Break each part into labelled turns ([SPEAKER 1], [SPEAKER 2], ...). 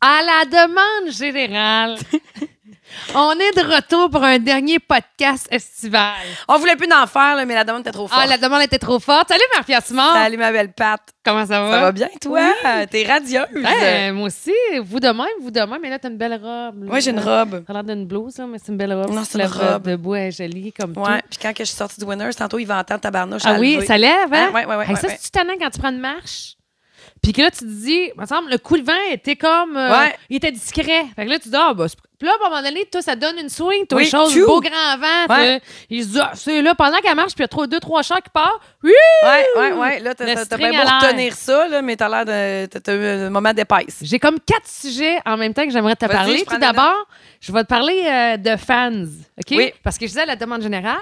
[SPEAKER 1] À la demande générale, on est de retour pour un dernier podcast estival.
[SPEAKER 2] On voulait plus d'en faire, là, mais la demande était trop forte.
[SPEAKER 1] Ah, la demande était trop forte. Salut, Marie-Pierre Simon.
[SPEAKER 2] Salut, ma belle patte.
[SPEAKER 1] Comment ça va?
[SPEAKER 2] Ça va bien, toi? T'es radieuse.
[SPEAKER 1] Hey, euh, moi aussi, vous de même, vous de même. Mais là, t'as une belle robe. là.
[SPEAKER 2] Moi, j'ai une robe.
[SPEAKER 1] T'as l'air d'une blouse, là, mais c'est une belle robe.
[SPEAKER 2] Non, c'est
[SPEAKER 1] La
[SPEAKER 2] une robe.
[SPEAKER 1] de bois est jolie comme
[SPEAKER 2] Ouais.
[SPEAKER 1] tout.
[SPEAKER 2] Puis quand que je suis sortie du Winners, tantôt, il va entendre tabarnouche. à
[SPEAKER 1] Ah oui,
[SPEAKER 2] lever.
[SPEAKER 1] ça lève, hein?
[SPEAKER 2] Ah, ouais, ouais, ouais,
[SPEAKER 1] Hey, ça,
[SPEAKER 2] ouais, ouais.
[SPEAKER 1] c'est-tu tannant quand tu prends une marche? Puis que là, tu te dis, me semble, le coup de vent était comme. euh,
[SPEAKER 2] Ouais.
[SPEAKER 1] Il était discret. Fait que là, tu dis, ah, bah, c'est- Puis là, à un moment donné, toi, ça donne une swing, toi,
[SPEAKER 2] Oui,
[SPEAKER 1] les choses,
[SPEAKER 2] tchou!
[SPEAKER 1] beau grand vent.
[SPEAKER 2] Ouais.
[SPEAKER 1] t'as- Il se dit, ah, c'est là, pendant qu'elle marche, puis il y a trois- deux, trois chars qui partent. Oui!
[SPEAKER 2] Ouais, ouais, ouais. Là,
[SPEAKER 1] Le
[SPEAKER 2] t'as- t'as t'as
[SPEAKER 1] string
[SPEAKER 2] bien beau
[SPEAKER 1] à l'air.
[SPEAKER 2] retenir ça, là, mais t'as l'air de. T'as t'as eu un moment d'épaisse.
[SPEAKER 1] J'ai comme quatre sujets en même temps que j'aimerais te
[SPEAKER 2] Vas-y,
[SPEAKER 1] parler.
[SPEAKER 2] je
[SPEAKER 1] Tout
[SPEAKER 2] prends des
[SPEAKER 1] d'abord, je vais te parler euh, de fans, OK?
[SPEAKER 2] Oui.
[SPEAKER 1] Parce que je disais à la demande générale,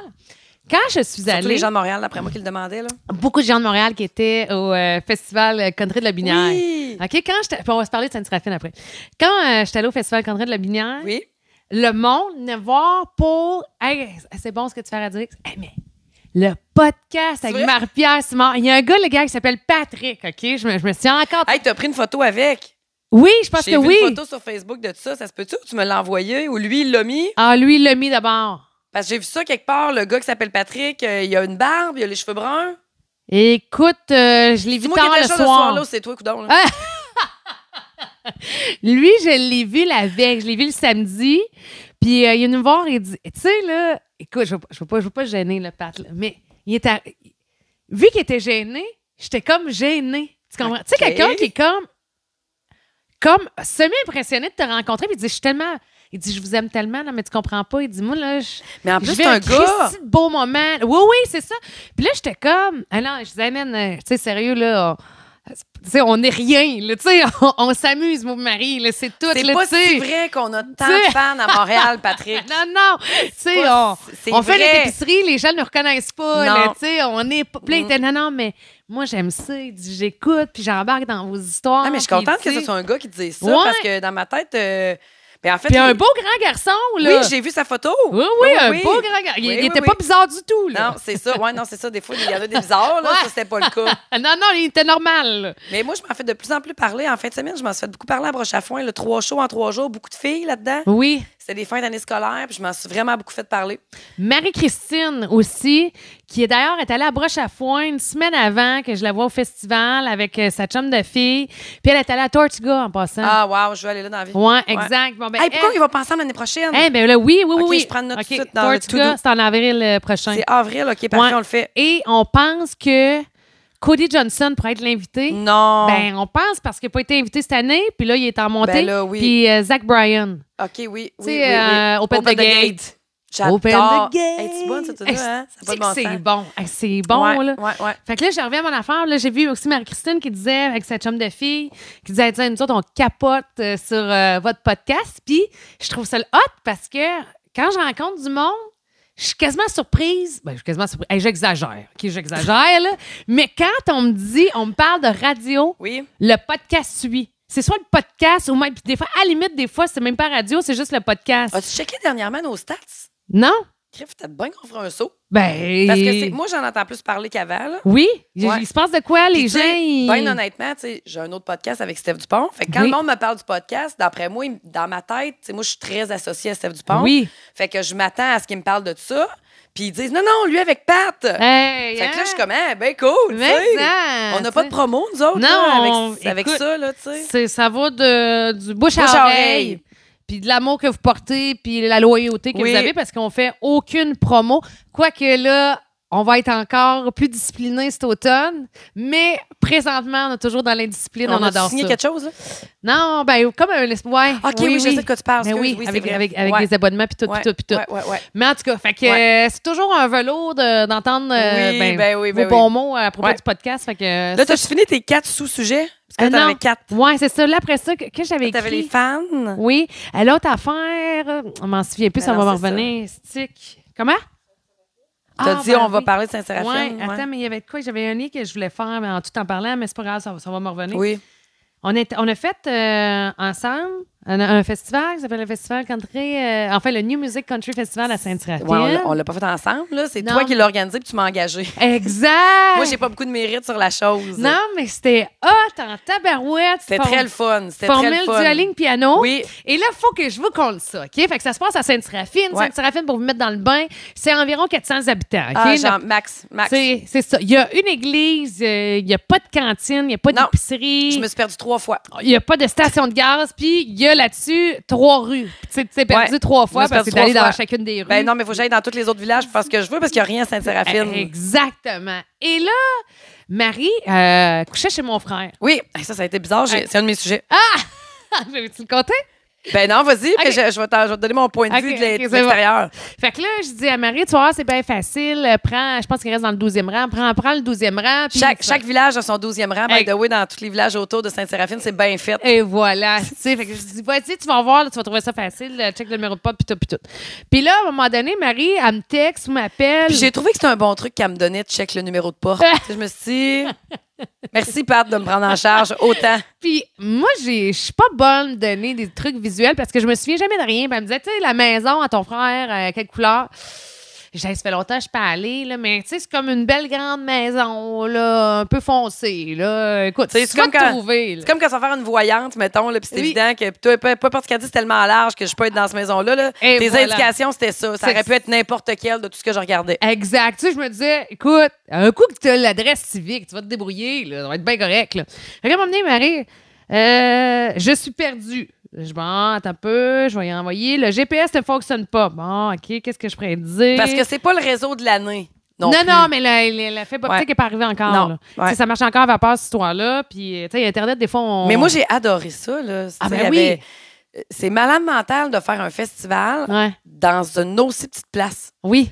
[SPEAKER 1] quand je suis
[SPEAKER 2] Surtout
[SPEAKER 1] allée,
[SPEAKER 2] les gens de Montréal, d'après moi, qui le demandaient. Là.
[SPEAKER 1] beaucoup de gens de Montréal qui étaient au euh, festival Country de la Binière.
[SPEAKER 2] Oui.
[SPEAKER 1] OK, quand j'étais. puis On va se parler de Sainte-Séraphine après. Quand euh, j'étais allée au Festival Conrad de la Binière,
[SPEAKER 2] Oui.
[SPEAKER 1] le monde venait voir pour. Hey, c'est bon ce que tu fais à Radio X. Hey, mais le podcast avec
[SPEAKER 2] vrai?
[SPEAKER 1] Marie-Pierre Simon. Il y a un gars, le gars, qui s'appelle Patrick, OK? Je me, je me suis encore.
[SPEAKER 2] Hey, t'as pris une photo avec.
[SPEAKER 1] Oui, je pense
[SPEAKER 2] J'ai
[SPEAKER 1] que
[SPEAKER 2] vu
[SPEAKER 1] oui.
[SPEAKER 2] une photo sur Facebook de ça. Ça se peut-tu ou tu me l'as envoyé ou lui, il l'a mis?
[SPEAKER 1] Ah, lui, il l'a mis d'abord.
[SPEAKER 2] Parce que j'ai vu ça quelque part. Le gars qui s'appelle Patrick, euh, il a une barbe, il a les cheveux bruns.
[SPEAKER 1] Écoute, euh, je l'ai vu
[SPEAKER 2] Dis-moi qui
[SPEAKER 1] tard
[SPEAKER 2] était
[SPEAKER 1] le
[SPEAKER 2] chaud ce soir-là
[SPEAKER 1] soir.
[SPEAKER 2] ou c'est toi, coudon. là?
[SPEAKER 1] Ah! Lui, je l'ai vu la veille. Je l'ai vu le samedi. Puis euh, il est venu me voir et il dit Tu sais, là, écoute, je ne veux, pas- je veux pas gêner le Pat, là, mais il est à- vu qu'il était gêné, j'étais comme gênée. Tu comprends? Tu sais,
[SPEAKER 2] Ok.
[SPEAKER 1] quelqu'un qui est comme, comme semi-impressionné de te rencontrer, puis il dit Je suis tellement. Il dit Je vous aime tellement, là, mais tu comprends pas. Il dit Moi, là, je.
[SPEAKER 2] Mais en
[SPEAKER 1] Je vis
[SPEAKER 2] plus, c'est un gars.
[SPEAKER 1] Christi de beau moment. Oui, oui, c'est ça. Puis là, j'étais comme, ah non, je disais, man, euh, tu sais, sérieux, là, on, tu sais, on est rien, là, tu sais, on, on s'amuse, mon mari, là, c'est tout,
[SPEAKER 2] C'est
[SPEAKER 1] là,
[SPEAKER 2] pas
[SPEAKER 1] tu sais.
[SPEAKER 2] si vrai qu'on a
[SPEAKER 1] Tu
[SPEAKER 2] tant
[SPEAKER 1] sais.
[SPEAKER 2] de fans à Montréal, Patrick.
[SPEAKER 1] Non, non, tu sais, on,
[SPEAKER 2] Pas- c'est
[SPEAKER 1] on fait
[SPEAKER 2] vrai.
[SPEAKER 1] des épiceries, les gens ne nous reconnaissent pas,
[SPEAKER 2] Non.
[SPEAKER 1] là, tu sais, on est pas, puis là, il
[SPEAKER 2] Mm.
[SPEAKER 1] était, non, non, mais moi, j'aime ça, il dit, j'écoute, puis j'embarque dans vos histoires.
[SPEAKER 2] Ah, mais je suis
[SPEAKER 1] puis,
[SPEAKER 2] contente
[SPEAKER 1] tu
[SPEAKER 2] que
[SPEAKER 1] sais.
[SPEAKER 2] ce soit un gars qui te dise ça
[SPEAKER 1] Ouais.
[SPEAKER 2] parce que dans ma tête. euh, ben, en fait,
[SPEAKER 1] Puis un
[SPEAKER 2] il-
[SPEAKER 1] beau grand garçon, là.
[SPEAKER 2] Oui, j'ai vu sa photo.
[SPEAKER 1] oui, oui,
[SPEAKER 2] Oui,
[SPEAKER 1] un
[SPEAKER 2] oui.
[SPEAKER 1] beau grand garçon. Il
[SPEAKER 2] Oui,
[SPEAKER 1] il
[SPEAKER 2] oui,
[SPEAKER 1] était
[SPEAKER 2] oui.
[SPEAKER 1] pas bizarre du tout, là.
[SPEAKER 2] Non, c'est ça. Ouais, non, c'est ça. Des fois, il y en a des bizarres, là.
[SPEAKER 1] Ouais.
[SPEAKER 2] Ça, c'était pas le cas.
[SPEAKER 1] Ah, non, non, il était normal, là.
[SPEAKER 2] Mais moi, je m'en fais de plus en plus parler. En fin de semaine, je m'en suis fait beaucoup parler à broche à foin. là. trois shows en trois jours, beaucoup de filles là-dedans.
[SPEAKER 1] Oui.
[SPEAKER 2] C'était des fins d'année scolaire, puis je m'en suis vraiment beaucoup fait parler.
[SPEAKER 1] Marie-Christine aussi, qui est d'ailleurs est allée à Broche à Foin une semaine avant que je la vois au festival avec euh, sa chum de fille. Puis elle est allée à Tortuga en passant.
[SPEAKER 2] Ah, wow, je vais aller là dans la vie.
[SPEAKER 1] ouais, exact. Bon, ben,
[SPEAKER 2] Hey, pourquoi
[SPEAKER 1] elle-
[SPEAKER 2] ils vont penser l'année prochaine?
[SPEAKER 1] Eh, ben là, oui, oui, oui,
[SPEAKER 2] Ok,
[SPEAKER 1] oui.
[SPEAKER 2] je prends une note
[SPEAKER 1] Ok,
[SPEAKER 2] tout de suite dans le
[SPEAKER 1] Tortuga,
[SPEAKER 2] to-do.
[SPEAKER 1] c'est en avril euh, prochain.
[SPEAKER 2] c'est avril, OK, parfait,
[SPEAKER 1] Ouais.
[SPEAKER 2] on le fait.
[SPEAKER 1] Et on pense que Cody Johnson pourrait être l'invité.
[SPEAKER 2] Non.
[SPEAKER 1] Ben, on pense parce qu'il n'a pas été invité cette année, puis là, il est en montée.
[SPEAKER 2] Ben là, oui.
[SPEAKER 1] Puis euh, Zach Bryan.
[SPEAKER 2] OK, oui. oui,
[SPEAKER 1] Tu
[SPEAKER 2] oui,
[SPEAKER 1] sais,
[SPEAKER 2] oui.
[SPEAKER 1] euh, Open, the, Gate.
[SPEAKER 2] J'adore.
[SPEAKER 1] Open the Gate.
[SPEAKER 2] Hey, tu bonne, cette tune-là,
[SPEAKER 1] Hey,
[SPEAKER 2] hein? Ça a
[SPEAKER 1] tu
[SPEAKER 2] pas
[SPEAKER 1] sais que C'est
[SPEAKER 2] de bon sens.
[SPEAKER 1] bon. Hey, c'est bon,
[SPEAKER 2] ouais,
[SPEAKER 1] là.
[SPEAKER 2] Ouais, ouais.
[SPEAKER 1] Fait que là, je reviens à mon affaire. Là, j'ai vu aussi Marie-Christine qui disait, avec sa chum de fille, qui disait, Tiens, nous autres, on capote euh, sur euh, votre podcast. Puis, je trouve ça le hot parce que quand je rencontre du monde, je suis quasiment surprise. Ben, je suis quasiment surprise. Hey, j'exagère. OK, j'exagère, là. Mais quand on me dit, on me parle de radio,
[SPEAKER 2] Oui.
[SPEAKER 1] le podcast suit. C'est soit le podcast ou même, puis des fois, à la limite, des fois, c'est même pas radio, c'est juste le podcast.
[SPEAKER 2] As-tu checké dernièrement nos stats?
[SPEAKER 1] Non?
[SPEAKER 2] Crif, peut-être bien qu'on fera un saut.
[SPEAKER 1] Ben.
[SPEAKER 2] Parce que c'est- moi, j'en entends plus parler qu'avant, là.
[SPEAKER 1] Oui, il-
[SPEAKER 2] Ouais.
[SPEAKER 1] il se passe de quoi, les
[SPEAKER 2] Puis, tu
[SPEAKER 1] gens?
[SPEAKER 2] sais,
[SPEAKER 1] ils-
[SPEAKER 2] Ben honnêtement, tu sais, j'ai un autre podcast avec Steph Dupont. Fait que quand
[SPEAKER 1] Oui.
[SPEAKER 2] le monde me parle du podcast, d'après moi, il- dans ma tête, tu sais, moi, je suis très associée à Steph Dupont.
[SPEAKER 1] Oui.
[SPEAKER 2] Fait que je m'attends à ce qu'il me parle de tout ça. Puis ils disent, non, non, lui avec Pat.
[SPEAKER 1] Hey,
[SPEAKER 2] Fait que là,
[SPEAKER 1] hein?
[SPEAKER 2] je suis comme, Ah, ben cool, tu
[SPEAKER 1] Mais
[SPEAKER 2] sais.
[SPEAKER 1] ça,
[SPEAKER 2] On n'a pas de
[SPEAKER 1] tu sais.
[SPEAKER 2] promo, nous autres,
[SPEAKER 1] Non,
[SPEAKER 2] là, avec,
[SPEAKER 1] on-
[SPEAKER 2] avec
[SPEAKER 1] écoute,
[SPEAKER 2] ça, là, tu sais.
[SPEAKER 1] C'est- Ça va de, du bouche,
[SPEAKER 2] Bouche
[SPEAKER 1] à
[SPEAKER 2] à
[SPEAKER 1] oreille.
[SPEAKER 2] oreille.
[SPEAKER 1] Puis de l'amour que vous portez, puis la loyauté que
[SPEAKER 2] Oui.
[SPEAKER 1] vous avez, parce qu'on fait aucune promo. Quoique là, on va être encore plus discipliné cet automne, mais présentement, on est toujours dans l'indiscipline, on,
[SPEAKER 2] a
[SPEAKER 1] adore
[SPEAKER 2] signé
[SPEAKER 1] ça.
[SPEAKER 2] quelque chose, là? Ah,
[SPEAKER 1] Non, ben comme un... Ouais,
[SPEAKER 2] OK, oui, je sais de quoi tu parles.
[SPEAKER 1] Ben
[SPEAKER 2] excuse,
[SPEAKER 1] oui,
[SPEAKER 2] oui, c'est
[SPEAKER 1] avec,
[SPEAKER 2] vrai.
[SPEAKER 1] avec, avec
[SPEAKER 2] Ouais.
[SPEAKER 1] des abonnements, puis tout,
[SPEAKER 2] Ouais,
[SPEAKER 1] puis tout, puis tout.
[SPEAKER 2] Ouais, ouais, ouais.
[SPEAKER 1] Mais en tout cas, fait que euh, c'est toujours un velours de- d'entendre euh,
[SPEAKER 2] Oui,
[SPEAKER 1] ben,
[SPEAKER 2] ben oui,
[SPEAKER 1] vos
[SPEAKER 2] ben oui.
[SPEAKER 1] bons mots à propos
[SPEAKER 2] Ouais.
[SPEAKER 1] du podcast. Fait que, euh,
[SPEAKER 2] Là,
[SPEAKER 1] ça,
[SPEAKER 2] t'as-tu fini tes quatre sous-sujets? Parce
[SPEAKER 1] Euh,
[SPEAKER 2] que t'en
[SPEAKER 1] non.
[SPEAKER 2] avais quatre.
[SPEAKER 1] Ouais, c'est ça. Là, après ça, que, que j'avais
[SPEAKER 2] T'avais
[SPEAKER 1] écrit.
[SPEAKER 2] les fans.
[SPEAKER 1] Oui. À l'autre affaire, euh, on m'en souvient plus,
[SPEAKER 2] Ben
[SPEAKER 1] ça
[SPEAKER 2] non,
[SPEAKER 1] va m'en
[SPEAKER 2] c'est ça.
[SPEAKER 1] revenir. Stick. Comment?
[SPEAKER 2] T'as
[SPEAKER 1] Ah,
[SPEAKER 2] dit,
[SPEAKER 1] ben
[SPEAKER 2] on va
[SPEAKER 1] oui.
[SPEAKER 2] parler de Saint-Séraphine.
[SPEAKER 1] Oui,
[SPEAKER 2] ouais.
[SPEAKER 1] attends, mais il y avait de quoi? J'avais un nid que je voulais faire mais en tout en parlant, mais c'est pas grave, ça, va- ça va me revenir.
[SPEAKER 2] Oui.
[SPEAKER 1] On, est, on a fait euh, ensemble, Un, un festival qui s'appelle le Festival Country, euh, enfin le New Music Country Festival à Sainte-Séraphine.
[SPEAKER 2] Ouais, on l'a- on l'a pas fait ensemble, là. C'est
[SPEAKER 1] Non.
[SPEAKER 2] toi qui l'as organisé puis tu m'as engagé.
[SPEAKER 1] Exact!
[SPEAKER 2] Moi, j'ai pas beaucoup de mérite sur la chose.
[SPEAKER 1] non, mais c'était hot en tabarouette.
[SPEAKER 2] C'était
[SPEAKER 1] Form-
[SPEAKER 2] très le fun. C'était très
[SPEAKER 1] Formule
[SPEAKER 2] le fun.
[SPEAKER 1] dualing piano.
[SPEAKER 2] Oui.
[SPEAKER 1] Et là, il faut que je vous compte ça, OK? Fait que ça se passe à Sainte-Séraphine.
[SPEAKER 2] Ouais.
[SPEAKER 1] Sainte-Séraphine, pour vous mettre dans le bain, c'est environ 400 habitants, OK?
[SPEAKER 2] Ah,
[SPEAKER 1] Notre-
[SPEAKER 2] genre, Max, Max.
[SPEAKER 1] C'est c'est ça. Il y a une église, euh, il n'y a pas de cantine, il n'y a pas
[SPEAKER 2] Non. Je
[SPEAKER 1] d'épicerie,
[SPEAKER 2] me suis perdue trois fois.
[SPEAKER 1] il n'y a pas de station de gaz, puis il y a là-dessus trois rues. Puis Tu t'es- tu t'es perdu
[SPEAKER 2] Ouais.
[SPEAKER 1] trois
[SPEAKER 2] Je
[SPEAKER 1] fois
[SPEAKER 2] me suis
[SPEAKER 1] parce que
[SPEAKER 2] perdu
[SPEAKER 1] c'est d'aller
[SPEAKER 2] trois
[SPEAKER 1] dans
[SPEAKER 2] fois.
[SPEAKER 1] chacune des rues. Eh,
[SPEAKER 2] Ben non, mais faut que j'aille dans tous les autres villages pour faire ce que je veux parce qu'il n'y a rien à Sainte-Séraphine.
[SPEAKER 1] Exactement. Et là, Marie euh, couchait chez mon frère.
[SPEAKER 2] Oui, Hey, ça, ça a été bizarre. j'ai-
[SPEAKER 1] Hey.
[SPEAKER 2] C'est un de mes sujets.
[SPEAKER 1] Veux-tu le compter?
[SPEAKER 2] Ben non, vas-y,
[SPEAKER 1] Ah. Ok.
[SPEAKER 2] puis je, je vais t'en- je vais te donner mon point de
[SPEAKER 1] Ok,
[SPEAKER 2] vue de
[SPEAKER 1] ok,
[SPEAKER 2] l'in-
[SPEAKER 1] c'est
[SPEAKER 2] de l'extérieur.
[SPEAKER 1] Fait que là, je dis à Marie, tu vois, c'est bien facile. euh, Prends, je pense qu'il reste dans le 12e rang. Prends, prends le 12e rang. puis-
[SPEAKER 2] Chaque, chaque village a son 12e rang.
[SPEAKER 1] Hey.
[SPEAKER 2] By the way, dans tous les villages autour de Sainte-Séraphine, c'est bien fait.
[SPEAKER 1] Et voilà, tu sais, fait que je dis, vas-y, tu vas voir, là, tu vas trouver ça facile, là, check le numéro de pote, puis tout, puis tout. Puis là, à un moment donné, Marie, elle me texte ou m'appelle.
[SPEAKER 2] Puis j'ai trouvé que c'était un bon truc qu'elle me donnait de check le numéro de porte. Tu sais, je me suis dit, merci Pat de me prendre en charge autant.
[SPEAKER 1] Puis moi, j'ai- je suis pas bonne de donner des trucs visuels parce que je me souviens jamais de rien. Puis elle me disait, tu sais, la maison à ton frère, euh, quelle couleur? J'ai dit, ça fait longtemps que je suis pas allée, là, mais tu sais, c'est comme une belle grande maison, là, un peu foncée, là. Écoute,
[SPEAKER 2] Tu sais,
[SPEAKER 1] tu
[SPEAKER 2] c'est
[SPEAKER 1] vas
[SPEAKER 2] comme
[SPEAKER 1] te
[SPEAKER 2] quand-
[SPEAKER 1] trouver, là.
[SPEAKER 2] C'est comme quand ça va faire une voyante, mettons, là, puis c'est
[SPEAKER 1] Oui.
[SPEAKER 2] évident que toi, peu peu importe ce qu'elle dit, c'est tellement large que je peux être dans cette maison-là. Là.
[SPEAKER 1] Et
[SPEAKER 2] Tes
[SPEAKER 1] voilà.
[SPEAKER 2] indications, c'était ça. Ça
[SPEAKER 1] C'est-
[SPEAKER 2] aurait pu être n'importe quel de tout ce que je regardais.
[SPEAKER 1] Exact. Tu sais, je me disais, écoute, un coup que tu as l'adresse civique, tu vas te débrouiller, là, ça va être bien correct. Là. Fait qu'à un moment donné, Marie, euh, je suis perdue. Je bon, attends un peu, je vais y envoyer. Le GPS ne fonctionne pas. Bon, OK, qu'est-ce que je pourrais dire?
[SPEAKER 2] Parce que c'est pas le réseau de l'année. Non,
[SPEAKER 1] non,
[SPEAKER 2] plus.
[SPEAKER 1] non, mais la, la, la fibre optique n'est pas arrivée encore.
[SPEAKER 2] Non.
[SPEAKER 1] là.
[SPEAKER 2] Ouais.
[SPEAKER 1] Tu sais, Ça marche encore à vapeur, cette histoire-là. Puis, tu sais, Internet, des fois, on.
[SPEAKER 2] Mais moi, j'ai adoré ça. Là.
[SPEAKER 1] Ah, ben
[SPEAKER 2] Tu sais, il y
[SPEAKER 1] oui.
[SPEAKER 2] avait- euh, C'est malade mental de faire un festival
[SPEAKER 1] Ouais.
[SPEAKER 2] dans une aussi petite place.
[SPEAKER 1] Oui.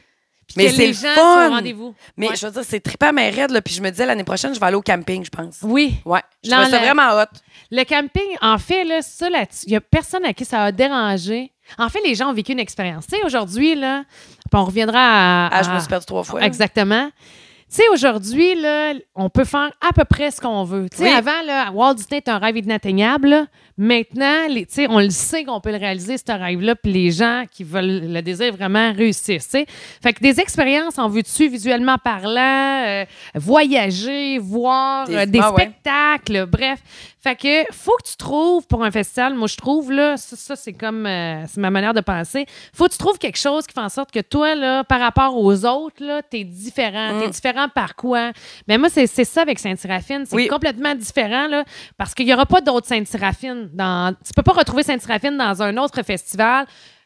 [SPEAKER 1] Puis
[SPEAKER 2] Mais
[SPEAKER 1] que
[SPEAKER 2] c'est
[SPEAKER 1] les
[SPEAKER 2] le
[SPEAKER 1] gens
[SPEAKER 2] fun.
[SPEAKER 1] sont au rendez-vous.
[SPEAKER 2] Mais
[SPEAKER 1] Ouais.
[SPEAKER 2] je veux dire, c'est trippant, mais raide. Là. Puis je me disais, l'année prochaine, je vais aller au camping, je pense.
[SPEAKER 1] Oui.
[SPEAKER 2] Ouais. Je
[SPEAKER 1] Dans
[SPEAKER 2] trouvais ça
[SPEAKER 1] le-
[SPEAKER 2] vraiment hot.
[SPEAKER 1] Le camping, en fait, là, ça, là il n'y a personne à qui ça a dérangé. En fait, les gens ont vécu une expérience. Tu sais, aujourd'hui, là, puis on reviendra à.
[SPEAKER 2] Ah, je
[SPEAKER 1] à-
[SPEAKER 2] me suis perdue trois fois. là.
[SPEAKER 1] Exactement. Tu sais, aujourd'hui, là, on peut faire à peu près ce qu'on veut. Tu sais,
[SPEAKER 2] Oui.
[SPEAKER 1] avant, là, Walt Disney était un rêve inatteignable. là. Maintenant, les, tu sais, on le sait qu'on peut le réaliser, ce rêve-là, puis les gens qui veulent le désir vraiment réussissent. tu sais. Fait que des expériences en vue dessus, visuellement parlant, euh, voyager, voir,
[SPEAKER 2] Des-
[SPEAKER 1] euh, des
[SPEAKER 2] ah ouais.
[SPEAKER 1] spectacles, bref. Fait que faut que tu trouves pour un festival, moi je trouve, là, ça, ça, c'est comme, euh, c'est ma manière de penser, faut que tu trouves quelque chose qui fait en sorte que toi, là, par rapport aux autres, là, t'es différent.
[SPEAKER 2] Mm.
[SPEAKER 1] T'es différent par quoi? Mais moi, c'est c'est ça avec Sainte-Séraphine. C'est
[SPEAKER 2] Oui.
[SPEAKER 1] complètement différent, là, parce qu'il n'y aura pas d'autres Sainte-Séraphine. Dans... Tu peux pas retrouver Sainte-Séraphine dans un autre festival.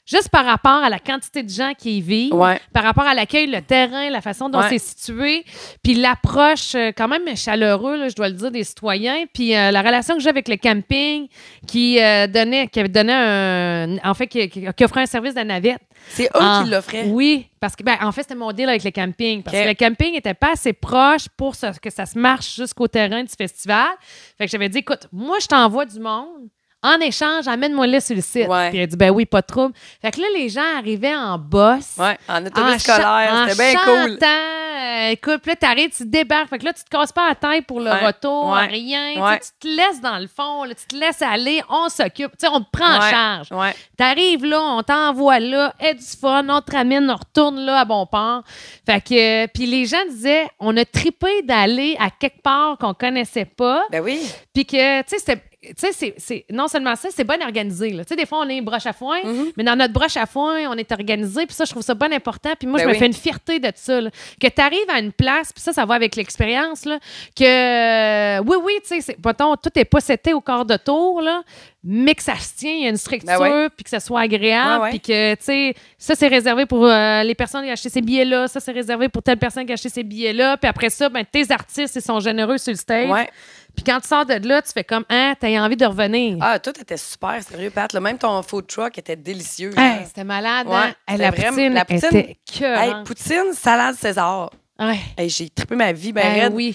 [SPEAKER 1] Juste par rapport à la quantité de gens qui y vivent,
[SPEAKER 2] Ouais.
[SPEAKER 1] par rapport à l'accueil, le terrain, la façon dont
[SPEAKER 2] Ouais.
[SPEAKER 1] c'est situé, puis l'approche euh, quand même chaleureuse, là, je dois le dire, des citoyens, puis euh, la relation que j'ai avec le camping qui euh, donnait, qui donnait un, en fait, qui, qui- qui offrait un service de navette.
[SPEAKER 2] C'est eux
[SPEAKER 1] Ah.
[SPEAKER 2] Oh, qui l'offraient.
[SPEAKER 1] Oui, parce que, ben, en fait, c'était mon deal avec le camping. Parce
[SPEAKER 2] Ok.
[SPEAKER 1] que le camping n'était pas assez proche pour ce- que ça se marche jusqu'au terrain du festival. Fait que j'avais dit, écoute, moi, je t'envoie du monde. En échange, amène-moi là sur le site.
[SPEAKER 2] Ouais.
[SPEAKER 1] Puis elle a dit, ben oui, pas de trouble. Fait que là, les gens arrivaient en bosse.
[SPEAKER 2] Ouais, en
[SPEAKER 1] en
[SPEAKER 2] autobus
[SPEAKER 1] cha-
[SPEAKER 2] scolaire.
[SPEAKER 1] en
[SPEAKER 2] C'était bien cool.
[SPEAKER 1] chantant, euh, écoute, puis là, t'arrives, tu débarques. Fait que là, tu te casses pas la tête pour le
[SPEAKER 2] Ouais,
[SPEAKER 1] retour,
[SPEAKER 2] ouais,
[SPEAKER 1] rien. Tu sais,
[SPEAKER 2] ouais.
[SPEAKER 1] Tu, te laisses dans le fond, là, tu te laisses aller, on s'occupe. Tu sais, on te prend en
[SPEAKER 2] Ouais,
[SPEAKER 1] charge.
[SPEAKER 2] Ouais.
[SPEAKER 1] T'arrives là, on t'envoie là, aie du fun, on te ramène, on retourne là à bon port. Fait que, euh, puis les gens disaient, on a tripé d'aller à quelque part qu'on connaissait pas,
[SPEAKER 2] Ben oui.
[SPEAKER 1] puis que, tu sais, c'était- tu sais, c'est- c'est- non seulement ça, c'est bien organisé. là. Tu sais, des fois, on est broche à foin,
[SPEAKER 2] Mhm.
[SPEAKER 1] mais dans notre broche à foin, on est organisé. Puis ça, je trouve ça bien important. Puis moi,
[SPEAKER 2] Ben
[SPEAKER 1] je me
[SPEAKER 2] oui.
[SPEAKER 1] fais une fierté de ça. là. Que tu arrives à une place, puis ça, ça va avec l'expérience. là, Que, euh, oui, oui, tu sais, c'est- mettons, tout est pas seté au corps de tour, là, mais que ça se tient, il y a une structure,
[SPEAKER 2] Ben ouais.
[SPEAKER 1] puis que ça soit agréable,
[SPEAKER 2] Ouais, ouais.
[SPEAKER 1] puis que, tu sais, ça, c'est réservé pour euh, les personnes qui ont acheté ces billets-là, ça, c'est réservé pour telle personne qui a acheté ces billets-là. Puis après ça, ben, tes artistes, ils sont généreux sur le stage.
[SPEAKER 2] Ouais.
[SPEAKER 1] Puis quand tu sors de là, tu fais comme, ah, t'as envie de revenir.
[SPEAKER 2] Ah, tout était super, sérieux, Pat. là. Même ton food truck était délicieux. là.
[SPEAKER 1] Hey, Ah, c'était malade,
[SPEAKER 2] Ouais,
[SPEAKER 1] hein? Hey, la,
[SPEAKER 2] c'était vraiment-
[SPEAKER 1] poutine
[SPEAKER 2] la poutine-
[SPEAKER 1] était
[SPEAKER 2] Hey,
[SPEAKER 1] écœurante.
[SPEAKER 2] poutine, salade César.
[SPEAKER 1] Ouais.
[SPEAKER 2] Hey, j'ai trippé ma vie, ben
[SPEAKER 1] Ben
[SPEAKER 2] raide.
[SPEAKER 1] oui.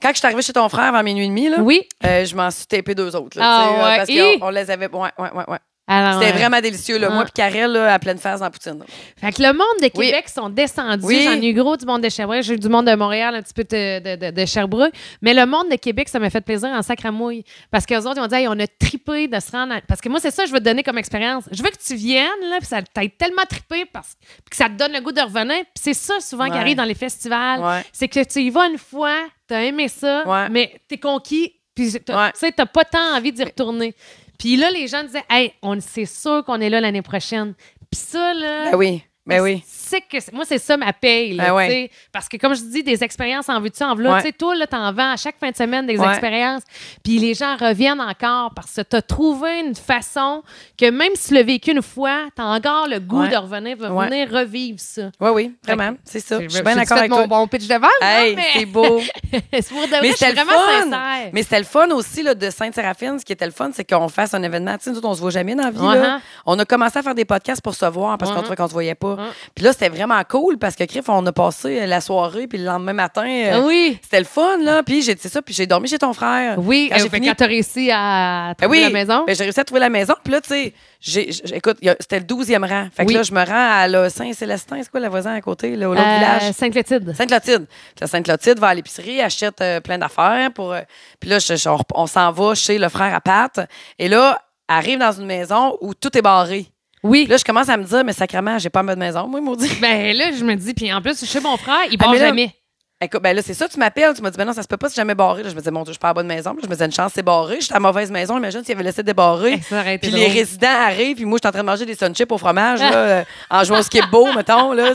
[SPEAKER 2] Quand je suis arrivée chez ton frère avant minuit et demi, là,
[SPEAKER 1] Oui.
[SPEAKER 2] euh, je m'en suis tapé deux autres. là,
[SPEAKER 1] Ah
[SPEAKER 2] tu sais, euh,
[SPEAKER 1] ouais,
[SPEAKER 2] parce
[SPEAKER 1] hi!
[SPEAKER 2] qu'on on les avait. Ouais, ouais, ouais, ouais.
[SPEAKER 1] Alors,
[SPEAKER 2] C'était
[SPEAKER 1] euh,
[SPEAKER 2] vraiment délicieux. Là.
[SPEAKER 1] ouais.
[SPEAKER 2] Moi puis Karel, là, à pleine face dans la poutine. là.
[SPEAKER 1] Fait que le monde de
[SPEAKER 2] Oui.
[SPEAKER 1] Québec sont descendus.
[SPEAKER 2] Oui.
[SPEAKER 1] J'en ai eu gros du monde de Sherbrooke. J'ai eu du monde de Montréal, un petit peu de, de- de- de Sherbrooke. Mais le monde de Québec, ça m'a fait plaisir en sacramouille. Parce qu'eux autres, ils ont dit, Hey, on a tripé de se rendre. à- Parce que moi, c'est ça que je veux te donner comme expérience. Je veux que tu viennes, là, puis ça t'aide tellement trippé parce puis que ça te donne le goût de revenir. Puis c'est ça souvent qui
[SPEAKER 2] Ouais.
[SPEAKER 1] arrive dans les festivals.
[SPEAKER 2] Ouais.
[SPEAKER 1] C'est que tu y vas une fois, t'as aimé ça,
[SPEAKER 2] Ouais.
[SPEAKER 1] mais t'es conquis, puis t'as-
[SPEAKER 2] Ouais.
[SPEAKER 1] tu sais, t'as pas tant envie d'y retourner. Puis là, les gens disaient, hey, on c'est sûr qu'on est là l'année prochaine. Puis ça, là.
[SPEAKER 2] Ben oui. Ben oui.
[SPEAKER 1] c'est que c'est- moi, c'est ça ma paye. là,
[SPEAKER 2] Ben ouais.
[SPEAKER 1] tu sais. Parce que, comme je dis, des expériences en vue-tu, en v'là.
[SPEAKER 2] Ouais.
[SPEAKER 1] Tu sais, toi, là, t'en vends à chaque fin de semaine des
[SPEAKER 2] Ouais.
[SPEAKER 1] expériences. Puis les gens reviennent encore parce que t'as trouvé une façon que même si tu l'as vécu une fois, t'as encore le goût
[SPEAKER 2] Ouais.
[SPEAKER 1] de revenir, de
[SPEAKER 2] Ouais.
[SPEAKER 1] revenir revivre ça.
[SPEAKER 2] Oui, oui, vraiment. C'est ça. Je suis bien
[SPEAKER 1] J'ai
[SPEAKER 2] d'accord
[SPEAKER 1] fait
[SPEAKER 2] avec
[SPEAKER 1] mon
[SPEAKER 2] toi.
[SPEAKER 1] bon pitch de vente,
[SPEAKER 2] Hey, c'est beau.
[SPEAKER 1] mais c'est pour de vrai,
[SPEAKER 2] Mais
[SPEAKER 1] je suis
[SPEAKER 2] c'était le
[SPEAKER 1] vraiment
[SPEAKER 2] fun.
[SPEAKER 1] sincère.
[SPEAKER 2] Mais c'était le fun aussi là, de Sainte-Séraphine. Ce qui était le fun, c'est qu'on fasse un événement. Tu sais, nous autres, on se voit jamais dans la vie. là.
[SPEAKER 1] Uh-huh.
[SPEAKER 2] On a commencé à faire des podcasts pour se voir parce
[SPEAKER 1] Uh-huh.
[SPEAKER 2] qu'on trouvait qu'on se voyait pas.
[SPEAKER 1] Uh-huh.
[SPEAKER 2] Puis là, c'était vraiment cool parce que, Criff, on a passé euh, la soirée puis le lendemain matin. euh,
[SPEAKER 1] Ah oui,
[SPEAKER 2] C'était le fun, là. Puis j'ai c'est ça, puis j'ai dormi chez ton frère.
[SPEAKER 1] oui,
[SPEAKER 2] Quand
[SPEAKER 1] euh,
[SPEAKER 2] j'ai
[SPEAKER 1] fait
[SPEAKER 2] fini-
[SPEAKER 1] quand t'as réussi à
[SPEAKER 2] Ben
[SPEAKER 1] trouver la maison.
[SPEAKER 2] Ben, j'ai réussi à trouver la maison. Puis là, tu sais, j'ai- j'- écoute, il y a- c'était le 12e rang. Fait que
[SPEAKER 1] Oui.
[SPEAKER 2] là, je me rends à la Saint-Célestin. C'est quoi la voisine à côté, là, au l'autre
[SPEAKER 1] Euh,
[SPEAKER 2] village?
[SPEAKER 1] Sainte-Clotilde.
[SPEAKER 2] Sainte-Clotilde. Puis La Sainte-Clotilde va à l'épicerie, achète euh, plein d'affaires. pour. euh, puis là, je- je- on, on s'en va chez le frère à Pat. Et là, arrive dans une maison où tout est barré.
[SPEAKER 1] Oui.
[SPEAKER 2] Puis là, je commence à me dire, mais sacrément, j'ai pas ma maison, moi, maudit.
[SPEAKER 1] Ben là, je me dis, puis en plus, chez mon frère, il
[SPEAKER 2] Ah,
[SPEAKER 1] part
[SPEAKER 2] mais là-
[SPEAKER 1] jamais.
[SPEAKER 2] Écoute, ben là, c'est ça, tu m'appelles. Tu m'as dit, ben non, ça se peut pas, c'est jamais barré. Là, je me disais, mon Dieu, je suis pas à la bonne maison. Puis là, je me disais, une chance, c'est barré. Je suis à la mauvaise maison. Imagine s'il avait laissé débarrer.
[SPEAKER 1] Eh, Ça aurait été
[SPEAKER 2] Puis les
[SPEAKER 1] drôle.
[SPEAKER 2] résidents arrivent, puis moi, je suis en train de manger des sun chips au fromage, là, euh, en jouant au skip-bo, mettons. Là.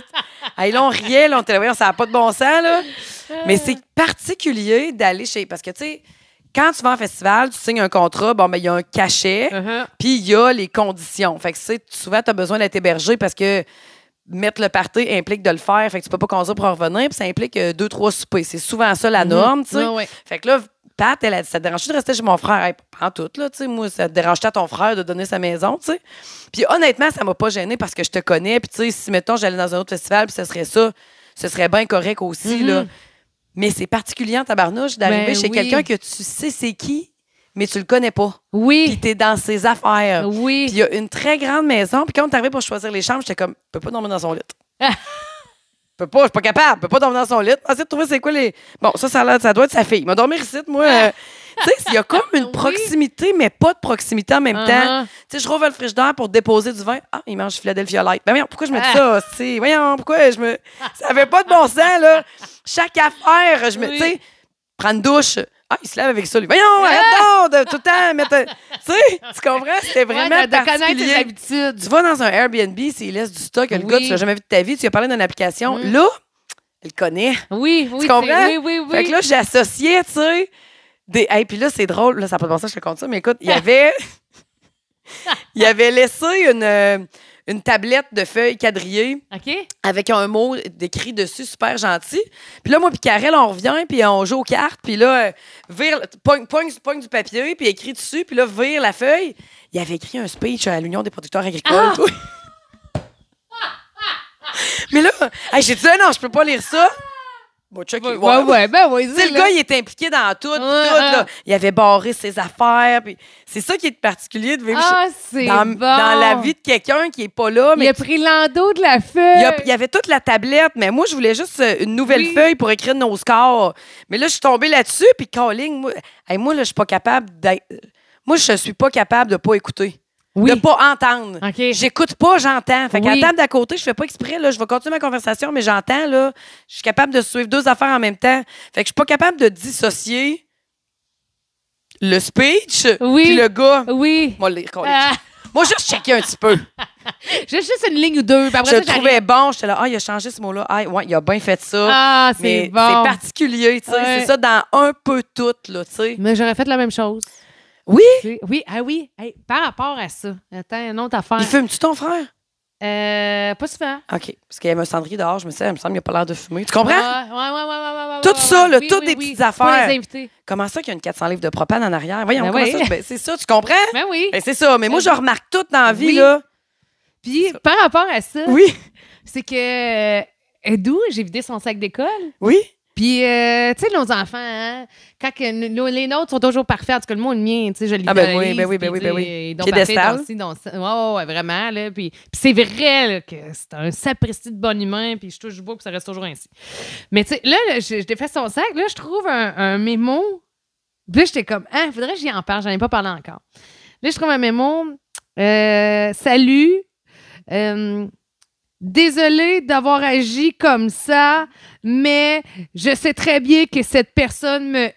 [SPEAKER 2] Hey, là, on riait, là, on était là, Voyons, ça n'a pas de bon sens. Là. Mais c'est particulier d'aller chez. Parce que, tu sais, quand tu vas en festival, tu signes un contrat, bon, ben, il y a un cachet,
[SPEAKER 1] Uh-huh.
[SPEAKER 2] puis il y a les conditions. Fait que, tu sais, souvent, tu as besoin d'être hébergé parce que mettre le party implique de le faire. Fait que tu peux pas conduire pour en revenir, puis ça implique euh, deux, trois soupers. C'est souvent ça la norme, tu sais.
[SPEAKER 1] Mm-hmm. Ouais, ouais.
[SPEAKER 2] Fait que là, Pat, elle a dit, ça te dérange de rester chez mon frère? Hey, en tout, là, tu sais, moi, ça te dérange à ton frère de donner sa maison, tu sais? Puis honnêtement, ça m'a pas gêné parce que je te connais, puis tu sais, si, mettons, j'allais dans un autre festival, puis ce serait ça, ce serait bien correct aussi,
[SPEAKER 1] Mhm.
[SPEAKER 2] là. Mais c'est particulier en tabarnouche d'arriver
[SPEAKER 1] Ben
[SPEAKER 2] chez
[SPEAKER 1] oui.
[SPEAKER 2] quelqu'un que tu sais c'est qui, mais tu le connais pas. Puis
[SPEAKER 1] Oui.
[SPEAKER 2] t'es dans ses affaires. Puis il
[SPEAKER 1] Oui.
[SPEAKER 2] y a une très grande maison. Puis quand on est arrivé pour choisir les chambres, j'étais comme, je peux pas dormir dans son lit. Je peux pas, je suis pas capable, je peux pas dormir dans son lit. Ensuite, trouver c'est quoi les. Bon, ça, ça, a l'air- ça doit être sa fille. Mais dormir ici, moi. euh, tu sais, il y a comme
[SPEAKER 1] Ah
[SPEAKER 2] une
[SPEAKER 1] Oui.
[SPEAKER 2] proximité, mais pas de proximité en même temps.
[SPEAKER 1] Uh-huh.
[SPEAKER 2] Tu sais, je rouvre le frigidaire pour déposer du vin. Ah, il mange Philadelphia Light. Ben voyons, pourquoi je me dis ça? hostie? Voyons, pourquoi je me. Ça avait pas de bon sens, là. Chaque affaire, je me.
[SPEAKER 1] Oui. Ah!
[SPEAKER 2] Tu sais, prendre une douche. Ah, il se lave avec ça, lui. Voyons, arrête donc de tout le temps mettre. Tu sais, tu comprends? C'était
[SPEAKER 1] Uh-huh. Ouais,
[SPEAKER 2] vraiment
[SPEAKER 1] de- de connaître
[SPEAKER 2] particulier.
[SPEAKER 1] les habitudes.
[SPEAKER 2] Tu vas dans un Airbnb, s'il laisse du stock, le
[SPEAKER 1] Oui.
[SPEAKER 2] gars, tu l'as jamais vu de ta vie, tu lui as parlé d'une application.
[SPEAKER 1] Mm.
[SPEAKER 2] Là, il le connaît.
[SPEAKER 1] Oui, oui, c'est-
[SPEAKER 2] comprends?
[SPEAKER 1] Oui, oui, oui.
[SPEAKER 2] Fait que là, j'associais, tu sais. Des... Hey, puis là, c'est drôle. Là, ça n'a pas de bon sens, je te compte ça. Mais écoute, il y avait. il avait laissé une, euh, une tablette de feuilles quadrillées
[SPEAKER 1] OK?
[SPEAKER 2] avec un mot décrit dessus, super gentil. Puis là, moi, puis Karel, on revient, puis on joue aux cartes, puis là, euh, vire, pogne, pogne- pogne du papier, puis écrit dessus, puis là, vire la feuille. Il avait écrit un speech à l'Union des producteurs agricoles.
[SPEAKER 1] Ah!
[SPEAKER 2] toi. Mais là, hey, j'ai dit, Ah non, je peux pas lire ça. Bon, check,
[SPEAKER 1] Ouais,
[SPEAKER 2] il va-
[SPEAKER 1] ouais, ouais, ben oui,
[SPEAKER 2] tu sais, le gars, il était impliqué dans tout, puis tout, là. Il avait barré ses affaires, puis c'est ça qui est particulier de vivre
[SPEAKER 1] Ah, c'est
[SPEAKER 2] chez- dans,
[SPEAKER 1] bon.
[SPEAKER 2] dans la vie de quelqu'un qui est pas là, mais
[SPEAKER 1] Il a pris l'endos de la feuille.
[SPEAKER 2] il y, a- il y avait toute la tablette, mais moi, je voulais juste euh, une nouvelle
[SPEAKER 1] Oui.
[SPEAKER 2] feuille pour écrire nos scores. Mais là, je suis tombée là-dessus, puis calling, moi, hey, moi là, je suis pas capable d'être... euh, Moi, je suis pas capable de pas écouter,
[SPEAKER 1] Oui.
[SPEAKER 2] de pas entendre.
[SPEAKER 1] OK.
[SPEAKER 2] J'écoute pas, j'entends. Fait qu'à
[SPEAKER 1] Oui.
[SPEAKER 2] la table d'à côté, je fais pas exprès, là, je vais continuer ma conversation, mais j'entends, là. Je suis capable de suivre deux affaires en même temps. Fait que je suis pas capable de dissocier le speech
[SPEAKER 1] Oui.
[SPEAKER 2] puis le gars.
[SPEAKER 1] Oui.
[SPEAKER 2] Moi, le lire, câlin.
[SPEAKER 1] Ah,
[SPEAKER 2] Moi, juste checker un petit peu.
[SPEAKER 1] J'ai juste une ligne ou deux. puis après
[SPEAKER 2] je
[SPEAKER 1] ça,
[SPEAKER 2] le trouvais bon. J'étais là, ah, il a changé ce mot-là. Ah, ouais, il a bien fait ça.
[SPEAKER 1] j'arrive. Ah,
[SPEAKER 2] Mais
[SPEAKER 1] c'est bon.
[SPEAKER 2] c'est particulier, tu sais.
[SPEAKER 1] Ouais.
[SPEAKER 2] C'est ça dans un peu tout, là, tu sais.
[SPEAKER 1] Mais j'aurais fait la même chose.
[SPEAKER 2] Oui?
[SPEAKER 1] Tu sais, Oui, ah oui. Hey, par rapport à ça, attends, une autre affaire.
[SPEAKER 2] Il fume-tu ton frère?
[SPEAKER 1] Euh, pas souvent.
[SPEAKER 2] OK. Parce qu'il y avait un cendrier dehors, je me disais, il me semble qu'il n'a pas l'air de fumer. Tu comprends?
[SPEAKER 1] Ouais, ouais, ouais, ouais, ouais, ouais,
[SPEAKER 2] Tout
[SPEAKER 1] ouais,
[SPEAKER 2] ça,
[SPEAKER 1] ouais.
[SPEAKER 2] là,
[SPEAKER 1] Oui,
[SPEAKER 2] toutes
[SPEAKER 1] oui,
[SPEAKER 2] des
[SPEAKER 1] oui.
[SPEAKER 2] petites
[SPEAKER 1] Faut
[SPEAKER 2] affaires.
[SPEAKER 1] les inviter.
[SPEAKER 2] Comment ça qu'il y a une 400 livres de propane en arrière? Voyons,
[SPEAKER 1] Ben
[SPEAKER 2] comment
[SPEAKER 1] oui.
[SPEAKER 2] ça? je- ben, c'est ça, tu comprends?
[SPEAKER 1] Ben oui.
[SPEAKER 2] Ben, c'est ça. Mais moi, je remarque tout dans la vie,
[SPEAKER 1] Oui.
[SPEAKER 2] là.
[SPEAKER 1] Puis, par rapport à ça,
[SPEAKER 2] Oui.
[SPEAKER 1] c'est que euh, Edou, j'ai vidé son sac d'école.
[SPEAKER 2] Oui.
[SPEAKER 1] Puis, euh, tu sais, nos enfants, hein, quand que n- nos- les nôtres sont toujours parfaits, en tout cas, le mot, le mien, tu sais, je l'idéalise.
[SPEAKER 2] Ah, ben oui, ben oui, ben
[SPEAKER 1] puis, tu
[SPEAKER 2] oui,
[SPEAKER 1] sais,
[SPEAKER 2] ben oui.
[SPEAKER 1] ils sont
[SPEAKER 2] Piédestal.
[SPEAKER 1] parfaits, donc ci, donc ça. Ouais, ouais, ouais, vraiment, là. Puis, puis c'est vrai, là, que c'est un sapristi de bon humain, puis je touche du bois, puis ça reste toujours ainsi. Mais, tu sais, là, là, je, je défais son sac, là, je trouve un, un mémo. Puis là, j'étais comme, ah, faudrait que j'y en parle, j'en ai pas parlé encore. Là, je trouve un mémo. Euh, salut. Euh, Désolée d'avoir agi comme ça, mais je sais très bien que cette personne me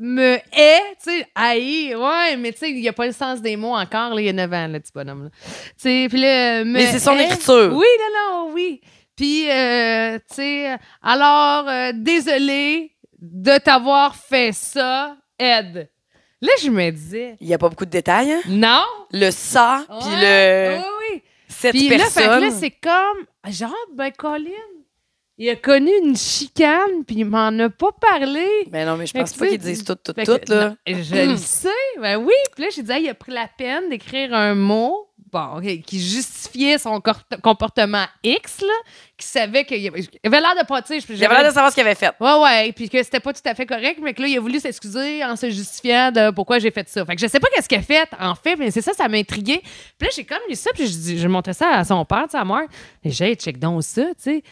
[SPEAKER 1] me hait, tu sais, haï, ouais, mais tu sais, il n'y a pas le sens des mots encore, là, il y a 9 ans, le petit bonhomme, là. Tu sais, puis là, me
[SPEAKER 2] Mais c'est son
[SPEAKER 1] hait.
[SPEAKER 2] écriture.
[SPEAKER 1] Oui, non, non, oui. Puis, euh, tu sais, alors, euh, désolée de t'avoir fait ça, Ed. Là, je me disais,
[SPEAKER 2] Il n'y a pas beaucoup de détails. hein?
[SPEAKER 1] non!
[SPEAKER 2] Le ça, puis
[SPEAKER 1] Ouais,
[SPEAKER 2] le.
[SPEAKER 1] Oui, oui.
[SPEAKER 2] Cette
[SPEAKER 1] Puis là, fait
[SPEAKER 2] personne.
[SPEAKER 1] que là, c'est comme, genre, ben, Colin, il a connu une chicane, puis il m'en a pas parlé.
[SPEAKER 2] Mais Ben non, mais je
[SPEAKER 1] Fait
[SPEAKER 2] pense
[SPEAKER 1] que
[SPEAKER 2] pas
[SPEAKER 1] tu
[SPEAKER 2] qu'ils
[SPEAKER 1] sais,
[SPEAKER 2] disent tout, tout,
[SPEAKER 1] Fait
[SPEAKER 2] tout,
[SPEAKER 1] que-
[SPEAKER 2] là. Mm.
[SPEAKER 1] non, je le sais, ben oui. Puis là, j'ai dit, ah, il a pris la peine d'écrire un mot, bon, ok, qui justifiait son cor- comportement X, là, qui savait qu'il y avait il avait l'air de pas, tu sais, je-
[SPEAKER 2] J'avais l'air de savoir ce qu'il avait fait.
[SPEAKER 1] Ouais, ouais, puis que c'était pas tout à fait correct, mais que là, il a voulu s'excuser en se justifiant de pourquoi j'ai fait ça. Fait que je sais pas qu'est-ce qu'il a fait, en fait, mais c'est ça, ça m'a intrigué. Puis là, j'ai comme lu ça, puis je dis, je montais ça à son père, tu sais, à moi. Et j'ai dit, check donc ça, tu sais.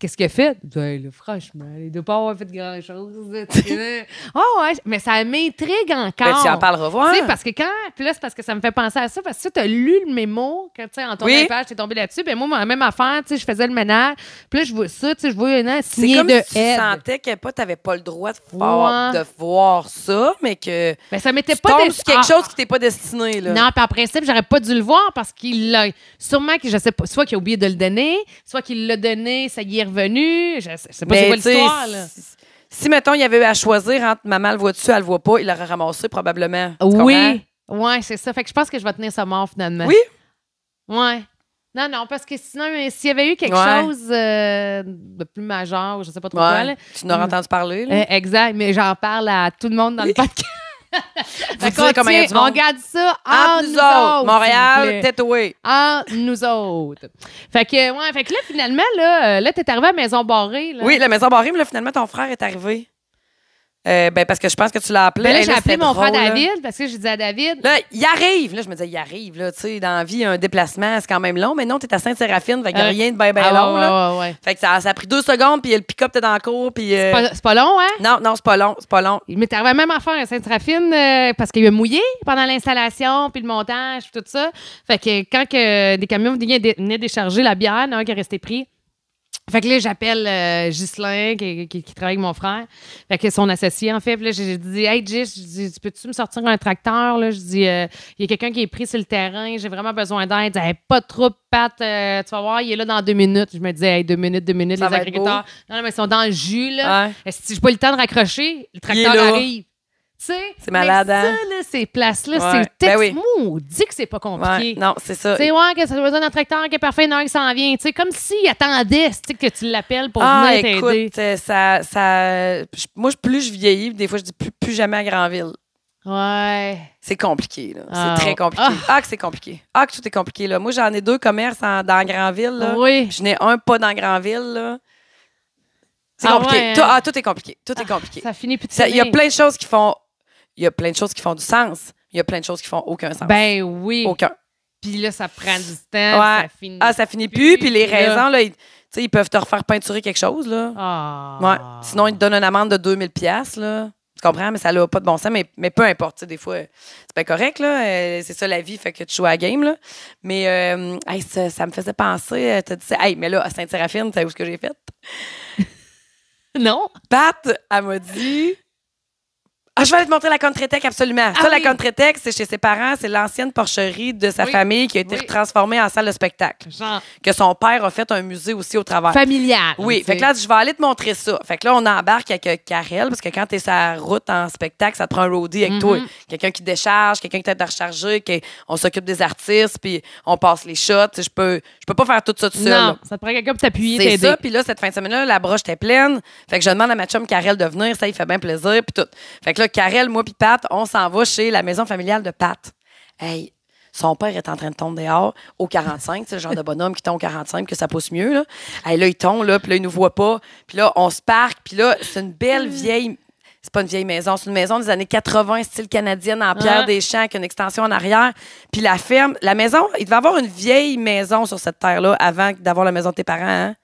[SPEAKER 1] Qu'est-ce qu'il a fait? Ben, là, franchement, il doit pas avoir fait grand-chose. tu sais. oh, ouais, mais ça m'intrigue encore.
[SPEAKER 2] Ben, tu en parleras voir.
[SPEAKER 1] Tu sais, parce que quand. Puis là, c'est parce que ça me fait penser à ça, parce que tu as lu le mémo, quand tu sais, en tournant
[SPEAKER 2] Oui.
[SPEAKER 1] les pages, t'es tombé là-dessus. Ben, moi, ma même affaire, tu sais, je faisais le ménage. Puis là, je vois ça, tu sais, je vois un an
[SPEAKER 2] C'est
[SPEAKER 1] signé
[SPEAKER 2] comme
[SPEAKER 1] de
[SPEAKER 2] si tu
[SPEAKER 1] Ed.
[SPEAKER 2] sentais que pas, t'avais pas le droit de, voir-
[SPEAKER 1] Ouais.
[SPEAKER 2] de voir ça, mais que
[SPEAKER 1] Ben, ça
[SPEAKER 2] tu
[SPEAKER 1] m'était pas
[SPEAKER 2] tombes
[SPEAKER 1] des-
[SPEAKER 2] sur quelque
[SPEAKER 1] Ah,
[SPEAKER 2] chose qui t'est pas destiné, là.
[SPEAKER 1] Non, puis en principe, j'aurais pas dû le voir parce qu'il l'a. Sûrement que je sais pas, soit qu'il a oublié de le donner, soit qu'il l'a donné, ça y est revenu. Je sais, je sais pas c'est
[SPEAKER 2] Mais
[SPEAKER 1] quoi
[SPEAKER 2] Ben, tu sais,
[SPEAKER 1] l'histoire, là.
[SPEAKER 2] si, si, mettons, il y avait eu à choisir entre maman le voit-tu, elle le voit pas, il l'aurait ramassé probablement. Tu comprends?
[SPEAKER 1] Oui. Ouais, c'est ça. Fait que je pense que je vais tenir ça mort finalement.
[SPEAKER 2] Oui.
[SPEAKER 1] Ouais. Non, non, parce que sinon, euh, s'il y avait eu quelque
[SPEAKER 2] Ouais.
[SPEAKER 1] chose euh, de plus majeur, ou je sais pas trop quoi, là.
[SPEAKER 2] Ouais. Tu n'aurais
[SPEAKER 1] Mm.
[SPEAKER 2] entendu parler, là.
[SPEAKER 1] Euh, exact, mais j'en parle à tout le monde dans le
[SPEAKER 2] Oui.
[SPEAKER 1] podcast.
[SPEAKER 2] Vous
[SPEAKER 1] Fait
[SPEAKER 2] direz
[SPEAKER 1] qu'on
[SPEAKER 2] comment il y a du
[SPEAKER 1] tient- on
[SPEAKER 2] monde.
[SPEAKER 1] garde ça en
[SPEAKER 2] Entre nous autres, Montréal, tatoué.
[SPEAKER 1] en nous autres. Fait que, ouais, fait que là, finalement, là, euh, là t'es arrivé à Maison Barrée. Là.
[SPEAKER 2] Oui, la maison barrée, mais là, finalement, ton frère est arrivé. Euh, ben, parce que je pense que tu l'as appelé.
[SPEAKER 1] Ben là,
[SPEAKER 2] Hey,
[SPEAKER 1] j'ai appelé
[SPEAKER 2] c'était
[SPEAKER 1] mon frère
[SPEAKER 2] drôle, là.
[SPEAKER 1] David parce que j'ai dit à David.
[SPEAKER 2] Là, il arrive. Là, je me disais, il arrive. Là, tu sais, dans la vie, un déplacement, c'est quand même long. Mais non, t'es à Sainte-Séraphine, fait qu'il y a
[SPEAKER 1] Euh,
[SPEAKER 2] rien de bien, bien
[SPEAKER 1] Ah,
[SPEAKER 2] long.
[SPEAKER 1] ouais,
[SPEAKER 2] ben, là.
[SPEAKER 1] ouais, ouais, ouais.
[SPEAKER 2] Fait que ça, ça a pris deux secondes, puis le pick-up était dans le cours, puis... euh,
[SPEAKER 1] C'est pas- C'est pas long, hein?
[SPEAKER 2] Non, non, c'est pas long, c'est pas long.
[SPEAKER 1] Il m'est arrivé même affaire à Sainte-Raphine euh, parce qu'il a mouillé pendant l'installation, puis le montage, puis tout ça. Fait que quand que des camions venaient, dé- venaient décharger la bière, il y en a un qui est resté pris. Fait que là, j'appelle euh, Ghislain, qui, qui- qui travaille avec mon frère, fait que son associé, en fait. Puis là, j'ai dit Hey, Gis, je dis, tu peux-tu me sortir un tracteur là? Je dis Euh, Il y a quelqu'un qui est pris sur le terrain, j'ai vraiment besoin d'aide. Il dit, Hey, Pas trop, Pat, euh, tu vas voir, il est là dans deux minutes. Je me disais Hey, deux minutes, deux minutes,
[SPEAKER 2] Ça
[SPEAKER 1] les
[SPEAKER 2] va être
[SPEAKER 1] agriculteurs. Non, non, mais ils sont dans le jus, là.
[SPEAKER 2] Ouais.
[SPEAKER 1] Si j'ai pas eu le temps de raccrocher, le tracteur
[SPEAKER 2] là.
[SPEAKER 1] arrive. Tu sais,
[SPEAKER 2] C'est malade,
[SPEAKER 1] mais ça,
[SPEAKER 2] hein?
[SPEAKER 1] là, ces places-là,
[SPEAKER 2] Ouais.
[SPEAKER 1] c'est
[SPEAKER 2] Ben
[SPEAKER 1] texte
[SPEAKER 2] oui.
[SPEAKER 1] dit que c'est pas
[SPEAKER 2] Ouais,
[SPEAKER 1] compliqué.
[SPEAKER 2] non, c'est ça.
[SPEAKER 1] Tu sais, ouais, que ça doit être un tracteur qui est parfait, non, qui s'en vient. Tu sais, comme s'il attendait tu sais, que tu l'appelles pour
[SPEAKER 2] Ah,
[SPEAKER 1] venir t'aider.
[SPEAKER 2] écoute, euh, ça, ça, je- moi, je- plus je vieillis, des fois, je dis plus, plus jamais à Granville.
[SPEAKER 1] Ouais.
[SPEAKER 2] C'est compliqué, là.
[SPEAKER 1] Ah,
[SPEAKER 2] c'est très compliqué.
[SPEAKER 1] ah.
[SPEAKER 2] Ah. que c'est compliqué. Ah, que tout est compliqué, là. Moi, j'en ai deux commerces en- dans Granville, là.
[SPEAKER 1] Oui.
[SPEAKER 2] Je n'ai un pas dans Granville, là. C'est
[SPEAKER 1] Ah
[SPEAKER 2] compliqué.
[SPEAKER 1] ouais,
[SPEAKER 2] tout,
[SPEAKER 1] hein?
[SPEAKER 2] ah, tout est compliqué. Tout est compliqué.
[SPEAKER 1] Ça finit plus de
[SPEAKER 2] Ça- Il y a
[SPEAKER 1] sonner.
[SPEAKER 2] plein de choses qui font. Il y a plein de choses qui font du sens. Il y a plein de choses qui font aucun sens.
[SPEAKER 1] Ben oui.
[SPEAKER 2] aucun.
[SPEAKER 1] Puis là, ça prend du temps.
[SPEAKER 2] Ouais.
[SPEAKER 1] Ça finit.
[SPEAKER 2] Ah, ça finit plus. Puis les
[SPEAKER 1] Puis là-
[SPEAKER 2] raisons, là, ils, tu sais, ils peuvent te refaire peinturer quelque chose, là.
[SPEAKER 1] Ah.
[SPEAKER 2] Ouais. Sinon, ils te donnent une amende de 2000 pièces là. Tu comprends? Mais ça n'a pas de bon sens. Mais, mais peu importe. tu sais, Des fois, euh, c'est pas correct. là. Euh, c'est ça la vie, fait que tu joues à la game. Là. Mais euh, hey, ça, ça me faisait penser. euh, T'as dit, ça. hey, mais là, à Sainte-Séraphine, tu sais où ce que j'ai fait?
[SPEAKER 1] Non.
[SPEAKER 2] Pat, elle m'a dit. Ah, je vais aller te montrer la Contretech, absolument.
[SPEAKER 1] Ah
[SPEAKER 2] ça,
[SPEAKER 1] oui.
[SPEAKER 2] la Contretech, c'est chez ses parents, c'est l'ancienne porcherie de sa
[SPEAKER 1] Oui.
[SPEAKER 2] famille qui a été
[SPEAKER 1] Oui.
[SPEAKER 2] transformée en salle de spectacle.
[SPEAKER 1] Genre
[SPEAKER 2] Que son père a fait un musée aussi au travers.
[SPEAKER 1] familial.
[SPEAKER 2] Oui,
[SPEAKER 1] tu
[SPEAKER 2] fait que là, je vais aller te montrer ça. Fait que là, on embarque avec euh, Karel, parce que quand t'es sur la route en spectacle, ça te prend un roadie avec
[SPEAKER 1] Mhm.
[SPEAKER 2] toi. Quelqu'un qui décharge, quelqu'un qui t'aide à recharger, qui- on s'occupe des artistes, puis on passe les shots. Tu sais, Je peux, je peux pas faire tout ça tout
[SPEAKER 1] sais.
[SPEAKER 2] seul.
[SPEAKER 1] Non, ça te prend quelqu'un pour t'appuyer,
[SPEAKER 2] C'est
[SPEAKER 1] t'aider.
[SPEAKER 2] ça. Puis là, cette fin de semaine-là, la broche était pleine. Fait que je demande à ma chum Karel de venir. Ça, il fait bien plaisir. Puis tout. Fait que là, Karel, moi, puis Pat, on s'en va chez la maison familiale de Pat. Hey, Son père est en train de tomber dehors au 45, c'est le genre de bonhomme qui tombe au 45, que ça pousse mieux. Là, Hey, là il tombe, là, puis là, il nous voit pas. Puis là, on se parque, puis là, c'est une
[SPEAKER 1] Mm.
[SPEAKER 2] belle vieille. C'est pas une vieille maison, c'est une maison des années 80, style canadienne, en pierre
[SPEAKER 1] Ouais.
[SPEAKER 2] des champs, avec une extension en arrière. Puis la ferme, la maison, il devait avoir une vieille maison sur cette terre-là avant d'avoir la maison de tes parents. hein?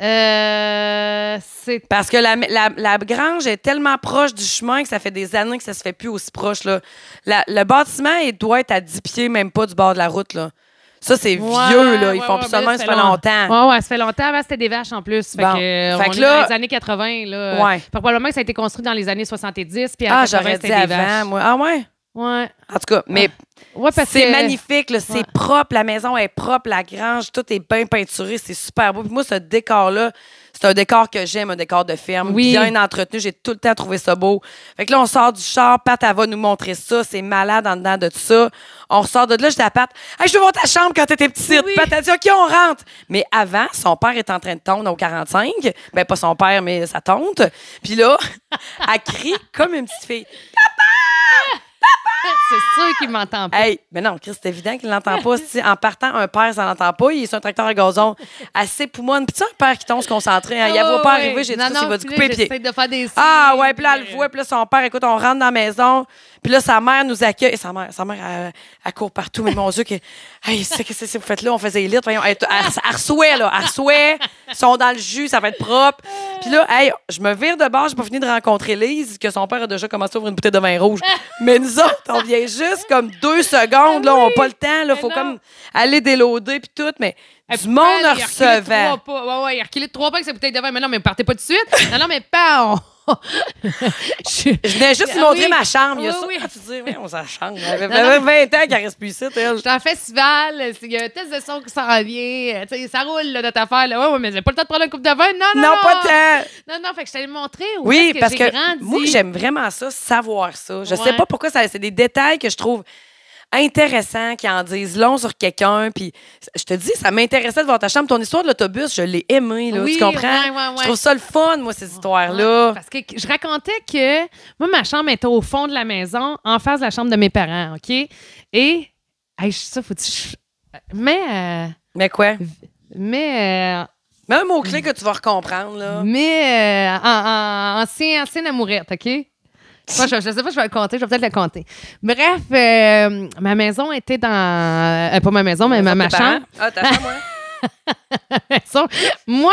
[SPEAKER 1] Euh, c'est.
[SPEAKER 2] Parce que la, la- la grange est tellement proche du chemin que ça fait des années que ça se fait plus aussi proche. Là. La- le bâtiment, il doit être à 10 pieds, même pas du bord de la route. Là. Ça, c'est
[SPEAKER 1] Ouais,
[SPEAKER 2] vieux. Là. Ils
[SPEAKER 1] ouais,
[SPEAKER 2] font
[SPEAKER 1] ouais,
[SPEAKER 2] plus
[SPEAKER 1] ben là,
[SPEAKER 2] seulement, ça fait
[SPEAKER 1] long-
[SPEAKER 2] longtemps.
[SPEAKER 1] Ouais, ouais, ça fait longtemps. Avant, c'était des vaches en plus. Fait
[SPEAKER 2] Bon.
[SPEAKER 1] que, euh,
[SPEAKER 2] Fait
[SPEAKER 1] on
[SPEAKER 2] que
[SPEAKER 1] est
[SPEAKER 2] là-
[SPEAKER 1] dans les années 80, là.
[SPEAKER 2] Ouais.
[SPEAKER 1] Probablement que ça a été construit dans les années 70, puis
[SPEAKER 2] Ah,
[SPEAKER 1] en 80,
[SPEAKER 2] j'aurais
[SPEAKER 1] c'était
[SPEAKER 2] dit
[SPEAKER 1] des
[SPEAKER 2] avant,
[SPEAKER 1] vaches.
[SPEAKER 2] moi. Ah ouais?
[SPEAKER 1] Ouais.
[SPEAKER 2] En tout cas, mais
[SPEAKER 1] Ouais, parce
[SPEAKER 2] c'est
[SPEAKER 1] que-
[SPEAKER 2] magnifique, là, c'est
[SPEAKER 1] Ouais.
[SPEAKER 2] propre, la maison est propre, la grange, tout est bien peinturé, c'est super beau. Puis moi, ce décor-là, c'est un décor que j'aime, un décor de ferme,
[SPEAKER 1] Oui.
[SPEAKER 2] bien entretenu, j'ai tout le temps trouvé ça beau. Fait que là, on sort du char, Pat, elle va nous montrer ça, c'est malade en dedans de tout ça. On ressort de là, je dis à Pat, hey, je veux voir ta chambre quand t'étais petite.
[SPEAKER 1] Oui.
[SPEAKER 2] Pat, elle dit, OK, on rentre. Mais avant, son père est en train de tondre au 45. Ben, pas son père, mais sa tante. Puis là, elle crie comme une petite fille.
[SPEAKER 1] C'est sûr qu'il m'entend pas.
[SPEAKER 2] Hey, mais non, Chris, c'est évident qu'il l'entend pas. Si, en partant, un père, ça l'entend pas. Il est sur un tracteur à gazon. Assez poumonne. Puis tu sais, un père qui tombe se concentrer. Hein, il la voit pas arriver. J'ai dit,
[SPEAKER 1] Oh, Non,
[SPEAKER 2] ça, il
[SPEAKER 1] non,
[SPEAKER 2] va te
[SPEAKER 1] puis là,
[SPEAKER 2] couper les pieds.
[SPEAKER 1] J'essaie de faire des
[SPEAKER 2] Ah
[SPEAKER 1] signes, euh,
[SPEAKER 2] ouais, puis là, elle le voit, puis là, son père, écoute, on rentre dans la maison, puis là, sa mère nous accueille. Et sa mère, sa mère, elle, elle court partout, mais mon Dieu, que, hey, c'est qu'est-ce que c'est que vous faites là? On faisait les litres, voyons, elle, elle, elle ressouait, là, elle ressouait, ils sont dans le jus, ça va être propre. Puis là, hey, je me vire de bord, j'ai pas fini de rencontrer Lise, que son père a déjà commencé à ouvrir une bouteille de vin rouge. mais nous autres, on vient juste comme deux secondes, là, on n'a pas le temps, là,
[SPEAKER 1] Mais
[SPEAKER 2] faut
[SPEAKER 1] non.
[SPEAKER 2] comme aller déloader, puis tout, mais
[SPEAKER 1] Hey,
[SPEAKER 2] du monde
[SPEAKER 1] père, il a reculé de
[SPEAKER 2] recevait.
[SPEAKER 1] trois pas. Ouais, ouais, il a reculé de trois pas avec sa bouteille de vin. Mais non, mais partez pas tout de suite. Non, non, mais pas. on- Je-
[SPEAKER 2] Je venais juste
[SPEAKER 1] Ah
[SPEAKER 2] lui montrer
[SPEAKER 1] oui.
[SPEAKER 2] ma chambre. Il y a
[SPEAKER 1] Oui,
[SPEAKER 2] ça.
[SPEAKER 1] oui.
[SPEAKER 2] Ah, tu dis, oui, on s'en chambre. Elle avait, elle avait 20 ans qu'elle reste plus ici, elle.
[SPEAKER 1] J'étais en festival, il y a un test de son qui s'en vient, euh, tu sais, ça roule là, notre affaire. Là. Ouais, ouais, mais j'ai pas le temps de prendre un coupe de vin. Non, non,
[SPEAKER 2] Non, pas tant.
[SPEAKER 1] Non, non, fait que je t'allais montrer où
[SPEAKER 2] Oui,
[SPEAKER 1] est-ce que
[SPEAKER 2] parce
[SPEAKER 1] j'ai
[SPEAKER 2] que
[SPEAKER 1] grandi.
[SPEAKER 2] moi, j'aime vraiment ça, savoir ça. Je sais
[SPEAKER 1] Ouais.
[SPEAKER 2] pas pourquoi, ça, c'est des détails que je trouve intéressants, qui en disent long sur quelqu'un. Puis je te dis, ça m'intéressait de voir ta chambre. Ton histoire de l'autobus, je l'ai aimée, là,
[SPEAKER 1] Oui,
[SPEAKER 2] tu comprends?
[SPEAKER 1] ouais, ouais,
[SPEAKER 2] Je
[SPEAKER 1] ouais.
[SPEAKER 2] trouve ça le fun, moi, ces
[SPEAKER 1] Ouais,
[SPEAKER 2] histoires-là.
[SPEAKER 1] Parce que je racontais que moi, ma chambre était au fond de la maison, en face de la chambre de mes parents, OK? Et, hey, je- ça, faut Mais, euh,
[SPEAKER 2] Mais quoi?
[SPEAKER 1] mais,
[SPEAKER 2] Mais un mot-clé que tu vas recomprendre, là.
[SPEAKER 1] euh, mais, euh, en, en- ancien, ancienne amourette, OK? Je, sais pas, je- je sais pas, je vais le compter, je vais peut-être le compter. Bref, euh, ma maison était dans. euh, pas ma maison, mais ma, ma
[SPEAKER 2] Tes parents?
[SPEAKER 1] chambre.
[SPEAKER 2] Ah, ta chambre, ouais.
[SPEAKER 1] maison. Moi,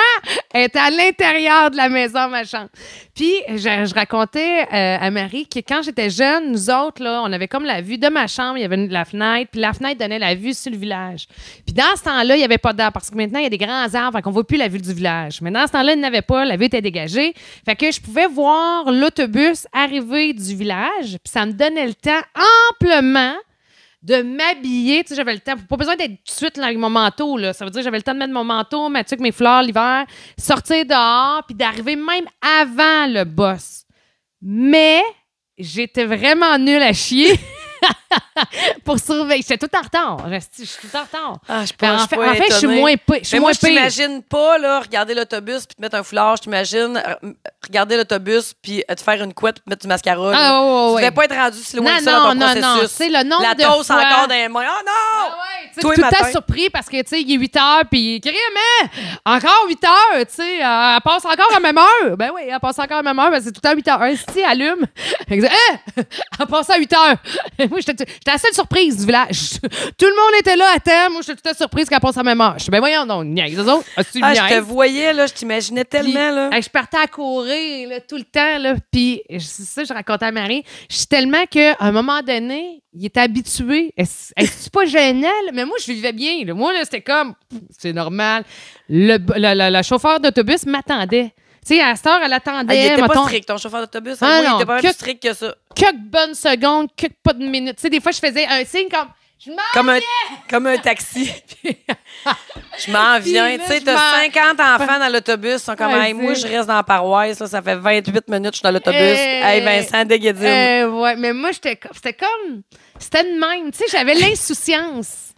[SPEAKER 1] elle était à l'intérieur de la maison, ma chambre. Puis, je, je racontais euh, à Marie que quand j'étais jeune, nous autres, là, on avait comme la vue de ma chambre, il y avait une- la fenêtre, puis la fenêtre donnait la vue sur le village. Puis, dans ce temps-là, il n'y avait pas d'arbres, parce que maintenant, il y a des grands arbres, fait qu'on ne voit plus la vue du village. Mais dans ce temps-là, il n'y en avait pas, la vue était dégagée. Fait que je pouvais voir l'autobus arriver du village, puis ça me donnait le temps amplement de m'habiller. Tu sais, j'avais le temps. Pas besoin d'être tout de suite là, avec mon manteau. Là. Ça veut dire que j'avais le temps de mettre mon manteau, ma tuque, mes fleurs l'hiver, sortir dehors, puis d'arriver même avant le boss. Mais j'étais vraiment nulle à chier. pour surveiller. J'étais tout en retard. Resti, Je suis tout en retard.
[SPEAKER 2] Ah, je
[SPEAKER 1] Ben, en fait, en fait, je suis
[SPEAKER 2] étonnée.
[SPEAKER 1] moins pire. Je suis
[SPEAKER 2] Mais moi,
[SPEAKER 1] moins
[SPEAKER 2] je
[SPEAKER 1] pire.
[SPEAKER 2] t'imagine pas là, regarder l'autobus puis te mettre un foulard. Je t'imagine euh, regarder l'autobus puis euh, te faire une couette puis te mettre du mascara. là.
[SPEAKER 1] Ah, ouais, ouais,
[SPEAKER 2] tu devais
[SPEAKER 1] ouais.
[SPEAKER 2] pas être rendu si loin
[SPEAKER 1] Non,
[SPEAKER 2] que ça dans ton
[SPEAKER 1] non, non, non.
[SPEAKER 2] processus.
[SPEAKER 1] C'est le nombre
[SPEAKER 2] La
[SPEAKER 1] de
[SPEAKER 2] tosse
[SPEAKER 1] fois-
[SPEAKER 2] encore dans les mains. Oh non!
[SPEAKER 1] Ah ouais, tu sais,
[SPEAKER 2] Tous les
[SPEAKER 1] tout le temps
[SPEAKER 2] matins.
[SPEAKER 1] surpris parce que, tu sais, il est 8 heures, puis il crie, mais encore 8 heures, tu sais, euh, elle passe encore à la même heure. Ben oui, elle passe encore à la même heure, ben c'est tout le temps 8 heures. Un si allume, elle dit, Hein? elle passe à 8 heures. moi, j'étais j'étais la seule surprise du village. tout le monde était là à temps, moi, j'étais tout le temps surprise qu'elle passe à la même heure. Je dis, ben voyons donc, niaise, eux autres, as-tu
[SPEAKER 2] Ah, je
[SPEAKER 1] niaise?
[SPEAKER 2] te voyais, là, je t'imaginais
[SPEAKER 1] Puis,
[SPEAKER 2] tellement. là.
[SPEAKER 1] hey, je partais à courir là, tout le temps. Là, puis je- c'est ça, que je racontais à Marie. Je suis tellement qu'à un moment donné, il est habitué. Est-ce est-ce pas gênant? là? Mais moi, je vivais bien. là. Moi, là, c'était comme, pff, c'est normal. Le, le- le- le chauffeur d'autobus m'attendait. Tu sais, à cette heure, elle
[SPEAKER 2] Ah,
[SPEAKER 1] attendait.
[SPEAKER 2] il était pas
[SPEAKER 1] mettons,
[SPEAKER 2] strict, ton chauffeur d'autobus.
[SPEAKER 1] Ah,
[SPEAKER 2] Moi, il
[SPEAKER 1] non,
[SPEAKER 2] était pas
[SPEAKER 1] que-
[SPEAKER 2] plus strict que ça.
[SPEAKER 1] quelques bonnes secondes, quelques pas de minutes. Tu sais, des fois, je faisais un signe comme, je m'en
[SPEAKER 2] Comme un, comme un taxi. je m'en
[SPEAKER 1] Puis
[SPEAKER 2] viens.
[SPEAKER 1] là,
[SPEAKER 2] Tu sais,
[SPEAKER 1] je
[SPEAKER 2] t'as
[SPEAKER 1] m'en-
[SPEAKER 2] 50 enfants dans l'autobus. Ils sont comme,
[SPEAKER 1] Ouais,
[SPEAKER 2] hey, moi,
[SPEAKER 1] c'est- Eh,
[SPEAKER 2] je reste dans la paroisse. Là, ça fait 28 minutes que je suis dans l'autobus.
[SPEAKER 1] Hey.
[SPEAKER 2] Hey, Vincent, déguédine.
[SPEAKER 1] Euh, ouais, mais moi, j'étais co- c'était comme. C'était de même. Tu sais, j'avais l'insouciance.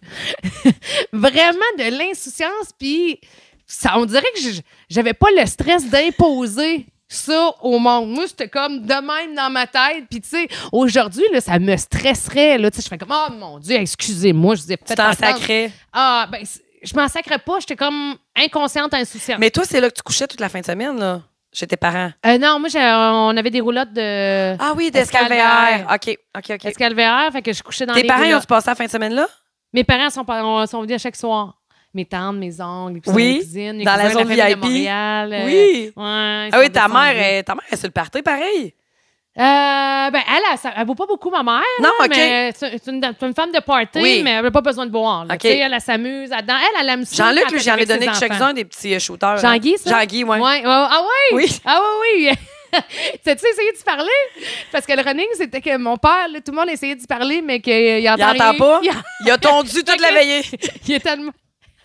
[SPEAKER 1] Vraiment de l'insouciance. Puis, ça, on dirait que je- j'avais pas le stress d'imposer. ça au monde. Moi, c'était comme de même dans ma tête. Puis, tu sais, aujourd'hui, là, ça me stresserait. Là, Tu sais, je fais comme, oh mon Dieu, excusez-moi, je disais
[SPEAKER 2] Tu
[SPEAKER 1] peut-être.
[SPEAKER 2] t'en sacrais.
[SPEAKER 1] Ah, ben, c- je m'en sacrais pas. J'étais comme inconsciente, insouciante.
[SPEAKER 2] Mais toi, c'est là que tu couchais toute la fin de semaine, là, chez tes parents.
[SPEAKER 1] Euh, non, moi, j'ai- on avait des roulottes de.
[SPEAKER 2] Ah oui,
[SPEAKER 1] Escalvaire.
[SPEAKER 2] d'escalvaire. OK, OK, OK.
[SPEAKER 1] escalvaire, fait que je couchais dans
[SPEAKER 2] Tes
[SPEAKER 1] les
[SPEAKER 2] parents, ils
[SPEAKER 1] roulottes.
[SPEAKER 2] ont-tu passé la fin de semaine là?
[SPEAKER 1] Mes parents sont, pas- on- sont venus à chaque soir. Mes tantes, mes oncles, les cousins,
[SPEAKER 2] Oui,
[SPEAKER 1] les cousines, les
[SPEAKER 2] dans la
[SPEAKER 1] cousins de
[SPEAKER 2] zone
[SPEAKER 1] famille
[SPEAKER 2] VIP.
[SPEAKER 1] De Montréal, euh,
[SPEAKER 2] Oui.
[SPEAKER 1] ouais, ils
[SPEAKER 2] Ah
[SPEAKER 1] sont
[SPEAKER 2] oui, ta
[SPEAKER 1] descendus.
[SPEAKER 2] mère, est- ta mère est sur le party, pareil.
[SPEAKER 1] Euh, ben, elle, elle, ça- elle vaut pas beaucoup, ma mère.
[SPEAKER 2] Non, OK.
[SPEAKER 1] mais c'est c'est une, c'est une femme de party,
[SPEAKER 2] Oui.
[SPEAKER 1] mais elle n'a pas besoin de boire. là.
[SPEAKER 2] OK.
[SPEAKER 1] Tu sais, Elle, elle s'amuse. Elle, elle, elle aime ça.
[SPEAKER 2] Jean-Luc,
[SPEAKER 1] quand
[SPEAKER 2] lui,
[SPEAKER 1] elle
[SPEAKER 2] j'en ai
[SPEAKER 1] avec
[SPEAKER 2] donné
[SPEAKER 1] ses enfants.
[SPEAKER 2] quelques-uns des petits euh, shooters.
[SPEAKER 1] Jean-Guy, ça?
[SPEAKER 2] Jean-Guy, ouais.
[SPEAKER 1] Ouais, ouais, ouais. Ah oui!
[SPEAKER 2] Oui.
[SPEAKER 1] Ah oui, oui! T'as-tu essayé d'y parler? Parce que le running, c'était que mon père, là, tout le monde essayait d'y parler, mais qu'il
[SPEAKER 2] Il
[SPEAKER 1] entend,
[SPEAKER 2] entend
[SPEAKER 1] rien.
[SPEAKER 2] pas?
[SPEAKER 1] Il,
[SPEAKER 2] Il a tondu toute la
[SPEAKER 1] Ok.
[SPEAKER 2] veillée.
[SPEAKER 1] il est tellement...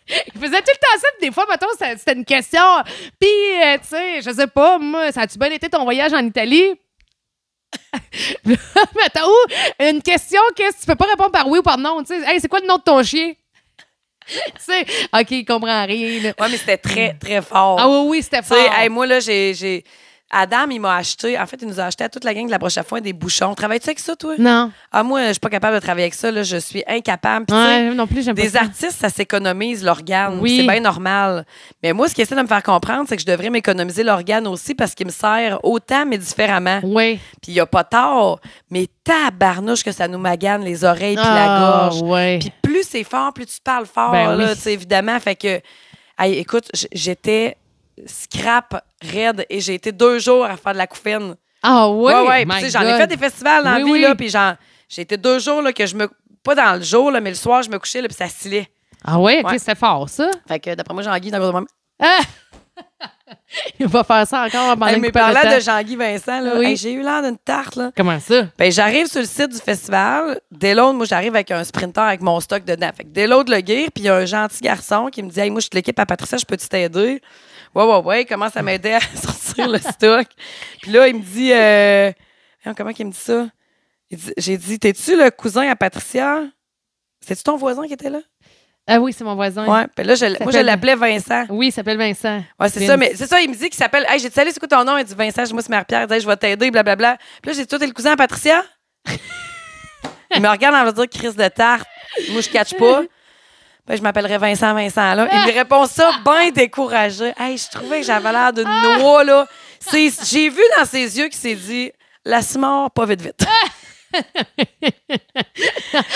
[SPEAKER 1] Il faisait tout le temps ça, puis des fois, mettons, ça- c'était une question. Puis, euh, tu sais, je sais pas, moi, ça a-tu bien été ton voyage en Italie? mettons, ou une question que tu peux pas répondre par oui ou par non, tu sais. Hey, c'est quoi le nom de ton chien? tu sais, OK, il comprend rien, là.
[SPEAKER 2] Ouais, mais c'était très, très fort.
[SPEAKER 1] Ah oui, oui, c'était
[SPEAKER 2] Oh. Tu
[SPEAKER 1] fort.
[SPEAKER 2] sais, hey, moi, là, j'ai. j'ai- Adam, il m'a acheté. En fait, il nous a acheté à toute la gang de la prochaine fois des bouchons. Travailles-tu avec ça, toi?
[SPEAKER 1] Non,
[SPEAKER 2] Ah, moi, je suis pas capable de travailler avec ça. Là. Je suis incapable. Puis, tu sais,
[SPEAKER 1] ouais, non plus, j'aime pas
[SPEAKER 2] Des
[SPEAKER 1] ça.
[SPEAKER 2] artistes, ça s'économise l'organe.
[SPEAKER 1] Oui.
[SPEAKER 2] C'est bien normal. Mais moi, ce qui essaie de me faire comprendre, c'est que je devrais m'économiser l'organe aussi parce qu'il me sert autant, mais différemment.
[SPEAKER 1] Oui.
[SPEAKER 2] Puis il n'y a pas tort. Mais tabarnouche que ça nous magane les oreilles puis la gorge.
[SPEAKER 1] Ah, Ouais.
[SPEAKER 2] Puis plus c'est fort, plus tu parles fort,
[SPEAKER 1] Ben
[SPEAKER 2] là,
[SPEAKER 1] oui.
[SPEAKER 2] tu sais, évidemment. Fait que, hey, écoute, j- j'étais scrap, raide, et j'ai été deux jours à faire de la couffaine.
[SPEAKER 1] ah oui,
[SPEAKER 2] ouais, ouais. Puis,
[SPEAKER 1] my
[SPEAKER 2] tu sais, j'en ai
[SPEAKER 1] God.
[SPEAKER 2] fait des festivals dans la
[SPEAKER 1] Oui,
[SPEAKER 2] vie,
[SPEAKER 1] oui.
[SPEAKER 2] là, puis genre, j'ai été deux jours, là, que je me... Pas dans le jour, là, mais le soir, je me couchais, là, puis ça stylait.
[SPEAKER 1] Ah ouais, ok,
[SPEAKER 2] Ouais.
[SPEAKER 1] c'était fort ça.
[SPEAKER 2] Fait que, d'après moi, Jean-Guy, dans le gros moment-
[SPEAKER 1] Ah! Il va faire ça encore pendant
[SPEAKER 2] Hey,
[SPEAKER 1] une
[SPEAKER 2] mais
[SPEAKER 1] couple de
[SPEAKER 2] parlant de
[SPEAKER 1] temps.
[SPEAKER 2] Jean-Guy Vincent, là,
[SPEAKER 1] Oui.
[SPEAKER 2] hey, j'ai eu l'air d'une tarte, là.
[SPEAKER 1] Comment ça?
[SPEAKER 2] Ben, j'arrive sur le site du festival. Dès l'autre, moi, j'arrive avec un sprinter avec mon stock dedans. Fait que dès l'autre, le guire, puis il y a un gentil garçon qui me dit Hey, moi, je suis de l'équipe à Patricia, je peux-tu t'aider? Ouais, ouais, ouais. Il commence à m'aider à sortir le stock. Puis là, il me dit euh, voyons, Comment qu'il me dit ça? Il dit- J'ai dit T'es-tu le cousin à Patricia? C'est-tu ton voisin qui était là?
[SPEAKER 1] Ah oui, c'est mon voisin.
[SPEAKER 2] Ouais. Puis là, je l- moi, je
[SPEAKER 1] s'appelle-
[SPEAKER 2] l'appelais Vincent.
[SPEAKER 1] Oui, il s'appelle Vincent.
[SPEAKER 2] Ouais, c'est
[SPEAKER 1] Vince.
[SPEAKER 2] ça, mais c'est ça, il me dit qu'il s'appelle. Hey, j'ai dit, salut, c'est quoi ton nom? Il dit Vincent, moi, c'est Marie-Pierre. Il dit, Hey, je vais t'aider, blablabla. Puis là, j'ai dit, toi, t'es le cousin à Patricia? il me regarde en me dire, Chris de tarte. Moi, je catch pas. Ben, je m'appellerais Vincent Vincent, là. Il me répond ça, ben découragé. Hey, je trouvais que j'avais l'air d'une
[SPEAKER 1] Ah!
[SPEAKER 2] noix, là. C'est- J'ai vu dans ses yeux qu'il s'est dit, la smart, pas vite, vite. il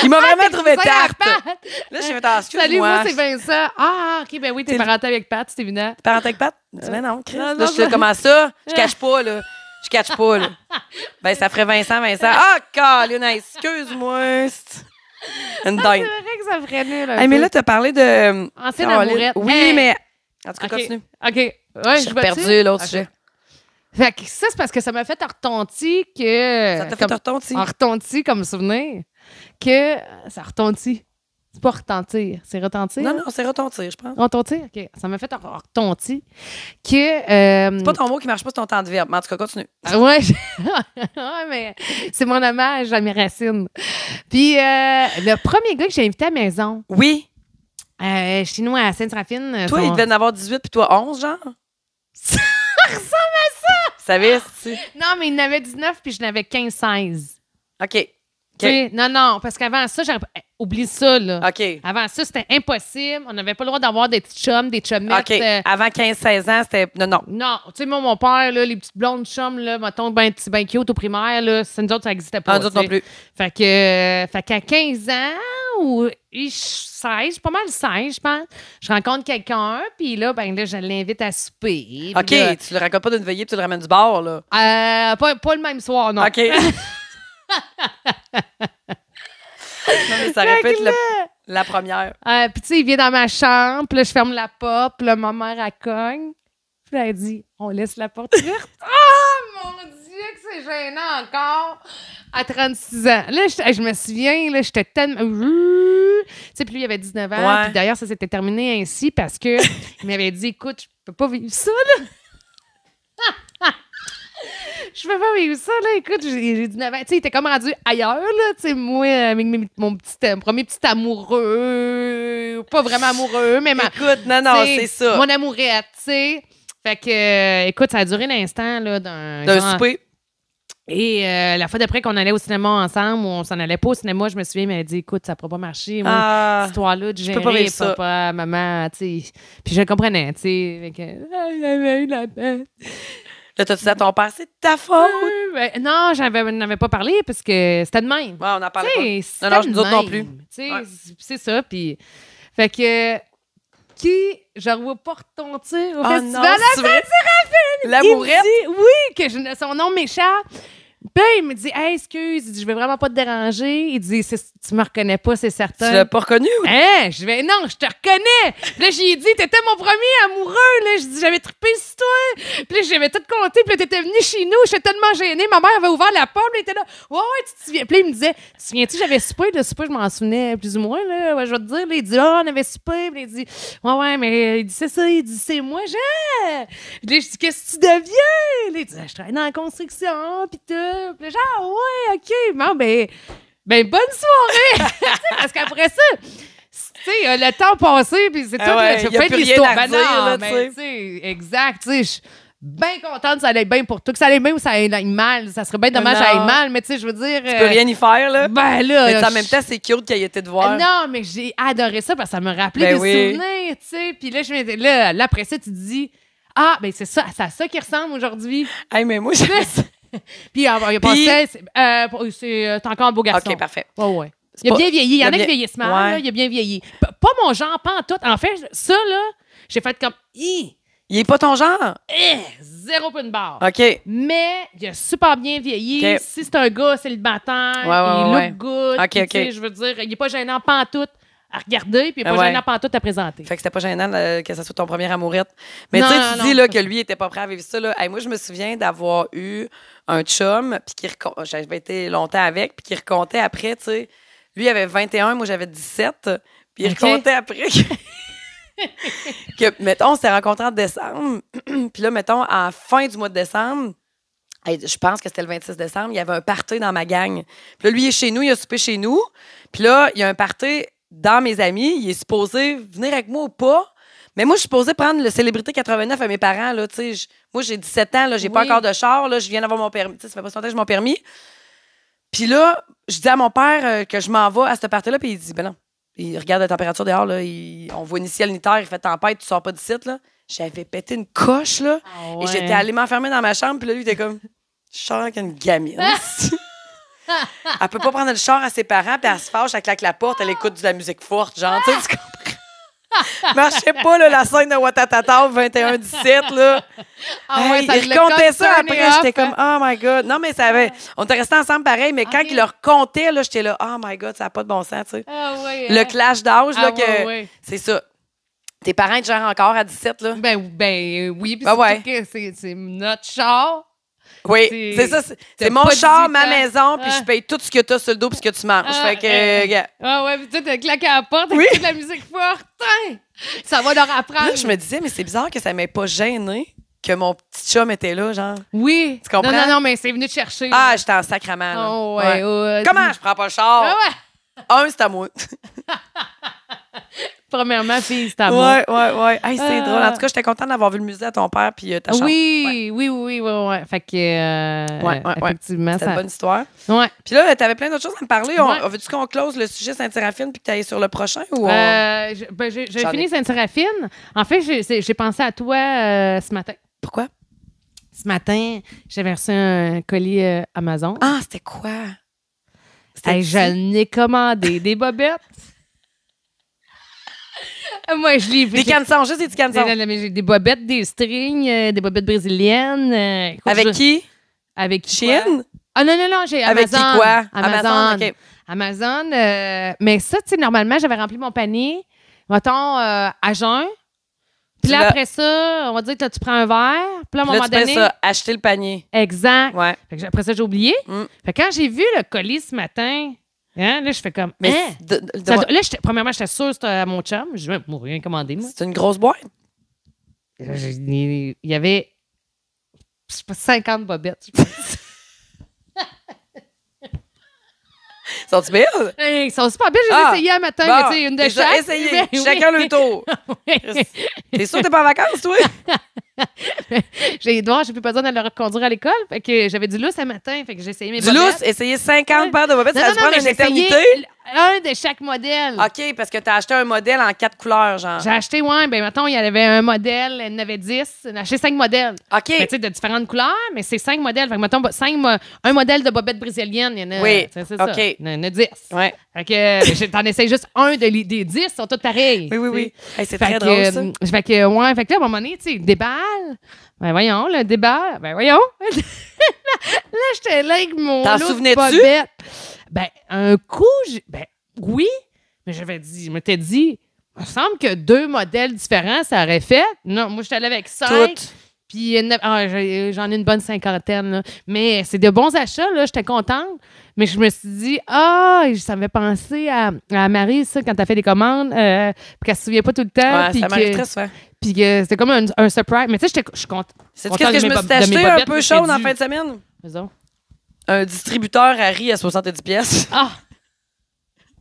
[SPEAKER 1] Ah,
[SPEAKER 2] m'a vraiment trouvé
[SPEAKER 1] Ça, la
[SPEAKER 2] tarte.
[SPEAKER 1] patte!
[SPEAKER 2] Là, j'ai fait, ah, excuse-moi.
[SPEAKER 1] Salut, moi, c'est Vincent. Ah, ok, ben oui, t'es
[SPEAKER 2] T'es-
[SPEAKER 1] parenté avec Pat, c'est évident.
[SPEAKER 2] Parent avec Pat? Il dit, mais non, Chris.
[SPEAKER 1] Euh, non,
[SPEAKER 2] là,
[SPEAKER 1] non,
[SPEAKER 2] je suis là,
[SPEAKER 1] ça-
[SPEAKER 2] comment ça? Je cache pas, là. Je cache pas, là. Ben, ça ferait Vincent, Vincent. Ah, Colin, excuse-moi. c'est- Une
[SPEAKER 1] Ah, C'est
[SPEAKER 2] dingue.
[SPEAKER 1] vrai que ça freinait, là. un
[SPEAKER 2] Hey, mais
[SPEAKER 1] peu.
[SPEAKER 2] là, t'as parlé de. euh,
[SPEAKER 1] Ancienne
[SPEAKER 2] Caroline.
[SPEAKER 1] amourette.
[SPEAKER 2] Oui,
[SPEAKER 1] Hey.
[SPEAKER 2] mais. En tout cas,
[SPEAKER 1] Ok,
[SPEAKER 2] continue.
[SPEAKER 1] OK. Ouais,
[SPEAKER 2] J'ai
[SPEAKER 1] je vois-tu?
[SPEAKER 2] perdu l'autre
[SPEAKER 1] Ok.
[SPEAKER 2] sujet.
[SPEAKER 1] Fait que ça, c'est parce que ça m'a fait retentir que.
[SPEAKER 2] Ça t'a fait
[SPEAKER 1] comme-
[SPEAKER 2] retontir.
[SPEAKER 1] en retentit comme souvenir que ça retentit. C'est pas retentir, c'est retentir.
[SPEAKER 2] Non, non, c'est retentir, je pense.
[SPEAKER 1] Retentir, OK. Ça m'a fait un retentir que... euh,
[SPEAKER 2] C'est pas ton mot qui marche pas, c'est ton temps de verbe. Mais en tout cas, continue.
[SPEAKER 1] ah Ouais, je- ouais, mais c'est mon hommage à mes racines. Puis euh, le premier gars que j'ai invité à la maison,
[SPEAKER 2] Oui.
[SPEAKER 1] euh, chinois à Sainte-Raphine... euh,
[SPEAKER 2] Toi, il
[SPEAKER 1] son-
[SPEAKER 2] devait en avoir 18 puis toi 11, genre. ça ressemble à ça. Savais, tu.
[SPEAKER 1] Non, mais il en avait 19 puis je n'avais 15-16.
[SPEAKER 2] OK.
[SPEAKER 1] Tu sais, Non, non, parce qu'avant ça, j'aurais... eh, Oublie ça, là.
[SPEAKER 2] OK.
[SPEAKER 1] Avant ça, c'était impossible. On n'avait pas le droit d'avoir des petits chums, des chummettes.
[SPEAKER 2] OK.
[SPEAKER 1] euh,
[SPEAKER 2] Avant 15-16 ans, c'était. Non, non.
[SPEAKER 1] Non, tu sais, moi, mon père, là, les petites blondes chums, là, mettons, ben, petits, ben cute au primaire, là, ça, nous autres, ça n'existait pas.
[SPEAKER 2] Ah, nous autres
[SPEAKER 1] tu sais.
[SPEAKER 2] non plus.
[SPEAKER 1] Fait que, euh, fait qu'à 15 ans ou ich- 16, pas mal 16, je pense, je rencontre quelqu'un, puis là, ben là, je l'invite à souper. puis
[SPEAKER 2] OK,
[SPEAKER 1] là,
[SPEAKER 2] tu le racontes pas d'une veillée puis tu le ramènes du bord, là.
[SPEAKER 1] euh, pas, pas le même soir, non.
[SPEAKER 2] OK. non, mais ça répète le- la première.
[SPEAKER 1] Euh, puis tu sais, il vient dans ma chambre, puis là, je ferme la porte, puis là, ma mère, elle cogne. Puis là, elle dit, on laisse la porte ouverte. Ah, mon Dieu, que c'est gênant encore! À 36 ans. Là, je, je me souviens, là, j'étais tellement... Tu sais, puis lui, il avait 19 ans.
[SPEAKER 2] Ouais.
[SPEAKER 1] Puis d'ailleurs, ça s'était terminé ainsi parce que il m'avait dit, écoute, je peux pas vivre ça, là. Je peux pas vivre ça, là. Écoute, j'ai j'ai 19 ans. Tu sais, il était comme rendu ailleurs, là. Tu sais, moi, avec mes- mon petit, euh, premier petit amoureux. Pas vraiment amoureux, mais ma,
[SPEAKER 2] Écoute, non, non,
[SPEAKER 1] T'sais,
[SPEAKER 2] c'est ça.
[SPEAKER 1] Mon amourette, tu sais. Fait que, euh, écoute, ça a duré l'instant, là, d'un.
[SPEAKER 2] D'un
[SPEAKER 1] genre-
[SPEAKER 2] souper.
[SPEAKER 1] Et euh, la fois d'après qu'on allait au cinéma ensemble, ou on s'en allait pas au cinéma, je me souviens, mais elle dit, écoute, ça pourra pas marcher. Moi,
[SPEAKER 2] Ah,
[SPEAKER 1] cette histoire-là de
[SPEAKER 2] peux pas
[SPEAKER 1] gérer
[SPEAKER 2] vivre ça.
[SPEAKER 1] papa, maman, tu sais. Puis je le comprenais, tu sais. Fait que, ah, il avait eu la peine.
[SPEAKER 2] là, t'as-tu dit à ton père, c'est de ta faute?
[SPEAKER 1] Euh, ben, non, j'avais, n'en avais pas parlé parce que c'était de même.
[SPEAKER 2] Ouais, Ah, on en parlait pas.
[SPEAKER 1] Tu sais, c'était
[SPEAKER 2] Non, non,
[SPEAKER 1] de
[SPEAKER 2] nous autres non
[SPEAKER 1] même.
[SPEAKER 2] plus.
[SPEAKER 1] Tu sais,
[SPEAKER 2] Ouais.
[SPEAKER 1] c'est- c'est ça. Puis, fait que, qui, je revois pas retentir au
[SPEAKER 2] Ah non,
[SPEAKER 1] festival
[SPEAKER 2] c'est vrai? L'amourette.
[SPEAKER 1] il me dit oui, que je- son nom m'échappe. Puis il me dit hey, excuse, il dit, je veux vraiment pas te déranger. Il dit C'est- tu me reconnais pas, c'est certain.
[SPEAKER 2] Tu l'as pas reconnu? ou-
[SPEAKER 1] Hein? Je vais non, je te reconnais. Puis là, j'ai dit, t'étais mon premier amoureux. Là, je dis, j'avais trippé sur toi. Puis là, j'avais tout compté. Puis là, t'étais venu chez nous. J'étais tellement gênée. Ma mère avait ouvert la porte. Elle était là. Ouais, ouais, tu te souviens. Puis là, il me disait, tu te souviens-tu, j'avais soupé. Le soupé, je m'en souvenais plus ou moins. Là, Ouais, je vais te dire. Là, il dit, ah, on avait soupé. Puis là, il dit, ouais, ouais, mais euh, il dit, c'est ça. Il dit, c'est moi. J'ai. Puis là, je dis, qu'est-ce que tu deviens? Là, il dit, Ah, je travaille dans la construction. Puis tout. Puis là, genre, Ah, ouais, OK. Bon, ben, ben, bonne soirée. Tu sais, Parce qu'après ça, c'est- tu sais, euh, le temps passé, puis c'est
[SPEAKER 2] Ah
[SPEAKER 1] tout. là,
[SPEAKER 2] ouais,
[SPEAKER 1] je
[SPEAKER 2] y a
[SPEAKER 1] fais
[SPEAKER 2] plus
[SPEAKER 1] de
[SPEAKER 2] rien
[SPEAKER 1] l'histoire.
[SPEAKER 2] à
[SPEAKER 1] Ben
[SPEAKER 2] redire,
[SPEAKER 1] non,
[SPEAKER 2] là, tu
[SPEAKER 1] mais
[SPEAKER 2] sais.
[SPEAKER 1] tu sais, exact. Tu sais, je suis bien contente que ça allait bien pour toi. Que ça allait bien ou ça allait mal. Ça serait bien dommage que ça
[SPEAKER 2] Ben Non.
[SPEAKER 1] aille mal, mais tu sais, je veux dire.
[SPEAKER 2] Tu peux rien y faire, là.
[SPEAKER 1] Ben Euh, là.
[SPEAKER 2] Mais en
[SPEAKER 1] je-
[SPEAKER 2] même temps, c'est cute qu'elle ait été te
[SPEAKER 1] Ah
[SPEAKER 2] voir.
[SPEAKER 1] Non, mais j'ai adoré ça parce que ça me rappelait
[SPEAKER 2] Ben
[SPEAKER 1] des
[SPEAKER 2] oui.
[SPEAKER 1] souvenirs, tu sais. Puis là, je m'étais- là, là, après ça, tu te dis. Ah, ben c'est ça, c'est à ça qui ressemble aujourd'hui.
[SPEAKER 2] Hey, mais moi, j'avais ça.
[SPEAKER 1] Puis euh, il pensait, c'est euh, pour- c'est euh, t'es encore un beau garçon.
[SPEAKER 2] OK, parfait.
[SPEAKER 1] Ouais, ouais.
[SPEAKER 2] C'est
[SPEAKER 1] Il a
[SPEAKER 2] pas-
[SPEAKER 1] bien vieilli. Il y en a
[SPEAKER 2] il
[SPEAKER 1] qui
[SPEAKER 2] a bien-
[SPEAKER 1] vieillissent mal.
[SPEAKER 2] Ouais.
[SPEAKER 1] là, il a bien vieilli. P- Pas mon genre, pas en tout. En fait, ça, là, j'ai fait comme Hi!
[SPEAKER 2] Il est pas ton genre.
[SPEAKER 1] Eh! zéro point de barre.
[SPEAKER 2] OK. OK,
[SPEAKER 1] Mais il a super bien vieilli.
[SPEAKER 2] Ok.
[SPEAKER 1] Si c'est un gars, c'est le bâtard.
[SPEAKER 2] Ouais, ouais,
[SPEAKER 1] il
[SPEAKER 2] ouais,
[SPEAKER 1] look good.
[SPEAKER 2] Ok,
[SPEAKER 1] Puis,
[SPEAKER 2] ok.
[SPEAKER 1] tu sais, Je veux dire, il n'est pas gênant pas en tout à regarder, puis il n'est pas
[SPEAKER 2] Ah Ouais.
[SPEAKER 1] gênant pas en tout à présenter.
[SPEAKER 2] Fait que c'était pas gênant euh, que ça soit ton premier amourette. Mais tu
[SPEAKER 1] Non,
[SPEAKER 2] sais,
[SPEAKER 1] non,
[SPEAKER 2] tu dis
[SPEAKER 1] non,
[SPEAKER 2] là,
[SPEAKER 1] c'est
[SPEAKER 2] que lui, il était pas prêt à vivre ça. Là. Hey, moi, je me souviens d'avoir eu un chum, puis qui recon- oh, j'avais été longtemps avec, puis qui racontait après, tu sais. Lui, il avait 21, moi, j'avais 17. Puis il
[SPEAKER 1] Ok.
[SPEAKER 2] racontait après que... que, mettons, on s'est rencontrés en décembre. puis là, mettons, en fin du mois de décembre, hey, je pense que c'était le 26 décembre, il y avait un party dans ma gang. Puis là, lui, il est chez nous, il a soupé chez nous. Puis là, il y a un party dans mes amis. Il est supposé venir avec moi ou pas. Mais moi, je suis supposée prendre le Célébrité 89 à mes parents. Là, tu sais, je- moi, j'ai 17 ans, là, j'ai pas
[SPEAKER 1] Oui.
[SPEAKER 2] encore de char, là, je viens d'avoir mon permis. Tu sais, ça fait pas si longtemps que j'ai mon permis. Puis là, je dis à mon père euh, que je m'en vais à ce party-là, puis il dit Ben non. Il regarde la température dehors, là, il- on voit ni ciel ni terre, il fait tempête, tu sors pas du site. là. J'avais pété une coche, là.
[SPEAKER 1] Ah
[SPEAKER 2] Et
[SPEAKER 1] ouais.
[SPEAKER 2] j'étais allée m'enfermer dans ma chambre, puis là, lui, il était comme, je sors avec une gamine.
[SPEAKER 1] Ah!
[SPEAKER 2] elle peut pas prendre le char à ses parents, puis elle se fâche, elle claque la porte, elle écoute de la musique forte, genre, tu sais, tu comprends? Marchait pas, là, la scène de Watatata 21-17, là.
[SPEAKER 1] Ah ouais,
[SPEAKER 2] Hey,
[SPEAKER 1] ça
[SPEAKER 2] il
[SPEAKER 1] l'a
[SPEAKER 2] racontait ça
[SPEAKER 1] comme
[SPEAKER 2] après,
[SPEAKER 1] turné
[SPEAKER 2] j'étais
[SPEAKER 1] off,
[SPEAKER 2] comme,
[SPEAKER 1] hein.
[SPEAKER 2] oh my God. Non, mais ça avait. On était restés ensemble pareil, mais quand
[SPEAKER 1] Ok.
[SPEAKER 2] il leur comptait, là, j'étais là, oh my God, ça n'a pas de bon sens, tu sais.
[SPEAKER 1] Ah ouais,
[SPEAKER 2] Le
[SPEAKER 1] hein.
[SPEAKER 2] clash d'âge, là,
[SPEAKER 1] Ah
[SPEAKER 2] que.
[SPEAKER 1] ouais, ouais.
[SPEAKER 2] C'est ça. Tes parents ils te gèrent encore à 17, là.
[SPEAKER 1] Ben, ben euh, oui, puis
[SPEAKER 2] Ben
[SPEAKER 1] surtout
[SPEAKER 2] ouais.
[SPEAKER 1] que c'est c'est notre char.
[SPEAKER 2] Oui,
[SPEAKER 1] C'est-
[SPEAKER 2] c'est ça. c'est-
[SPEAKER 1] t'as
[SPEAKER 2] C'est mon
[SPEAKER 1] pas
[SPEAKER 2] char,
[SPEAKER 1] 18
[SPEAKER 2] ma
[SPEAKER 1] ans.
[SPEAKER 2] maison, puis
[SPEAKER 1] Ah.
[SPEAKER 2] je paye tout ce que t'as sur le dos puis ce que tu manges.
[SPEAKER 1] Ah,
[SPEAKER 2] fait que,
[SPEAKER 1] euh,
[SPEAKER 2] euh, gars,
[SPEAKER 1] Ah ouais, puis tu te claques à la porte,
[SPEAKER 2] Oui.
[SPEAKER 1] écoutes de la musique forte. hein. Ça va leur apprendre.
[SPEAKER 2] là, je me disais, mais c'est bizarre que ça m'ait pas gêné que mon petit chum était là, genre.
[SPEAKER 1] Oui.
[SPEAKER 2] Tu comprends?
[SPEAKER 1] Non, non, non, mais c'est venu te chercher.
[SPEAKER 2] Ah,
[SPEAKER 1] là.
[SPEAKER 2] j'étais en sacrament, là.
[SPEAKER 1] Oh, ouais,
[SPEAKER 2] Ouais.
[SPEAKER 1] ouais.
[SPEAKER 2] Comment je prends pas le char?
[SPEAKER 1] Ah ouais.
[SPEAKER 2] Un, c'est à moi.
[SPEAKER 1] Premièrement, fille, c'est à moi.
[SPEAKER 2] ouais, ouais, ouais. Hey, c'est
[SPEAKER 1] Ah.
[SPEAKER 2] drôle. En tout cas, j'étais contente d'avoir vu le musée à ton père puis euh, ta chambre.
[SPEAKER 1] Oui, oui, oui, oui, oui, ouais. Fait que, euh,
[SPEAKER 2] Ouais, ouais, ouais.
[SPEAKER 1] effectivement,
[SPEAKER 2] C'était une
[SPEAKER 1] ça...
[SPEAKER 2] bonne histoire.
[SPEAKER 1] Ouais. Euh,
[SPEAKER 2] Puis là, t'avais plein d'autres choses à me parler. On-
[SPEAKER 1] Ouais.
[SPEAKER 2] Veux-tu qu'on close le sujet Saint-Séraphine puis que t'ailles sur le prochain? Ou on-
[SPEAKER 1] Euh, je- ben, j'ai j'ai
[SPEAKER 2] J'en ai-
[SPEAKER 1] fini Sainte-Séraphine. En fait, j'ai- c'est- j'ai pensé à toi euh, ce matin.
[SPEAKER 2] Pourquoi?
[SPEAKER 1] Ce matin, j'avais reçu un colis euh, Amazon.
[SPEAKER 2] Ah, c'était quoi? C'était
[SPEAKER 1] Hey,
[SPEAKER 2] petit.
[SPEAKER 1] je n'ai commandé des bobettes. Moi, je l'ai
[SPEAKER 2] Des
[SPEAKER 1] j'ai-
[SPEAKER 2] cançons, juste des petits cançons.
[SPEAKER 1] Des, des- des bobettes, des strings, euh, des bobettes brésiliennes. euh, écoute,
[SPEAKER 2] Avec
[SPEAKER 1] je-
[SPEAKER 2] qui?
[SPEAKER 1] Avec qui, quoi?
[SPEAKER 2] Chine?
[SPEAKER 1] Ah non, non, non, j'ai
[SPEAKER 2] Avec
[SPEAKER 1] Amazon.
[SPEAKER 2] qui quoi?
[SPEAKER 1] Amazon.
[SPEAKER 2] Amazon, ok.
[SPEAKER 1] Amazon, euh, mais ça, tu sais, normalement, j'avais rempli mon panier, mettons, euh, à jeun. Puis
[SPEAKER 2] Tu
[SPEAKER 1] là,
[SPEAKER 2] l'as-
[SPEAKER 1] après ça, on va dire que là, tu prends un verre. Puis là, à un
[SPEAKER 2] Là,
[SPEAKER 1] moment
[SPEAKER 2] tu fais
[SPEAKER 1] donné. Hein?
[SPEAKER 2] ça, acheter le panier.
[SPEAKER 1] Exact.
[SPEAKER 2] Ouais.
[SPEAKER 1] Fait que j'ai- après ça, j'ai oublié.
[SPEAKER 2] Mm.
[SPEAKER 1] Fait que quand j'ai vu le colis ce matin, hein, là, je fais comme.
[SPEAKER 2] Mais
[SPEAKER 1] hein?
[SPEAKER 2] c'est- de- de- de-
[SPEAKER 1] Ça doit- là, j'étais- premièrement, j'étais sûre que c'était à mon chum. Je vais mourir rien commandé, moi.
[SPEAKER 2] c'est une grosse boîte.
[SPEAKER 1] J'ai- Il y avait, je sais pas, 50 bobettes, je pense.
[SPEAKER 2] Sont-tu belles?
[SPEAKER 1] Hey, Ils sont super belles. J'ai
[SPEAKER 2] Ah,
[SPEAKER 1] essayé un matin,
[SPEAKER 2] Bon,
[SPEAKER 1] mais tu sais, une de
[SPEAKER 2] déjà
[SPEAKER 1] chaque.
[SPEAKER 2] essayé.
[SPEAKER 1] Ben oui.
[SPEAKER 2] Chacun le tour. T'es sûr que t'es pas en vacances, toi?
[SPEAKER 1] J'ai Edouard, j'ai plus besoin de le reconduire à l'école. Fait que j'avais du lousse ce matin. Fait que j'ai essayé mes
[SPEAKER 2] Du lousse, essayer 50
[SPEAKER 1] Ouais.
[SPEAKER 2] paires de bobettes,
[SPEAKER 1] Non,
[SPEAKER 2] ça
[SPEAKER 1] non,
[SPEAKER 2] se
[SPEAKER 1] non,
[SPEAKER 2] prend
[SPEAKER 1] mais
[SPEAKER 2] une
[SPEAKER 1] j'ai essayé
[SPEAKER 2] éternité. Ah.
[SPEAKER 1] Un de chaque modèle.
[SPEAKER 2] OK, parce que t'as acheté un modèle en quatre couleurs, genre.
[SPEAKER 1] J'ai acheté, ouais, ben mettons, il y en avait un modèle, il y en avait 10. J'ai acheté cinq modèles.
[SPEAKER 2] OK.
[SPEAKER 1] Mais tu sais, de différentes couleurs, mais c'est cinq modèles. Fait que, mettons, bo- cinq, mo- un modèle de bobette brésilienne, il y en a.
[SPEAKER 2] Oui,
[SPEAKER 1] tu sais, C'est
[SPEAKER 2] OK.
[SPEAKER 1] ça. Il y en a dix.
[SPEAKER 2] Ouais.
[SPEAKER 1] Fait que euh, j'ai- t'en essayes juste un de les- des dix, ils sont tous pareils.
[SPEAKER 2] Oui, oui,
[SPEAKER 1] tu sais.
[SPEAKER 2] oui. Hey, c'est
[SPEAKER 1] Fait
[SPEAKER 2] très
[SPEAKER 1] que,
[SPEAKER 2] drôle, ça.
[SPEAKER 1] euh, fait que, ouais, fait que là, à un moment donné, tu sais, déballe. Ben voyons, le déballe. Ben voyons. là, j'étais là avec mon.
[SPEAKER 2] T'en
[SPEAKER 1] lot de
[SPEAKER 2] souvenais-tu?
[SPEAKER 1] bobettes. Ben, un coup, j'ai- ben oui, mais j'avais dit, je m'étais dit, il me semble que deux modèles différents, ça aurait fait. Non, moi, j'étais allée avec cinq.
[SPEAKER 2] Toutes.
[SPEAKER 1] Puis, euh, neuf- ah, j'ai- j'en ai une bonne cinquantaine, là. Mais c'est de bons achats, là. J'étais contente. Mais je me suis dit, ah, ça me fait penser à, à Marie, ça, quand t'as fait des commandes, euh, puis qu'elle se souvient pas tout le temps.
[SPEAKER 2] Ouais,
[SPEAKER 1] puis
[SPEAKER 2] ça
[SPEAKER 1] que-
[SPEAKER 2] m'arrive très souvent.
[SPEAKER 1] puis que c'était comme un, un surprise. Mais tu sais, j'étais- je suis contente.
[SPEAKER 2] C'est
[SPEAKER 1] Content
[SPEAKER 2] qu'est-ce
[SPEAKER 1] de
[SPEAKER 2] que je
[SPEAKER 1] mes
[SPEAKER 2] me
[SPEAKER 1] bo-
[SPEAKER 2] suis
[SPEAKER 1] de mes
[SPEAKER 2] acheté un
[SPEAKER 1] bobettes,
[SPEAKER 2] peu
[SPEAKER 1] mais
[SPEAKER 2] chaud
[SPEAKER 1] c'est
[SPEAKER 2] en
[SPEAKER 1] du-
[SPEAKER 2] fin de semaine?
[SPEAKER 1] Vas-y donc.
[SPEAKER 2] Un distributeur Harry à 70 pièces.
[SPEAKER 1] Ah,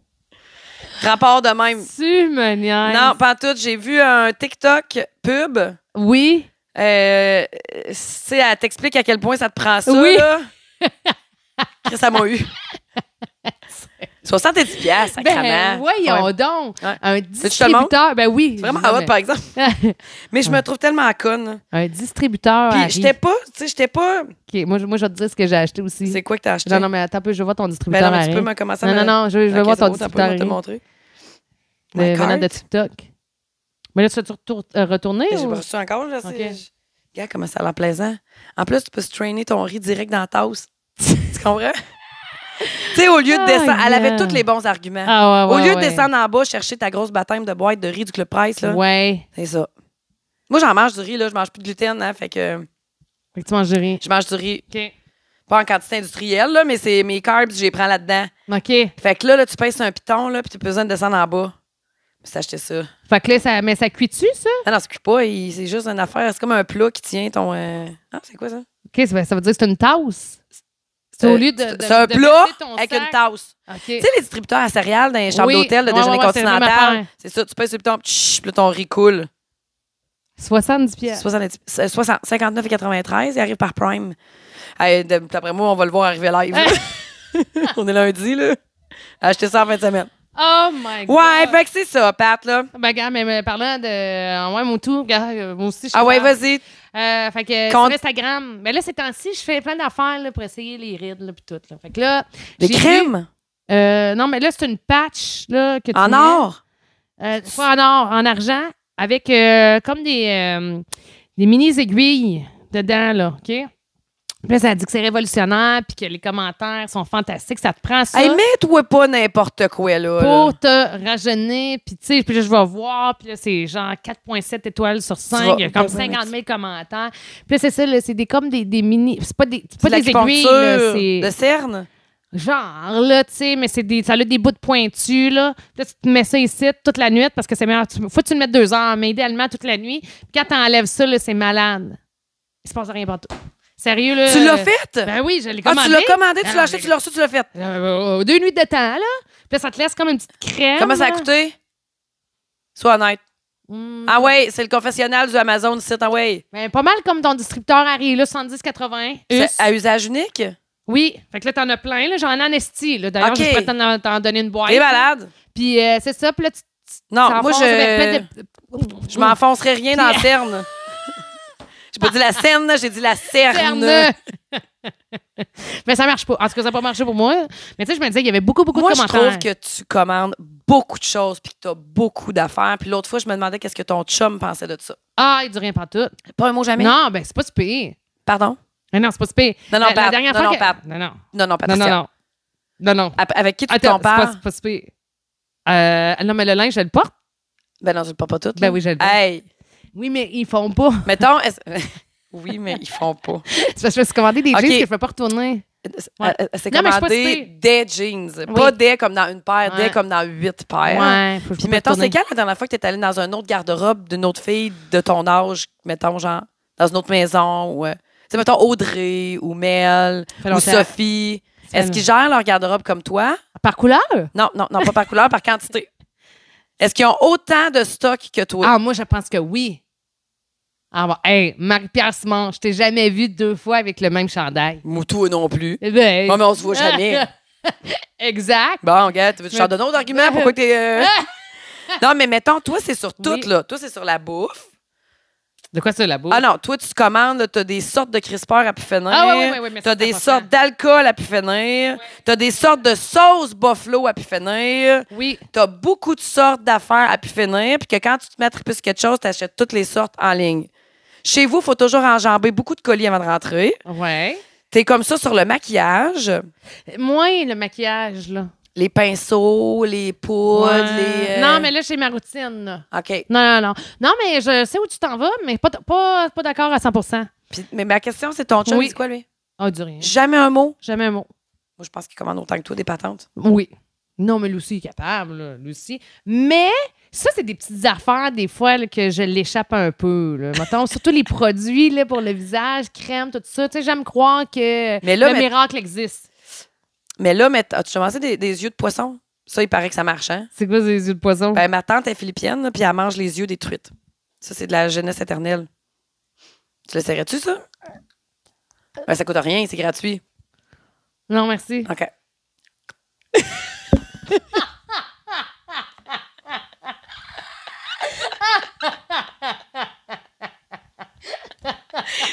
[SPEAKER 2] Rapport de même.
[SPEAKER 1] tu me niaises.
[SPEAKER 2] Non, pas en tout. J'ai vu un TikTok pub.
[SPEAKER 1] Oui.
[SPEAKER 2] Euh, tu sais, elle t'explique à quel point ça te prend ça,
[SPEAKER 1] Oui.
[SPEAKER 2] là. Chris, ça m'a eu. 70 pièces, sacrément.
[SPEAKER 1] Ben, voyons
[SPEAKER 2] Ouais.
[SPEAKER 1] donc.
[SPEAKER 2] Ouais.
[SPEAKER 1] Un
[SPEAKER 2] tu te le montres?
[SPEAKER 1] distributeur. Ben oui.
[SPEAKER 2] C'est Vraiment
[SPEAKER 1] Non,
[SPEAKER 2] à
[SPEAKER 1] mais-
[SPEAKER 2] par exemple. Mais je me trouve tellement conne.
[SPEAKER 1] un distributeur.
[SPEAKER 2] Puis
[SPEAKER 1] Harry.
[SPEAKER 2] j'étais pas, tu sais, j'étais pas...
[SPEAKER 1] Ok, moi, je- moi, je vais te dire ce que j'ai acheté aussi.
[SPEAKER 2] C'est quoi que t'as acheté?
[SPEAKER 1] Non, non, mais attends un peu, je vais voir ton
[SPEAKER 2] Ben non,
[SPEAKER 1] distributeur.
[SPEAKER 2] mais tu peux
[SPEAKER 1] Harry.
[SPEAKER 2] me commencer à
[SPEAKER 1] non,
[SPEAKER 2] me-
[SPEAKER 1] non, non, je, je vais
[SPEAKER 2] Ok,
[SPEAKER 1] voir
[SPEAKER 2] c'est
[SPEAKER 1] ton
[SPEAKER 2] beau, t'as
[SPEAKER 1] distributeur.
[SPEAKER 2] pas le droit de te
[SPEAKER 1] Harry,
[SPEAKER 2] montrer.
[SPEAKER 1] de-
[SPEAKER 2] My
[SPEAKER 1] Venant de
[SPEAKER 2] card?
[SPEAKER 1] TikTok. Mais là, tu vas-tu retour- euh, retourner?
[SPEAKER 2] Mais J'ai
[SPEAKER 1] ou-
[SPEAKER 2] pas reçu encore, là. c'est-
[SPEAKER 1] Ok.
[SPEAKER 2] je- Regarde comment ça a l'air plaisant. En plus, tu peux strainer ton riz direct dans la tasse. tu comprends? tu sais, au lieu de
[SPEAKER 1] Ah,
[SPEAKER 2] descendre... Elle avait
[SPEAKER 1] yeah.
[SPEAKER 2] tous les bons arguments.
[SPEAKER 1] Ah, ouais,
[SPEAKER 2] Au
[SPEAKER 1] ouais,
[SPEAKER 2] lieu de
[SPEAKER 1] ouais.
[SPEAKER 2] descendre en bas chercher ta grosse baptême de boîte de riz du Club Price, là,
[SPEAKER 1] Ouais.
[SPEAKER 2] c'est ça. Moi, j'en mange du riz, là. Je mange plus de gluten, hein, fait que euh,
[SPEAKER 1] Fait que tu manges rien.
[SPEAKER 2] je mange du riz
[SPEAKER 1] OK.
[SPEAKER 2] pas en quantité industrielle, là, mais c'est mes carbs, je les prends là-dedans.
[SPEAKER 1] OK.
[SPEAKER 2] Fait que là, là tu pèses un piton, là, puis tu as besoin de descendre en bas. Puis acheté ça.
[SPEAKER 1] Fait que là, ça, mais ça cuit-tu, ça?
[SPEAKER 2] Ah non, ça cuit pas. il- C'est juste une affaire. C'est comme un plat qui tient ton... euh, Ah, c'est quoi ça?
[SPEAKER 1] OK, ça veut- ça veut dire que c'est une tasse. C'est
[SPEAKER 2] Euh,
[SPEAKER 1] au lieu de.
[SPEAKER 2] c'est-
[SPEAKER 1] de-
[SPEAKER 2] C'est un
[SPEAKER 1] de
[SPEAKER 2] plat
[SPEAKER 1] verser ton
[SPEAKER 2] avec
[SPEAKER 1] sac.
[SPEAKER 2] une tasse.
[SPEAKER 1] OK.
[SPEAKER 2] Tu sais, les distributeurs à céréales dans les chambres
[SPEAKER 1] Oui,
[SPEAKER 2] d'hôtel de
[SPEAKER 1] ouais,
[SPEAKER 2] déjeuner
[SPEAKER 1] ouais, ouais, c'est la même
[SPEAKER 2] continental,
[SPEAKER 1] affaire.
[SPEAKER 2] c'est ça. Tu pèses sur le piton, tch, puis là, ton riz coule.
[SPEAKER 1] 70 pièces.
[SPEAKER 2] 70 euh, 60 59,93. Il arrive par Prime. Hey, de- D'après moi, on va le voir arriver live. on est lundi, là. Achetez ça en fin de semaine.
[SPEAKER 1] Oh my God.
[SPEAKER 2] Ouais, ben- fait que c'est ça, Pat, là.
[SPEAKER 1] Ben, regarde, mais, mais parlant de. euh, Ouais, mon tour, regarde, euh, moi aussi, je suis
[SPEAKER 2] Ah ouais,
[SPEAKER 1] capable.
[SPEAKER 2] vas-y.
[SPEAKER 1] Euh, fait que
[SPEAKER 2] Compte-
[SPEAKER 1] sur Instagram. Mais là, ces temps-ci, je fais plein d'affaires là, pour essayer les rides, là, puis tout. Là. Fait que là.
[SPEAKER 2] Des
[SPEAKER 1] j'ai vu-
[SPEAKER 2] crèmes
[SPEAKER 1] Euh, non, mais là, c'est une patch, là, que tu
[SPEAKER 2] en
[SPEAKER 1] mets.
[SPEAKER 2] or.
[SPEAKER 1] Euh, pas en or, en argent, avec euh, comme des, euh, des mini-aiguilles dedans, là, OK? Puis là, ça dit que c'est révolutionnaire, puis que les commentaires sont fantastiques. Ça te prend ça
[SPEAKER 2] Hey, mets-toi pas n'importe quoi, là. là.
[SPEAKER 1] pour te rajeunir. Puis, tu sais, puis là, je vais voir. Puis là, c'est genre 4,7 étoiles sur 5. Il y a
[SPEAKER 2] vas-
[SPEAKER 1] comme
[SPEAKER 2] ben, ben,
[SPEAKER 1] 50 000 commentaires. Puis là, c'est ça, là, c'est des, comme des, des mini... C'est pas des, c'est
[SPEAKER 2] C'est
[SPEAKER 1] pas
[SPEAKER 2] de
[SPEAKER 1] des aiguilles, là,
[SPEAKER 2] l'acupuncture,
[SPEAKER 1] c'est...
[SPEAKER 2] de cernes.
[SPEAKER 1] Genre, là, tu sais, mais c'est des, ça a des bouts de pointus, là. Puis là, tu te mets ça ici toute la nuit parce que c'est meilleur. Tu- faut que tu le mettes deux heures, mais idéalement toute la nuit. Puis quand t'enlèves ça, là, c'est malade. Il se passe rien partout. Sérieux, là.
[SPEAKER 2] Tu l'as
[SPEAKER 1] euh,
[SPEAKER 2] fait?
[SPEAKER 1] Ben oui, je l'ai
[SPEAKER 2] Ah,
[SPEAKER 1] commandé.
[SPEAKER 2] tu l'as commandé,
[SPEAKER 1] Ah,
[SPEAKER 2] tu l'as acheté,
[SPEAKER 1] mais-
[SPEAKER 2] tu l'as reçu, tu l'as fait.
[SPEAKER 1] Euh, euh, deux nuits de temps, là. Puis là, ça te laisse comme une petite crème.
[SPEAKER 2] Comment ça a
[SPEAKER 1] là.
[SPEAKER 2] coûté? Sois honnête.
[SPEAKER 1] Hmm.
[SPEAKER 2] Ah ouais, c'est le confessionnal du Amazon, site. Ah ouais.
[SPEAKER 1] Ben, pas mal comme ton distributeur Harry, là, 70-80.
[SPEAKER 2] C'est
[SPEAKER 1] Us.
[SPEAKER 2] à usage unique?
[SPEAKER 1] Oui. Fait que là, t'en as plein, là. J'en ai en esti, là. D'ailleurs,
[SPEAKER 2] Ok.
[SPEAKER 1] je pourrais t'en, t'en donner une boîte.
[SPEAKER 2] T'es malade?
[SPEAKER 1] Puis euh, c'est ça. Puis là, tu, tu-
[SPEAKER 2] Non,
[SPEAKER 1] tu
[SPEAKER 2] moi,
[SPEAKER 1] enfonces
[SPEAKER 2] je-
[SPEAKER 1] avec plein de-
[SPEAKER 2] Je m'enfoncerai rien dans la cerne. J'ai pas dit la scène, là, j'ai dit la cerne.
[SPEAKER 1] Cerne. Mais ça marche pas. En tout cas, ça n'a pas marché pour moi. Mais tu sais, je me disais, il y avait beaucoup, beaucoup
[SPEAKER 2] Moi,
[SPEAKER 1] de
[SPEAKER 2] je
[SPEAKER 1] commentaires.
[SPEAKER 2] trouve que tu commandes beaucoup de choses puis que t'as beaucoup d'affaires. Puis l'autre fois, je me demandais qu'est-ce que ton chum pensait de ça.
[SPEAKER 1] Ah, il dit rien partout.
[SPEAKER 2] Pas un mot jamais.
[SPEAKER 1] Non, ben, c'est pas si pire.
[SPEAKER 2] Pardon?
[SPEAKER 1] Mais non, c'est pas si pire.
[SPEAKER 2] Non, non,
[SPEAKER 1] la, la
[SPEAKER 2] Pat.
[SPEAKER 1] dernière
[SPEAKER 2] Non,
[SPEAKER 1] fois
[SPEAKER 2] non,
[SPEAKER 1] que-
[SPEAKER 2] Pat.
[SPEAKER 1] Non, non.
[SPEAKER 2] Non, non,
[SPEAKER 1] Non,
[SPEAKER 2] Patricia.
[SPEAKER 1] non, non. Non, non.
[SPEAKER 2] Ap- Avec qui tu
[SPEAKER 1] Attends, c'est pas,
[SPEAKER 2] compares?
[SPEAKER 1] c'est pas si pire. Euh, non, mais le linge, je le porte.
[SPEAKER 2] Ben non, je le porte pas tout.
[SPEAKER 1] Ben
[SPEAKER 2] là.
[SPEAKER 1] oui, je le porte.
[SPEAKER 2] Hey,
[SPEAKER 1] Oui, mais ils font pas.
[SPEAKER 2] mettons... est-ce- oui, mais ils font pas.
[SPEAKER 1] C'est parce que je me suis commandé des
[SPEAKER 2] Ok.
[SPEAKER 1] jeans que je peux pas retourner. Ouais.
[SPEAKER 2] Elle- elle s'est
[SPEAKER 1] Non, mais je suis pas
[SPEAKER 2] euh, commandé
[SPEAKER 1] si
[SPEAKER 2] des jeans. Pas des comme dans une paire,
[SPEAKER 1] Ouais.
[SPEAKER 2] des comme dans huit paires.
[SPEAKER 1] Ouais, faut que je
[SPEAKER 2] Puis
[SPEAKER 1] peux pas
[SPEAKER 2] mettons, c'est
[SPEAKER 1] retourner.
[SPEAKER 2] quand la dernière fois que tu es allée dans un autre garde-robe d'une autre fille de ton âge, mettons, genre, dans une autre maison, ou, euh, tu sais, mettons, Audrey, ou Mel,
[SPEAKER 1] fait
[SPEAKER 2] ou
[SPEAKER 1] longtemps.
[SPEAKER 2] Sophie.
[SPEAKER 1] Ça fait
[SPEAKER 2] Est-ce qu'ils gèrent leur garde-robe comme toi?
[SPEAKER 1] Par couleur?
[SPEAKER 2] Non, non, non, pas par couleur, par quantité. Est-ce qu'ils ont autant de stock que toi?
[SPEAKER 1] Ah, moi, je pense que oui. Ah bon, hey, Marie-Pierre Simon, je t'ai jamais vu deux fois avec le même chandail.
[SPEAKER 2] Moutou non plus.
[SPEAKER 1] Eh ben,
[SPEAKER 2] Non, Ah, mais on se voit jamais.
[SPEAKER 1] exact.
[SPEAKER 2] Bon, regarde, tu veux que je te donne d'autres arguments? Pourquoi t'es. euh? non, mais mettons, toi, c'est sur tout,
[SPEAKER 1] Oui.
[SPEAKER 2] là. Toi, c'est sur la bouffe.
[SPEAKER 1] De quoi ça, la bouffe?
[SPEAKER 2] Ah non, toi, tu commandes, là, t'as des sortes de crispeurs à pu finir.
[SPEAKER 1] Ah ouais, ouais, ouais, ouais, mais
[SPEAKER 2] T'as
[SPEAKER 1] ça,
[SPEAKER 2] des
[SPEAKER 1] c'est important.
[SPEAKER 2] sortes d'alcool à pu finir. T'as des sortes de sauce buffalo à pu finir.
[SPEAKER 1] Oui.
[SPEAKER 2] T'as beaucoup de sortes d'affaires à pu finir. Puis que quand tu te mets à triper sur quelque chose, t'achètes toutes les sortes en ligne. Chez vous, faut toujours enjamber beaucoup de colis avant de rentrer.
[SPEAKER 1] Ouais.
[SPEAKER 2] T'es comme ça sur le maquillage,
[SPEAKER 1] Moins le maquillage, là.
[SPEAKER 2] les pinceaux, les poudres,
[SPEAKER 1] Ouais.
[SPEAKER 2] les. euh,
[SPEAKER 1] Non, mais là, j'ai ma routine, là.
[SPEAKER 2] OK.
[SPEAKER 1] Non, non, non. Non, mais je sais où tu t'en vas, mais pas, pas, pas d'accord à 100
[SPEAKER 2] Puis- mais ma question, c'est ton chum,
[SPEAKER 1] Oui.
[SPEAKER 2] c'est quoi, lui?
[SPEAKER 1] Ah, du rien.
[SPEAKER 2] Jamais un mot.
[SPEAKER 1] Jamais un mot.
[SPEAKER 2] Moi, je pense qu'il commande autant que toi des patentes.
[SPEAKER 1] Oui. Non, mais Lucie est capable, là, Lucie. Mais ça, c'est des petites affaires, des fois, là, que je l'échappe un peu. Là. Mettons, surtout les produits là, pour le visage, crème, tout ça. Tu sais, j'aime croire que
[SPEAKER 2] Mais là,
[SPEAKER 1] le
[SPEAKER 2] mais-
[SPEAKER 1] miracle existe.
[SPEAKER 2] Mais là, mais as-tu commencé des, des yeux de poisson? Ça, il paraît que ça marche, hein?
[SPEAKER 1] C'est quoi ces yeux de poisson?
[SPEAKER 2] Ben, ma tante est philippienne, là, puis elle mange les yeux des truites. Ça, c'est de la jeunesse éternelle. Tu le saurais-tu, ça? Ben, ça coûte rien, c'est gratuit.
[SPEAKER 1] Non, merci.
[SPEAKER 2] OK.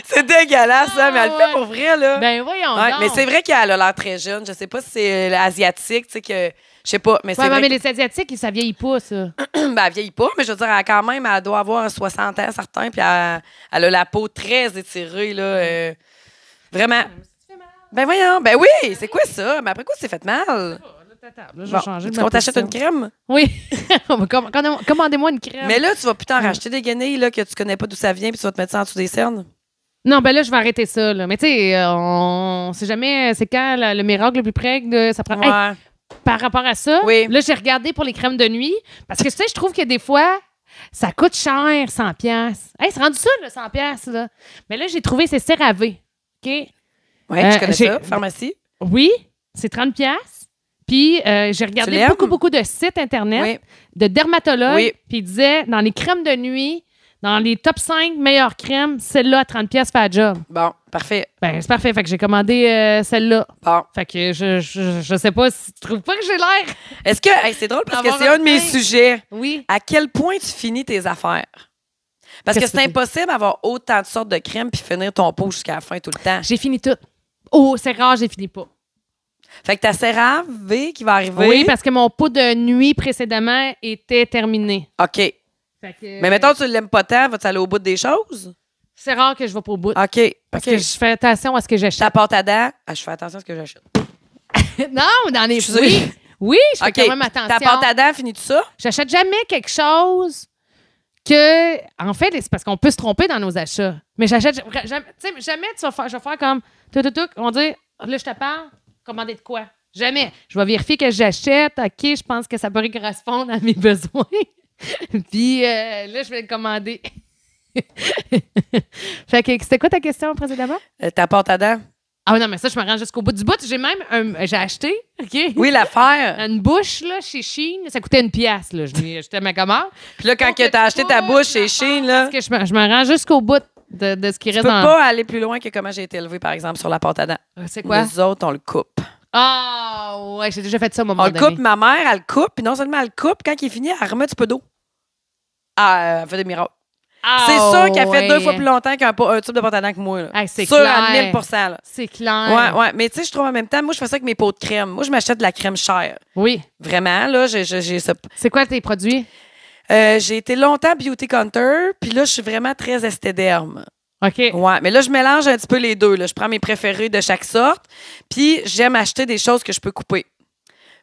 [SPEAKER 2] c'est dégueulasse, hein, mais elle le fait pour vrai, là.
[SPEAKER 1] Ben voyons
[SPEAKER 2] Ouais,
[SPEAKER 1] donc.
[SPEAKER 2] mais c'est vrai qu'elle a l'air très jeune. Je sais pas si c'est euh, asiatique, tu sais, que. Je sais pas, mais c'est
[SPEAKER 1] Ouais,
[SPEAKER 2] vrai
[SPEAKER 1] mais les Asiatiques, ça vieillit pas, ça.
[SPEAKER 2] que- ben, elle vieillit pas, mais je veux dire, elle, quand même, elle doit avoir 60 ans, certains, puis elle, elle a la peau très étirée, là. euh, vraiment.
[SPEAKER 1] Ah,
[SPEAKER 2] Ben voyons, ben oui, c'est quoi ça? Mais après quoi, c'est fait mal?
[SPEAKER 1] je
[SPEAKER 2] Bon,
[SPEAKER 1] vais changer de
[SPEAKER 2] on
[SPEAKER 1] ma
[SPEAKER 2] t'achète une
[SPEAKER 1] position.
[SPEAKER 2] crème?
[SPEAKER 1] Oui. On va comm- commandez- Commandez-moi une crème.
[SPEAKER 2] Mais là, tu vas plus t'en racheter des guenilles là, que tu connais pas d'où ça vient, puis tu vas te mettre ça en dessous des cernes.
[SPEAKER 1] Non, ben là, je vais arrêter ça. Là. Mais tu sais, euh, on sait jamais euh, c'est quand la- le miracle le plus près que de- ça prend. Hey,
[SPEAKER 2] Ouais.
[SPEAKER 1] par rapport à ça,
[SPEAKER 2] Oui.
[SPEAKER 1] là, j'ai regardé pour les crèmes de nuit parce que tu sais, je trouve que des fois, ça coûte cher, 100 pièces. Hey, c'est rendu ça, le 100 pièces là. Mais là, j'ai trouvé c'est CeraVe. OK?
[SPEAKER 2] Ouais,
[SPEAKER 1] Euh,
[SPEAKER 2] je connais
[SPEAKER 1] j'ai-
[SPEAKER 2] ça, pharmacie.
[SPEAKER 1] Oui, c'est 30 pièces. Puis euh, j'ai regardé
[SPEAKER 2] l'aimes?
[SPEAKER 1] beaucoup beaucoup de sites internet
[SPEAKER 2] Oui.
[SPEAKER 1] de dermatologues
[SPEAKER 2] Oui.
[SPEAKER 1] puis ils disaient dans les crèmes de nuit, dans les top 5 meilleures crèmes, celle-là à 30 pièces fait la job.
[SPEAKER 2] Bon, parfait.
[SPEAKER 1] Ben, c'est parfait, fait que j'ai commandé euh, celle-là.
[SPEAKER 2] Bon.
[SPEAKER 1] Fait que je, je, je sais pas si tu trouves pas que j'ai l'air.
[SPEAKER 2] Est-ce que. hey, c'est drôle parce que
[SPEAKER 1] Avoir
[SPEAKER 2] c'est
[SPEAKER 1] un
[SPEAKER 2] un de mes
[SPEAKER 1] teint.
[SPEAKER 2] sujets.
[SPEAKER 1] Oui.
[SPEAKER 2] À quel point tu finis tes affaires? Parce que
[SPEAKER 1] Qu'est-ce
[SPEAKER 2] c'est
[SPEAKER 1] que tu-
[SPEAKER 2] impossible d'avoir autant de sortes de crèmes puis finir ton pot jusqu'à la fin tout le temps.
[SPEAKER 1] J'ai fini tout. Oh, c'est rare, j'ai fini pas.
[SPEAKER 2] Fait que ta Cerave V qui va arriver.
[SPEAKER 1] Oui, parce que mon pot de nuit précédemment était terminé.
[SPEAKER 2] OK.
[SPEAKER 1] Fait que-
[SPEAKER 2] Mais mettons, tu l'aimes pas tant, vas-tu aller au bout des choses?
[SPEAKER 1] C'est rare que je vais pas au bout.
[SPEAKER 2] OK.
[SPEAKER 1] Parce
[SPEAKER 2] Ah, OK.
[SPEAKER 1] que je fais attention à ce que j'achète.
[SPEAKER 2] Ta porte à dents. Ah, je fais attention à ce que j'achète.
[SPEAKER 1] non, dans les
[SPEAKER 2] Je sais.
[SPEAKER 1] oui. Oui, je fais
[SPEAKER 2] OK.
[SPEAKER 1] quand même
[SPEAKER 2] Ta porte
[SPEAKER 1] attention.
[SPEAKER 2] à dents, finis tout ça?
[SPEAKER 1] J'achète jamais quelque chose que. En fait, c'est parce qu'on peut se tromper dans nos achats. Mais j'achète. Jamais, tu sais, jamais tu vas faire, je vais faire comme. Tout, tout, tout. On dit, là, je te parle, commander de quoi? Jamais. Je vais vérifier que j'achète. OK, je pense que ça pourrait correspondre à mes besoins. Puis euh, là, je vais le commander. fait que c'était quoi ta question précédemment?
[SPEAKER 2] Euh, ta porte à dents.
[SPEAKER 1] Ah non, mais ça, je me rends jusqu'au bout du bout. J'ai même un- j'ai acheté, OK?
[SPEAKER 2] Oui, l'affaire.
[SPEAKER 1] Une bouche, là, chez Shein, ça coûtait une pièce, là. Je l'ai acheté à ma commande.
[SPEAKER 2] Puis là, quand
[SPEAKER 1] Faut
[SPEAKER 2] que
[SPEAKER 1] que
[SPEAKER 2] t'as
[SPEAKER 1] tu
[SPEAKER 2] acheté ta
[SPEAKER 1] trouves
[SPEAKER 2] bouche chez
[SPEAKER 1] l'affaire,
[SPEAKER 2] Shein, là,
[SPEAKER 1] Parce que je me, je me rends jusqu'au bout de, de ce qui
[SPEAKER 2] tu
[SPEAKER 1] reste
[SPEAKER 2] peux
[SPEAKER 1] en...
[SPEAKER 2] pas aller plus loin que comment j'ai été élevée, par exemple, sur la porte à dents.
[SPEAKER 1] Ah, C'est quoi?
[SPEAKER 2] Nous autres, on le coupe.
[SPEAKER 1] Ah, ouais, j'ai déjà fait ça au moment
[SPEAKER 2] On le
[SPEAKER 1] donné.
[SPEAKER 2] coupe, ma mère, elle le coupe, puis non seulement elle le coupe, quand il est fini, elle remet un petit peu d'eau. Ah, elle fait des miracles.
[SPEAKER 1] Ah,
[SPEAKER 2] c'est sûr qu'elle fait deux
[SPEAKER 1] ouais.
[SPEAKER 2] fois plus longtemps qu'un po- un tube de porte à dents que moi. là.
[SPEAKER 1] Ah, c'est
[SPEAKER 2] sûr à
[SPEAKER 1] clair.
[SPEAKER 2] 1000 là.
[SPEAKER 1] C'est clair.
[SPEAKER 2] Ouais, ouais. Mais tu sais, je trouve en même temps, moi, je fais ça avec mes pots de crème. Moi, je m'achète de la crème chère.
[SPEAKER 1] Oui.
[SPEAKER 2] Vraiment, là, j'ai, j'ai- j'ai ça.
[SPEAKER 1] C'est quoi tes produits?
[SPEAKER 2] Euh, j'ai été longtemps beauty counter, puis là, je suis vraiment très estéderme.
[SPEAKER 1] OK.
[SPEAKER 2] Ouais, mais là, je mélange un petit peu les deux. Là. Je prends mes préférés de chaque sorte, puis j'aime acheter des choses que je peux couper.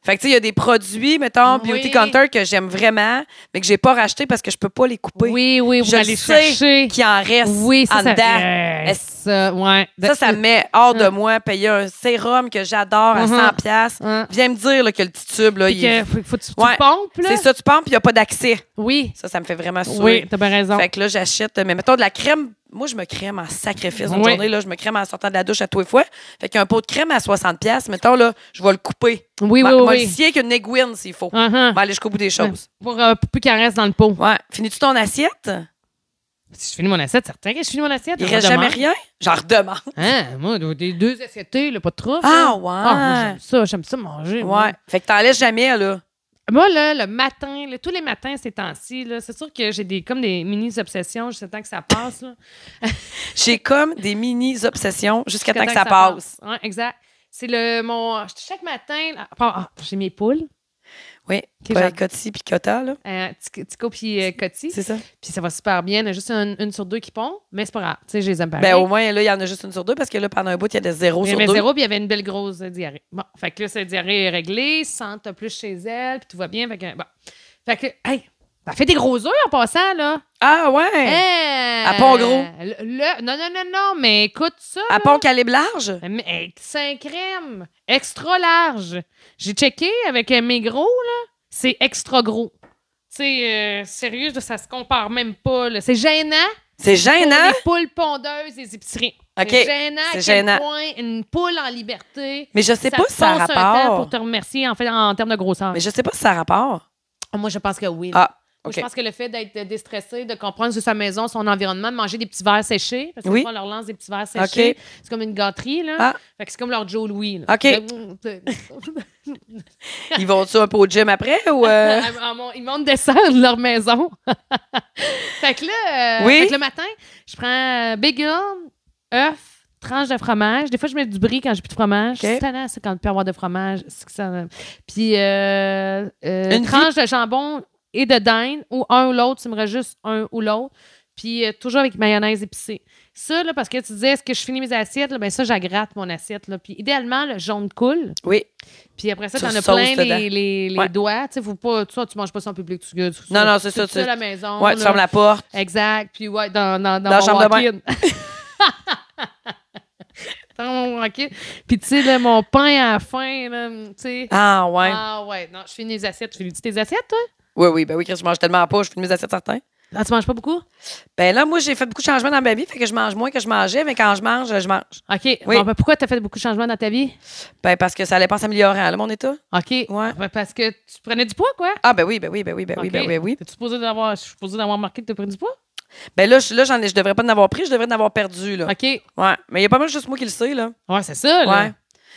[SPEAKER 2] Fait que, tu sais, il y a des produits, mettons,
[SPEAKER 1] Oui.
[SPEAKER 2] Beauty Counter que j'aime vraiment, mais que j'ai pas racheté parce que je peux pas les couper.
[SPEAKER 1] Oui, oui,
[SPEAKER 2] je
[SPEAKER 1] vous allez
[SPEAKER 2] le sais
[SPEAKER 1] chercher.
[SPEAKER 2] Qui en reste
[SPEAKER 1] Oui,
[SPEAKER 2] en
[SPEAKER 1] ça, Ben, ça...
[SPEAKER 2] dedans.
[SPEAKER 1] Yes,
[SPEAKER 2] Est-ce-
[SPEAKER 1] ça, ouais.
[SPEAKER 2] Ça, ça me met hors de moi. Payer un sérum que j'adore à
[SPEAKER 1] Mhm.
[SPEAKER 2] 100$. piastres.
[SPEAKER 1] Hein.
[SPEAKER 2] Viens me dire là, que le petit tube, là,
[SPEAKER 1] Puis
[SPEAKER 2] il est-
[SPEAKER 1] que faut, faut que tu, tu
[SPEAKER 2] Ouais.
[SPEAKER 1] pompes, là.
[SPEAKER 2] c'est ça, tu pompes, puis il n'y a pas d'accès.
[SPEAKER 1] Oui.
[SPEAKER 2] Ça, ça me fait vraiment sourire.
[SPEAKER 1] Oui, t'as bien raison.
[SPEAKER 2] Fait que là, j'achète, euh, mais mettons de la crème. Moi, je me crème en sacrifice une
[SPEAKER 1] Oui.
[SPEAKER 2] journée. Là, je me crème en sortant de la douche à tous les fois. Fait qu'un pot de crème à 60$, piastres, mettons, là, je vais le couper.
[SPEAKER 1] Oui, oui,
[SPEAKER 2] Ma- moi, le
[SPEAKER 1] oui.
[SPEAKER 2] scier qu'une aiguine, s'il faut.
[SPEAKER 1] Uh-huh.
[SPEAKER 2] Je vais aller jusqu'au bout des choses.
[SPEAKER 1] Pour, euh, pour plus qu'elle reste dans le pot.
[SPEAKER 2] Ouais. Finis-tu ton assiette?
[SPEAKER 1] Si je finis mon assiette, certain que je finis mon assiette.
[SPEAKER 2] Il
[SPEAKER 1] j'en
[SPEAKER 2] reste
[SPEAKER 1] redemande.
[SPEAKER 2] jamais rien? J'en redemande.
[SPEAKER 1] Hein, moi, des deux assiettes, là, pas de trouble.
[SPEAKER 2] Ah,
[SPEAKER 1] là.
[SPEAKER 2] ouais.
[SPEAKER 1] Ah, moi, j'aime ça, j'aime ça manger. moi.
[SPEAKER 2] Ouais. Fait que t'en laisses jamais, là.
[SPEAKER 1] Moi, là, le matin, là, tous les matins, ces temps-ci, là, c'est sûr que j'ai des, comme des mini-obsessions jusqu'à temps que ça passe. Là,
[SPEAKER 2] J'ai comme des mini-obsessions jusqu'à temps que, ça, passe.
[SPEAKER 1] Ouais, exact. C'est le mon. Chaque matin, là, ah, j'ai mes poules,
[SPEAKER 2] Oui.
[SPEAKER 1] Ok,
[SPEAKER 2] Ouais,
[SPEAKER 1] j'en-
[SPEAKER 2] Coty puis Cota, là.
[SPEAKER 1] euh, Tico Tico puis euh, Coty.
[SPEAKER 2] C'est ça?
[SPEAKER 1] Puis ça va super bien. Il y en a juste une, une sur deux qui pond, mais c'est pas grave. Tu sais, je les aime pareil.
[SPEAKER 2] Ben, au moins, là, il y en a juste une sur deux parce que là, pendant un bout, il y a des zéros
[SPEAKER 1] Il y
[SPEAKER 2] sur
[SPEAKER 1] avait
[SPEAKER 2] deux.
[SPEAKER 1] zéro, puis il y avait une belle grosse euh, diarrhée. Bon, fait que là, cette diarrhée est réglée, Santa plus chez elle, puis tout va bien. Fait que, bon. Fait que, hey, t'as fait des gros œufs en passant, là.
[SPEAKER 2] Ah,
[SPEAKER 1] Eh.
[SPEAKER 2] ouais.
[SPEAKER 1] Hey!
[SPEAKER 2] À pont gros.
[SPEAKER 1] Le, le- non, non, non, non, mais écoute ça.
[SPEAKER 2] À pont calibre large?
[SPEAKER 1] Mais, hey, 5 crèmes, extra large. J'ai checké avec euh, mes gros, là. C'est extra gros. Tu sais, euh, sérieux, ça se compare même pas, là. C'est gênant.
[SPEAKER 2] C'est
[SPEAKER 1] pour
[SPEAKER 2] gênant.
[SPEAKER 1] Les poules pondeuses des épiceries.
[SPEAKER 2] OK,
[SPEAKER 1] C'est gênant. à
[SPEAKER 2] c'est
[SPEAKER 1] quel
[SPEAKER 2] gênant.
[SPEAKER 1] point une poule en liberté.
[SPEAKER 2] Mais je sais pas si ça a
[SPEAKER 1] te passe un temps
[SPEAKER 2] rapport.
[SPEAKER 1] pour te remercier en fait en termes de grosseur.
[SPEAKER 2] Mais je sais pas si ça a rapport.
[SPEAKER 1] Moi, je pense que oui. là.
[SPEAKER 2] Ah,
[SPEAKER 1] Moi,
[SPEAKER 2] OK.
[SPEAKER 1] Je pense que le fait d'être déstressé, de comprendre sur sa maison, son environnement, de manger des petits verres séchés, parce que
[SPEAKER 2] Oui.
[SPEAKER 1] des fois, on leur lance des petits verres séchés,
[SPEAKER 2] OK.
[SPEAKER 1] c'est comme une gâterie, là.
[SPEAKER 2] Ah.
[SPEAKER 1] Fait que c'est comme leur Joe Louis. là. mm,
[SPEAKER 2] OK. Ils vont-tu un peu au gym après ou. euh?
[SPEAKER 1] Ah, ah, mon- Ils montent descendre de leur maison. fait que là, euh,
[SPEAKER 2] Oui.
[SPEAKER 1] fait que le matin, je prends euh, bagel, œuf, tranche de fromage. Des fois, je mets du brie quand j'ai plus de fromage.
[SPEAKER 2] OK.
[SPEAKER 1] C'est tannant, ça, quand tu peux avoir de fromage. C'est que ça- Puis, euh, euh,
[SPEAKER 2] Une
[SPEAKER 1] tranche de jambon et de dinde, ou un ou l'autre. Tu me restes juste un ou l'autre. Puis, euh, toujours avec mayonnaise épicée. Ça, là, parce que tu disais, est-ce que je finis mes assiettes? Là, ben ça, j'agratte mon assiette. Là. Puis, idéalement, le jaune coule.
[SPEAKER 2] Oui.
[SPEAKER 1] Puis après ça,
[SPEAKER 2] Tu
[SPEAKER 1] t'en as
[SPEAKER 2] sauces
[SPEAKER 1] plein
[SPEAKER 2] dedans.
[SPEAKER 1] les, les, les
[SPEAKER 2] Ouais.
[SPEAKER 1] doigts. Tu sais, faut pas. Tu, vois, tu manges pas ça en public, tu gueules. tu-
[SPEAKER 2] Non, non, c'est
[SPEAKER 1] tu-
[SPEAKER 2] ça,
[SPEAKER 1] Tu
[SPEAKER 2] tu-
[SPEAKER 1] fais à la maison.
[SPEAKER 2] Ouais, tu
[SPEAKER 1] là.
[SPEAKER 2] fermes la porte.
[SPEAKER 1] Exact. Puis ouais, dans, dans, dans,
[SPEAKER 2] la
[SPEAKER 1] mon
[SPEAKER 2] chambre de bain.
[SPEAKER 1] walk-in. dans mon walk-in. Puis tu sais, là, mon pain à la fin, là, tu sais.
[SPEAKER 2] Ah, ouais.
[SPEAKER 1] Ah ouais, non, je finis les assiettes. Je finis tes assiettes, toi?
[SPEAKER 2] Oui, oui, ben oui, Chris, je mange tellement pas, je fais mes assiettes certains.
[SPEAKER 1] Ah, tu manges pas beaucoup?
[SPEAKER 2] Ben là, moi, j'ai fait beaucoup de changements dans ma vie, fait que je mange moins que je mangeais, mais quand je mange, je mange.
[SPEAKER 1] OK.
[SPEAKER 2] Oui.
[SPEAKER 1] Bon, ben, pourquoi t'as fait beaucoup de changements dans ta vie?
[SPEAKER 2] Ben parce que ça allait pas s'améliorer, hein, là, mon état.
[SPEAKER 1] OK.
[SPEAKER 2] Ouais.
[SPEAKER 1] Ben, parce que tu prenais du poids, quoi?
[SPEAKER 2] Ah, ben oui, ben oui, ben oui, ben oui, ben
[SPEAKER 1] OK.
[SPEAKER 2] oui, oui.
[SPEAKER 1] T'es-tu supposé d'avoir, je suis supposée d'avoir marqué que t'as pris du poids?
[SPEAKER 2] Ben là, je, là j'en ai, je devrais pas en avoir pris, je devrais en avoir perdu, là.
[SPEAKER 1] OK.
[SPEAKER 2] Ouais. Mais il y a pas mal juste moi qui le sais, là.
[SPEAKER 1] Ouais, c'est ça, là.
[SPEAKER 2] Ouais.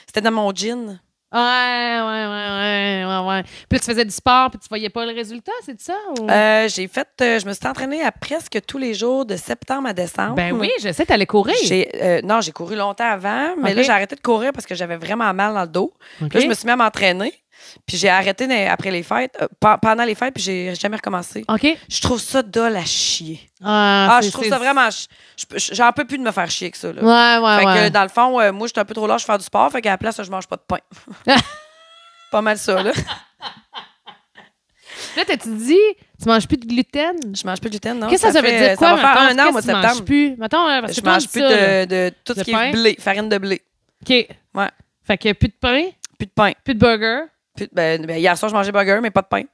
[SPEAKER 2] C'était dans mon jean.
[SPEAKER 1] Ouais, ouais, ouais, ouais, ouais, ouais. Puis là, tu faisais du sport, puis tu voyais pas le résultat, c'est ça? ou-
[SPEAKER 2] Euh, j'ai fait, euh, je me suis entraînée à presque tous les jours de septembre à décembre.
[SPEAKER 1] ben oui, je sais, t'allais courir.
[SPEAKER 2] J'ai, euh, non, j'ai couru longtemps avant, mais
[SPEAKER 1] Ok.
[SPEAKER 2] là, j'ai arrêté de courir parce que j'avais vraiment mal dans le dos.
[SPEAKER 1] OK.
[SPEAKER 2] Là, je me suis même entraînée, puis j'ai arrêté na- après les fêtes, euh, pe- pendant les fêtes, puis j'ai jamais recommencé.
[SPEAKER 1] OK.
[SPEAKER 2] Je trouve ça dole à chier.
[SPEAKER 1] Ah,
[SPEAKER 2] Ah,
[SPEAKER 1] c'est-
[SPEAKER 2] je trouve
[SPEAKER 1] c'est-
[SPEAKER 2] ça vraiment. ch- je- je- J'en peux plus de me faire chier que ça. Là.
[SPEAKER 1] Ouais, ouais,
[SPEAKER 2] fait que
[SPEAKER 1] ouais.
[SPEAKER 2] dans le fond, euh, moi, je suis un peu trop large pour faire du sport, fait qu'à la place, je mange pas de pain. pas mal ça, là.
[SPEAKER 1] Là, t'as-tu dit, tu manges plus de gluten?
[SPEAKER 2] Je mange plus de gluten, non?
[SPEAKER 1] Qu'est-ce que ça, veut
[SPEAKER 2] fait-
[SPEAKER 1] dire, quoi,
[SPEAKER 2] Ça va faire
[SPEAKER 1] mettons?
[SPEAKER 2] un an, au mois
[SPEAKER 1] Qu'est-ce que tu
[SPEAKER 2] de septembre.
[SPEAKER 1] manges plus? Mettons, euh, parce que
[SPEAKER 2] Je
[SPEAKER 1] toi,
[SPEAKER 2] mange
[SPEAKER 1] dis
[SPEAKER 2] plus
[SPEAKER 1] ça, là.
[SPEAKER 2] de, de tout
[SPEAKER 1] De
[SPEAKER 2] ce qui
[SPEAKER 1] pain?
[SPEAKER 2] est blé, farine de blé.
[SPEAKER 1] OK.
[SPEAKER 2] Ouais.
[SPEAKER 1] Fait que plus de pain,
[SPEAKER 2] Plus de pain.
[SPEAKER 1] plus de burger.
[SPEAKER 2] Plus de- ben, ben, hier soir, je mangeais burger, mais pas de pain. Je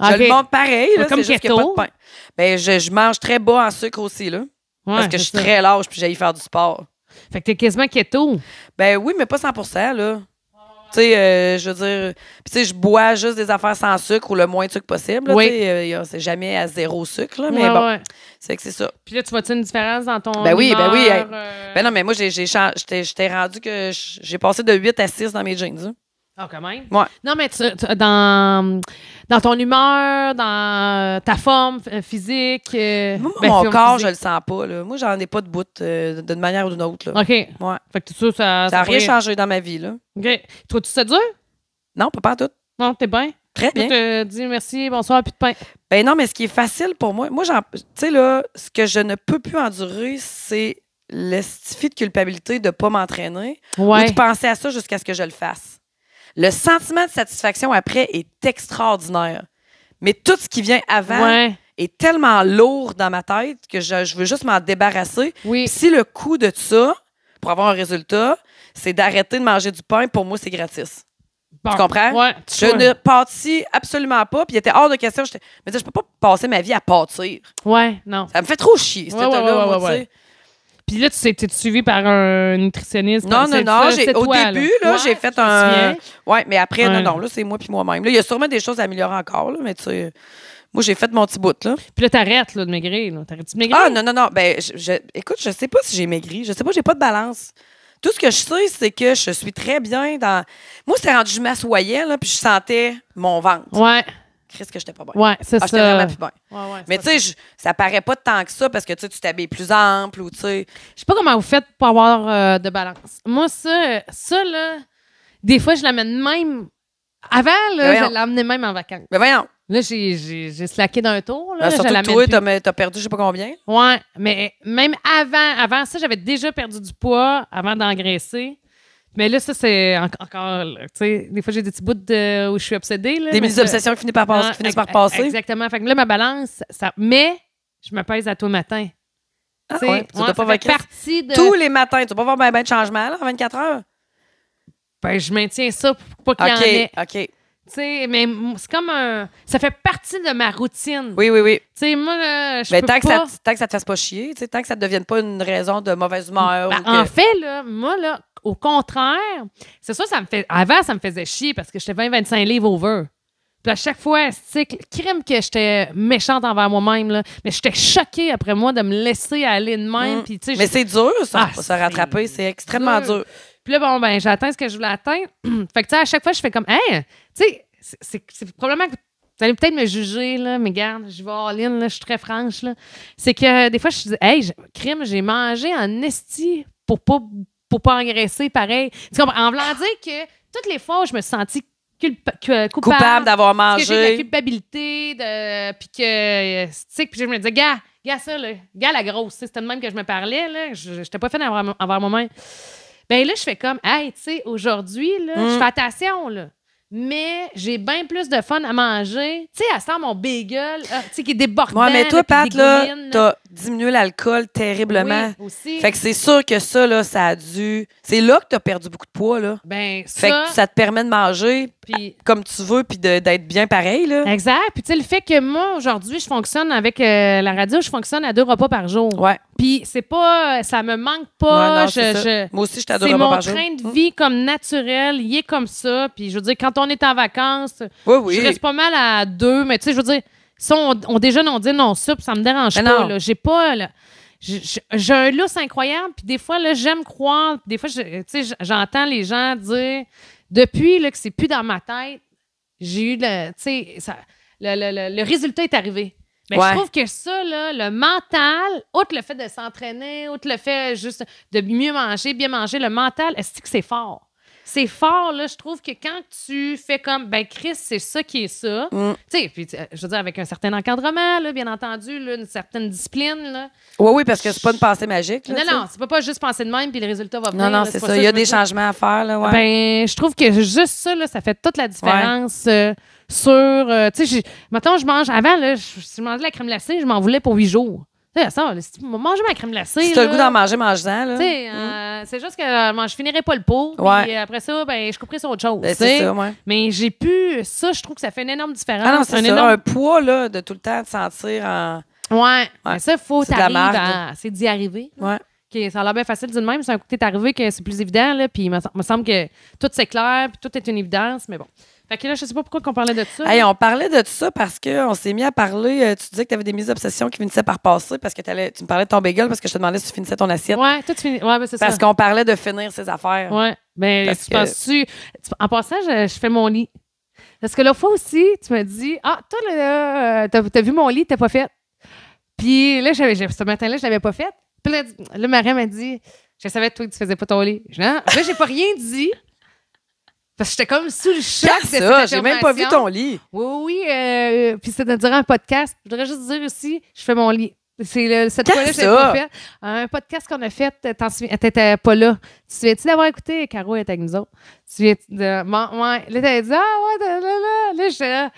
[SPEAKER 1] Ah, OK.
[SPEAKER 2] le montre pareil,
[SPEAKER 1] Mais
[SPEAKER 2] là,
[SPEAKER 1] comme
[SPEAKER 2] c'est juste qu'il n'y a pas
[SPEAKER 1] keto.
[SPEAKER 2] de pain. Ben, je, je mange très bas en sucre aussi, là.
[SPEAKER 1] Ouais,
[SPEAKER 2] parce que je suis
[SPEAKER 1] c'est ça.
[SPEAKER 2] très large, puis j'aille faire du sport.
[SPEAKER 1] Fait que t'es quasiment keto.
[SPEAKER 2] Ben oui, mais pas 100 là. Tu sais, euh, je veux dire, puis tu sais, je bois juste des affaires sans sucre ou le moins de sucre possible. là,
[SPEAKER 1] Oui.
[SPEAKER 2] tu sais, euh, y a- c'est jamais à zéro sucre, là, mais
[SPEAKER 1] Ouais,
[SPEAKER 2] bon,
[SPEAKER 1] ouais.
[SPEAKER 2] c'est que c'est ça.
[SPEAKER 1] Puis là, tu vois-tu une différence dans ton.
[SPEAKER 2] Ben oui, ben oui,
[SPEAKER 1] humeur,
[SPEAKER 2] hey.
[SPEAKER 1] euh,
[SPEAKER 2] Ben non, mais moi, j'ai, j'ai chan- j'étais, j'étais rendu que j- j'ai passé de 8 à 6 dans mes jeans. hein.
[SPEAKER 1] Ah, quand même.
[SPEAKER 2] Ouais.
[SPEAKER 1] Non, mais tu- tu- dans, dans ton humeur, dans euh, ta forme euh, physique. euh,
[SPEAKER 2] Moi,
[SPEAKER 1] ben,
[SPEAKER 2] mon
[SPEAKER 1] forme
[SPEAKER 2] corps, je
[SPEAKER 1] physique.
[SPEAKER 2] le sens pas, là. Moi, j'en ai pas de bout, euh, d'une manière ou d'une autre, là.
[SPEAKER 1] OK.
[SPEAKER 2] Ouais.
[SPEAKER 1] Fait que tout ça, ça.
[SPEAKER 2] Ça n'a rien
[SPEAKER 1] pourrait-
[SPEAKER 2] changé dans ma vie, là.
[SPEAKER 1] OK. Trouves-tu ça dur?
[SPEAKER 2] Non, pas partout.
[SPEAKER 1] Non, t'es bien.
[SPEAKER 2] Très
[SPEAKER 1] Je
[SPEAKER 2] bien.
[SPEAKER 1] te dis merci, bonsoir, plus de pain.
[SPEAKER 2] Ben non, mais ce qui est facile pour moi, moi, j'en- tu sais, là, ce que je ne peux plus endurer, c'est l'estifie de culpabilité de ne pas m'entraîner ou
[SPEAKER 1] Ouais.
[SPEAKER 2] de penser à ça jusqu'à ce que je le fasse. Le sentiment de satisfaction après est extraordinaire. Mais tout ce qui vient avant
[SPEAKER 1] Ouais.
[SPEAKER 2] est tellement lourd dans ma tête que je, je veux juste m'en débarrasser.
[SPEAKER 1] Oui.
[SPEAKER 2] Puis si le coût de ça, pour avoir un résultat, c'est d'arrêter de manger du pain, pour moi, c'est gratis.
[SPEAKER 1] Bon.
[SPEAKER 2] tu comprends?
[SPEAKER 1] Ouais. tu
[SPEAKER 2] Je
[SPEAKER 1] vois.
[SPEAKER 2] ne pâtis absolument pas. Puis il était hors de question. J'étais- Je me disais, je peux pas passer ma vie à pâtir.
[SPEAKER 1] Ouais, non.
[SPEAKER 2] Ça me fait trop chier, cet
[SPEAKER 1] Ouais, ouais,
[SPEAKER 2] état-là,
[SPEAKER 1] ouais, ouais,
[SPEAKER 2] moi, tu
[SPEAKER 1] ouais.
[SPEAKER 2] sais.
[SPEAKER 1] Puis là, tu sais, t'es suivi par un nutritionniste.
[SPEAKER 2] Non, non,
[SPEAKER 1] C'est
[SPEAKER 2] non.
[SPEAKER 1] ça,
[SPEAKER 2] j'ai-
[SPEAKER 1] c'est
[SPEAKER 2] Au
[SPEAKER 1] toi,
[SPEAKER 2] début, là,
[SPEAKER 1] Ouais,
[SPEAKER 2] j'ai fait
[SPEAKER 1] je me
[SPEAKER 2] un.
[SPEAKER 1] souviens.
[SPEAKER 2] Ouais, mais après,
[SPEAKER 1] Ouais.
[SPEAKER 2] non, non, là, c'est moi puis moi-même. Là, Il y a sûrement des choses à améliorer encore, là, mais tu sais. Moi, j'ai fait mon petit bout, là.
[SPEAKER 1] Puis là, t'arrêtes là, de maigrir. là. T'arrêtes-tu de maigrir?
[SPEAKER 2] Ah, non, non, non. Ben, je- je- écoute, je sais pas si j'ai maigri. Je sais pas, j'ai pas de balance. Tout ce que je sais, c'est que je suis très bien dans. Moi, c'était rendu, je m'assoyais, là, puis je sentais mon ventre.
[SPEAKER 1] Ouais,
[SPEAKER 2] Christ, que j'étais pas bien.
[SPEAKER 1] ouais, c'est
[SPEAKER 2] Ah, j'étais
[SPEAKER 1] ça.
[SPEAKER 2] vraiment plus bien.
[SPEAKER 1] Ouais, ouais, c'est
[SPEAKER 2] Mais
[SPEAKER 1] pas
[SPEAKER 2] tu sais, je- ça paraît pas tant que ça parce que tu sais, tu t'habilles plus ample ou tu sais.
[SPEAKER 1] Je sais pas comment vous faites pour avoir euh, de balance. Moi, ça, ça, là, des fois, je l'amène même. Avant,
[SPEAKER 2] Mais
[SPEAKER 1] là,
[SPEAKER 2] voyons.
[SPEAKER 1] je l'amenais même en vacances.
[SPEAKER 2] Mais voyons,
[SPEAKER 1] Là, j'ai- j'ai j'ai slacké d'un tour. Là,
[SPEAKER 2] euh,
[SPEAKER 1] je
[SPEAKER 2] surtout que
[SPEAKER 1] l'amène
[SPEAKER 2] toi,
[SPEAKER 1] plus.
[SPEAKER 2] t'as mais t'as perdu je sais pas combien.
[SPEAKER 1] Ouais, mais même avant, avant ça, j'avais déjà perdu du poids avant d'engraisser. Mais là, ça, c'est en- encore. là, Tu sais, des fois, j'ai des petits bouts de- où je suis obsédée. Là,
[SPEAKER 2] Des
[SPEAKER 1] mais
[SPEAKER 2] mises
[SPEAKER 1] ça-
[SPEAKER 2] obsessions qui finissent par, passer-
[SPEAKER 1] Ouais,
[SPEAKER 2] qui finissent
[SPEAKER 1] ex-
[SPEAKER 2] par passer.
[SPEAKER 1] Exactement. Fait que là, ma balance, ça. Mais je me pèse à tous matin.
[SPEAKER 2] Ah,
[SPEAKER 1] sais,
[SPEAKER 2] ouais, tu
[SPEAKER 1] ouais,
[SPEAKER 2] dois pas
[SPEAKER 1] ça fait
[SPEAKER 2] vaincre.
[SPEAKER 1] partie de.
[SPEAKER 2] Tous les matins, tu vas pas voir ben, ben de changement là, en 24 heures.
[SPEAKER 1] Ben, je maintiens ça pour pas qu'il y en ait.
[SPEAKER 2] OK, OK.
[SPEAKER 1] Tu sais, mais m- c'est comme un. Ça fait partie de ma routine.
[SPEAKER 2] Oui, oui, oui.
[SPEAKER 1] Tu sais, moi, là, je
[SPEAKER 2] Mais
[SPEAKER 1] peux
[SPEAKER 2] tant que, ça,
[SPEAKER 1] pas.
[SPEAKER 2] te- tant que ça te fasse pas chier, tu sais, tant que ça ne devienne pas une raison de mauvaise humeur.
[SPEAKER 1] Ben,
[SPEAKER 2] ou que-
[SPEAKER 1] En fait, là, moi, là, au contraire, c'est ça, ça me fait. Avant, ça me faisait chier parce que j'étais 20-25 livres over. Puis à chaque fois, c'est que- crime que j'étais méchante envers moi-même, là. Mais j'étais choquée après moi de me laisser aller de même.
[SPEAKER 2] Mm.
[SPEAKER 1] Puis, tu sais,
[SPEAKER 2] Mais c'est dur, ça,
[SPEAKER 1] Ah,
[SPEAKER 2] pour se
[SPEAKER 1] c'est
[SPEAKER 2] rattraper. C'est extrêmement
[SPEAKER 1] dur.
[SPEAKER 2] dur.
[SPEAKER 1] Puis là, bon, ben, j'atteins ce que je voulais atteindre. fait que, tu sais, à chaque fois, je fais comme, hey, tu sais, c'est- c'est c'est probablement que vous allez peut-être me juger, là, mais garde, je vais all in, là, je suis très franche, là. C'est que, euh, des fois, je dis, hey, j'ai- crime, j'ai mangé en esti pour pas, pour pas engraisser pareil. Tu comprends? En voulant dire que toutes les fois où je me suis sentie culpa- que- coupable,
[SPEAKER 2] Coupable d'avoir
[SPEAKER 1] parce que j'ai de la
[SPEAKER 2] mangé.
[SPEAKER 1] culpabilité, de, puis que, euh, tu sais, puis je me disais, gars, gars ça, là, gars la grosse, tu sais, c'était de même que je me parlais, là, je n'étais pas faite envers, envers moi-même. Ben là, je fais comme, hey, tu sais, aujourd'hui, là,
[SPEAKER 2] Mm.
[SPEAKER 1] je fais attention, là. Mais j'ai bien plus de fun à manger. Tu sais, à ça, mon bagel, ah, tu sais, qui est débordant.
[SPEAKER 2] Moi, mais toi,
[SPEAKER 1] là, puis
[SPEAKER 2] Pat, là,
[SPEAKER 1] dégouline,
[SPEAKER 2] t'as diminué l'alcool terriblement.
[SPEAKER 1] Oui, aussi.
[SPEAKER 2] Fait que c'est sûr que ça, là, ça a dû. C'est là que t'as perdu beaucoup de poids, là.
[SPEAKER 1] ben,
[SPEAKER 2] Fait
[SPEAKER 1] ça,
[SPEAKER 2] que ça te permet de manger
[SPEAKER 1] puis-
[SPEAKER 2] comme tu veux puis de- d'être bien pareil, là.
[SPEAKER 1] Exact. Puis, tu sais, le fait que moi, aujourd'hui, je fonctionne avec euh, la radio, je fonctionne à deux repas par jour.
[SPEAKER 2] Ouais.
[SPEAKER 1] Puis c'est pas, ça me manque pas.
[SPEAKER 2] Ouais, non,
[SPEAKER 1] je-
[SPEAKER 2] c'est ça.
[SPEAKER 1] je-
[SPEAKER 2] Moi aussi, je
[SPEAKER 1] c'est
[SPEAKER 2] t'adore
[SPEAKER 1] mon
[SPEAKER 2] pas
[SPEAKER 1] train de vie comme naturel, il est comme ça. Puis je veux dire, quand on est en vacances,
[SPEAKER 2] Oui, oui.
[SPEAKER 1] je reste pas mal à deux, mais tu sais, je veux dire, si on, on déjeune, on dîne, on soupe, ça me dérange
[SPEAKER 2] Mais
[SPEAKER 1] pas.
[SPEAKER 2] non.
[SPEAKER 1] là. J'ai pas. là, j'ai- j'ai j'ai un lousse incroyable, puis des fois, là, j'aime croire. Des fois, je- tu sais, j- j'entends les gens dire depuis là, que c'est plus dans ma tête, j'ai eu le. Tu sais, ça- le, le- le- le résultat est arrivé. Mais
[SPEAKER 2] Ouais.
[SPEAKER 1] je trouve que ça, là, le mental, outre le fait de s'entraîner, outre le fait juste de mieux manger, bien manger, le mental, est-ce que c'est fort? C'est fort, là, je trouve que quand tu fais comme, ben Chris, c'est ça qui est ça.
[SPEAKER 2] Mm.
[SPEAKER 1] Tu sais, puis euh, je veux dire, avec un certain encadrement, là, bien entendu, là, une certaine discipline. Là.
[SPEAKER 2] Oui, oui, parce que c'est pas une pensée magique. là,
[SPEAKER 1] non,
[SPEAKER 2] tu sais.
[SPEAKER 1] non, tu peux pas juste penser de même, puis le résultat va venir.
[SPEAKER 2] Non, non,
[SPEAKER 1] là,
[SPEAKER 2] c'est
[SPEAKER 1] pas
[SPEAKER 2] ça. Il y
[SPEAKER 1] que
[SPEAKER 2] a
[SPEAKER 1] je
[SPEAKER 2] des
[SPEAKER 1] veux dire.
[SPEAKER 2] changements à faire, là, ouais.
[SPEAKER 1] Ben, je trouve que juste ça, là, ça fait toute la différence euh, sur. euh, tu sais, j'ai- mettons, je mange. Avant, là, je, si je mangeais de la crème glacée, je m'en voulais pour huit jours. Tu sais, ça, là, si tu m'as mangé ma crème glacée.
[SPEAKER 2] si t'as le
[SPEAKER 1] là,
[SPEAKER 2] goût d'en manger, mange-en, là.
[SPEAKER 1] tu sais, euh, c'est juste que euh, moi, je finirais pas le pot. Puis
[SPEAKER 2] Ouais.
[SPEAKER 1] après ça, ben, je couperais sur autre chose.
[SPEAKER 2] Ben,
[SPEAKER 1] tu
[SPEAKER 2] c'est
[SPEAKER 1] sais.
[SPEAKER 2] ça, ouais.
[SPEAKER 1] Mais j'ai pu. Ça, je trouve que ça fait une énorme différence.
[SPEAKER 2] Ah non, c'est
[SPEAKER 1] un
[SPEAKER 2] ça.
[SPEAKER 1] énorme-
[SPEAKER 2] Un poids, là, de tout le temps de sentir en.
[SPEAKER 1] Ouais. Mais ça, faut
[SPEAKER 2] C'est de la
[SPEAKER 1] t'arriver
[SPEAKER 2] marde.
[SPEAKER 1] à. C'est d'y arriver. là.
[SPEAKER 2] Ouais.
[SPEAKER 1] Que ça a l'air bien facile d'une même. C'est un coup que t'es arrivé que c'est plus évident. Là, puis il me sem- me semble que tout c'est clair, puis tout est une évidence. Mais bon. Fait que là, je sais pas pourquoi qu'on parlait de ça.
[SPEAKER 2] Hey, on parlait de tout ça parce qu'on s'est mis à parler. euh, tu disais que tu avais des mises obsessions qui finissaient par passer parce que t'allais- tu me parlais de ton bagel parce que je te demandais si tu finissais ton assiette.
[SPEAKER 1] Ouais, tout fini. Ouais, ben, c'est ça.
[SPEAKER 2] parce qu'on parlait de finir ses affaires.
[SPEAKER 1] Ouais. Ben,
[SPEAKER 2] Parce
[SPEAKER 1] tu
[SPEAKER 2] que-
[SPEAKER 1] penses-tu. tu- En passant, je, je fais mon lit. Parce que l'autre fois aussi, tu m'as dit Ah, toi, là, euh, t'as t'as vu mon lit, t'as pas fait. Puis là, j'avais, j'ai- ce matin-là, je l'avais pas fait. Puis là, le marin m'a dit Je savais, toi, que tu faisais pas ton lit. Je dis, Ah. Là, j'ai pas rien dit. Parce que j'étais comme sous le choc.
[SPEAKER 2] Regarde
[SPEAKER 1] de
[SPEAKER 2] ça,
[SPEAKER 1] cette
[SPEAKER 2] j'ai même pas vu
[SPEAKER 1] affirmation.
[SPEAKER 2] ton lit.
[SPEAKER 1] Oui, oui, oui. euh, puis c'était durant un podcast. Je voudrais juste dire aussi, je fais mon lit. C'est le- cette
[SPEAKER 2] Qu'est-ce
[SPEAKER 1] fois-là, je l'ai
[SPEAKER 2] ça?
[SPEAKER 1] pas fait. Un podcast qu'on a fait, euh, t'en souviens, t'étais pas là. Tu te souviens-tu d'avoir écouté? Caro était avec nous autres. Tu te souviens de. Mon, ouais. Là, t'avais dit, ah ouais, là, là, là. Là, j'étais là.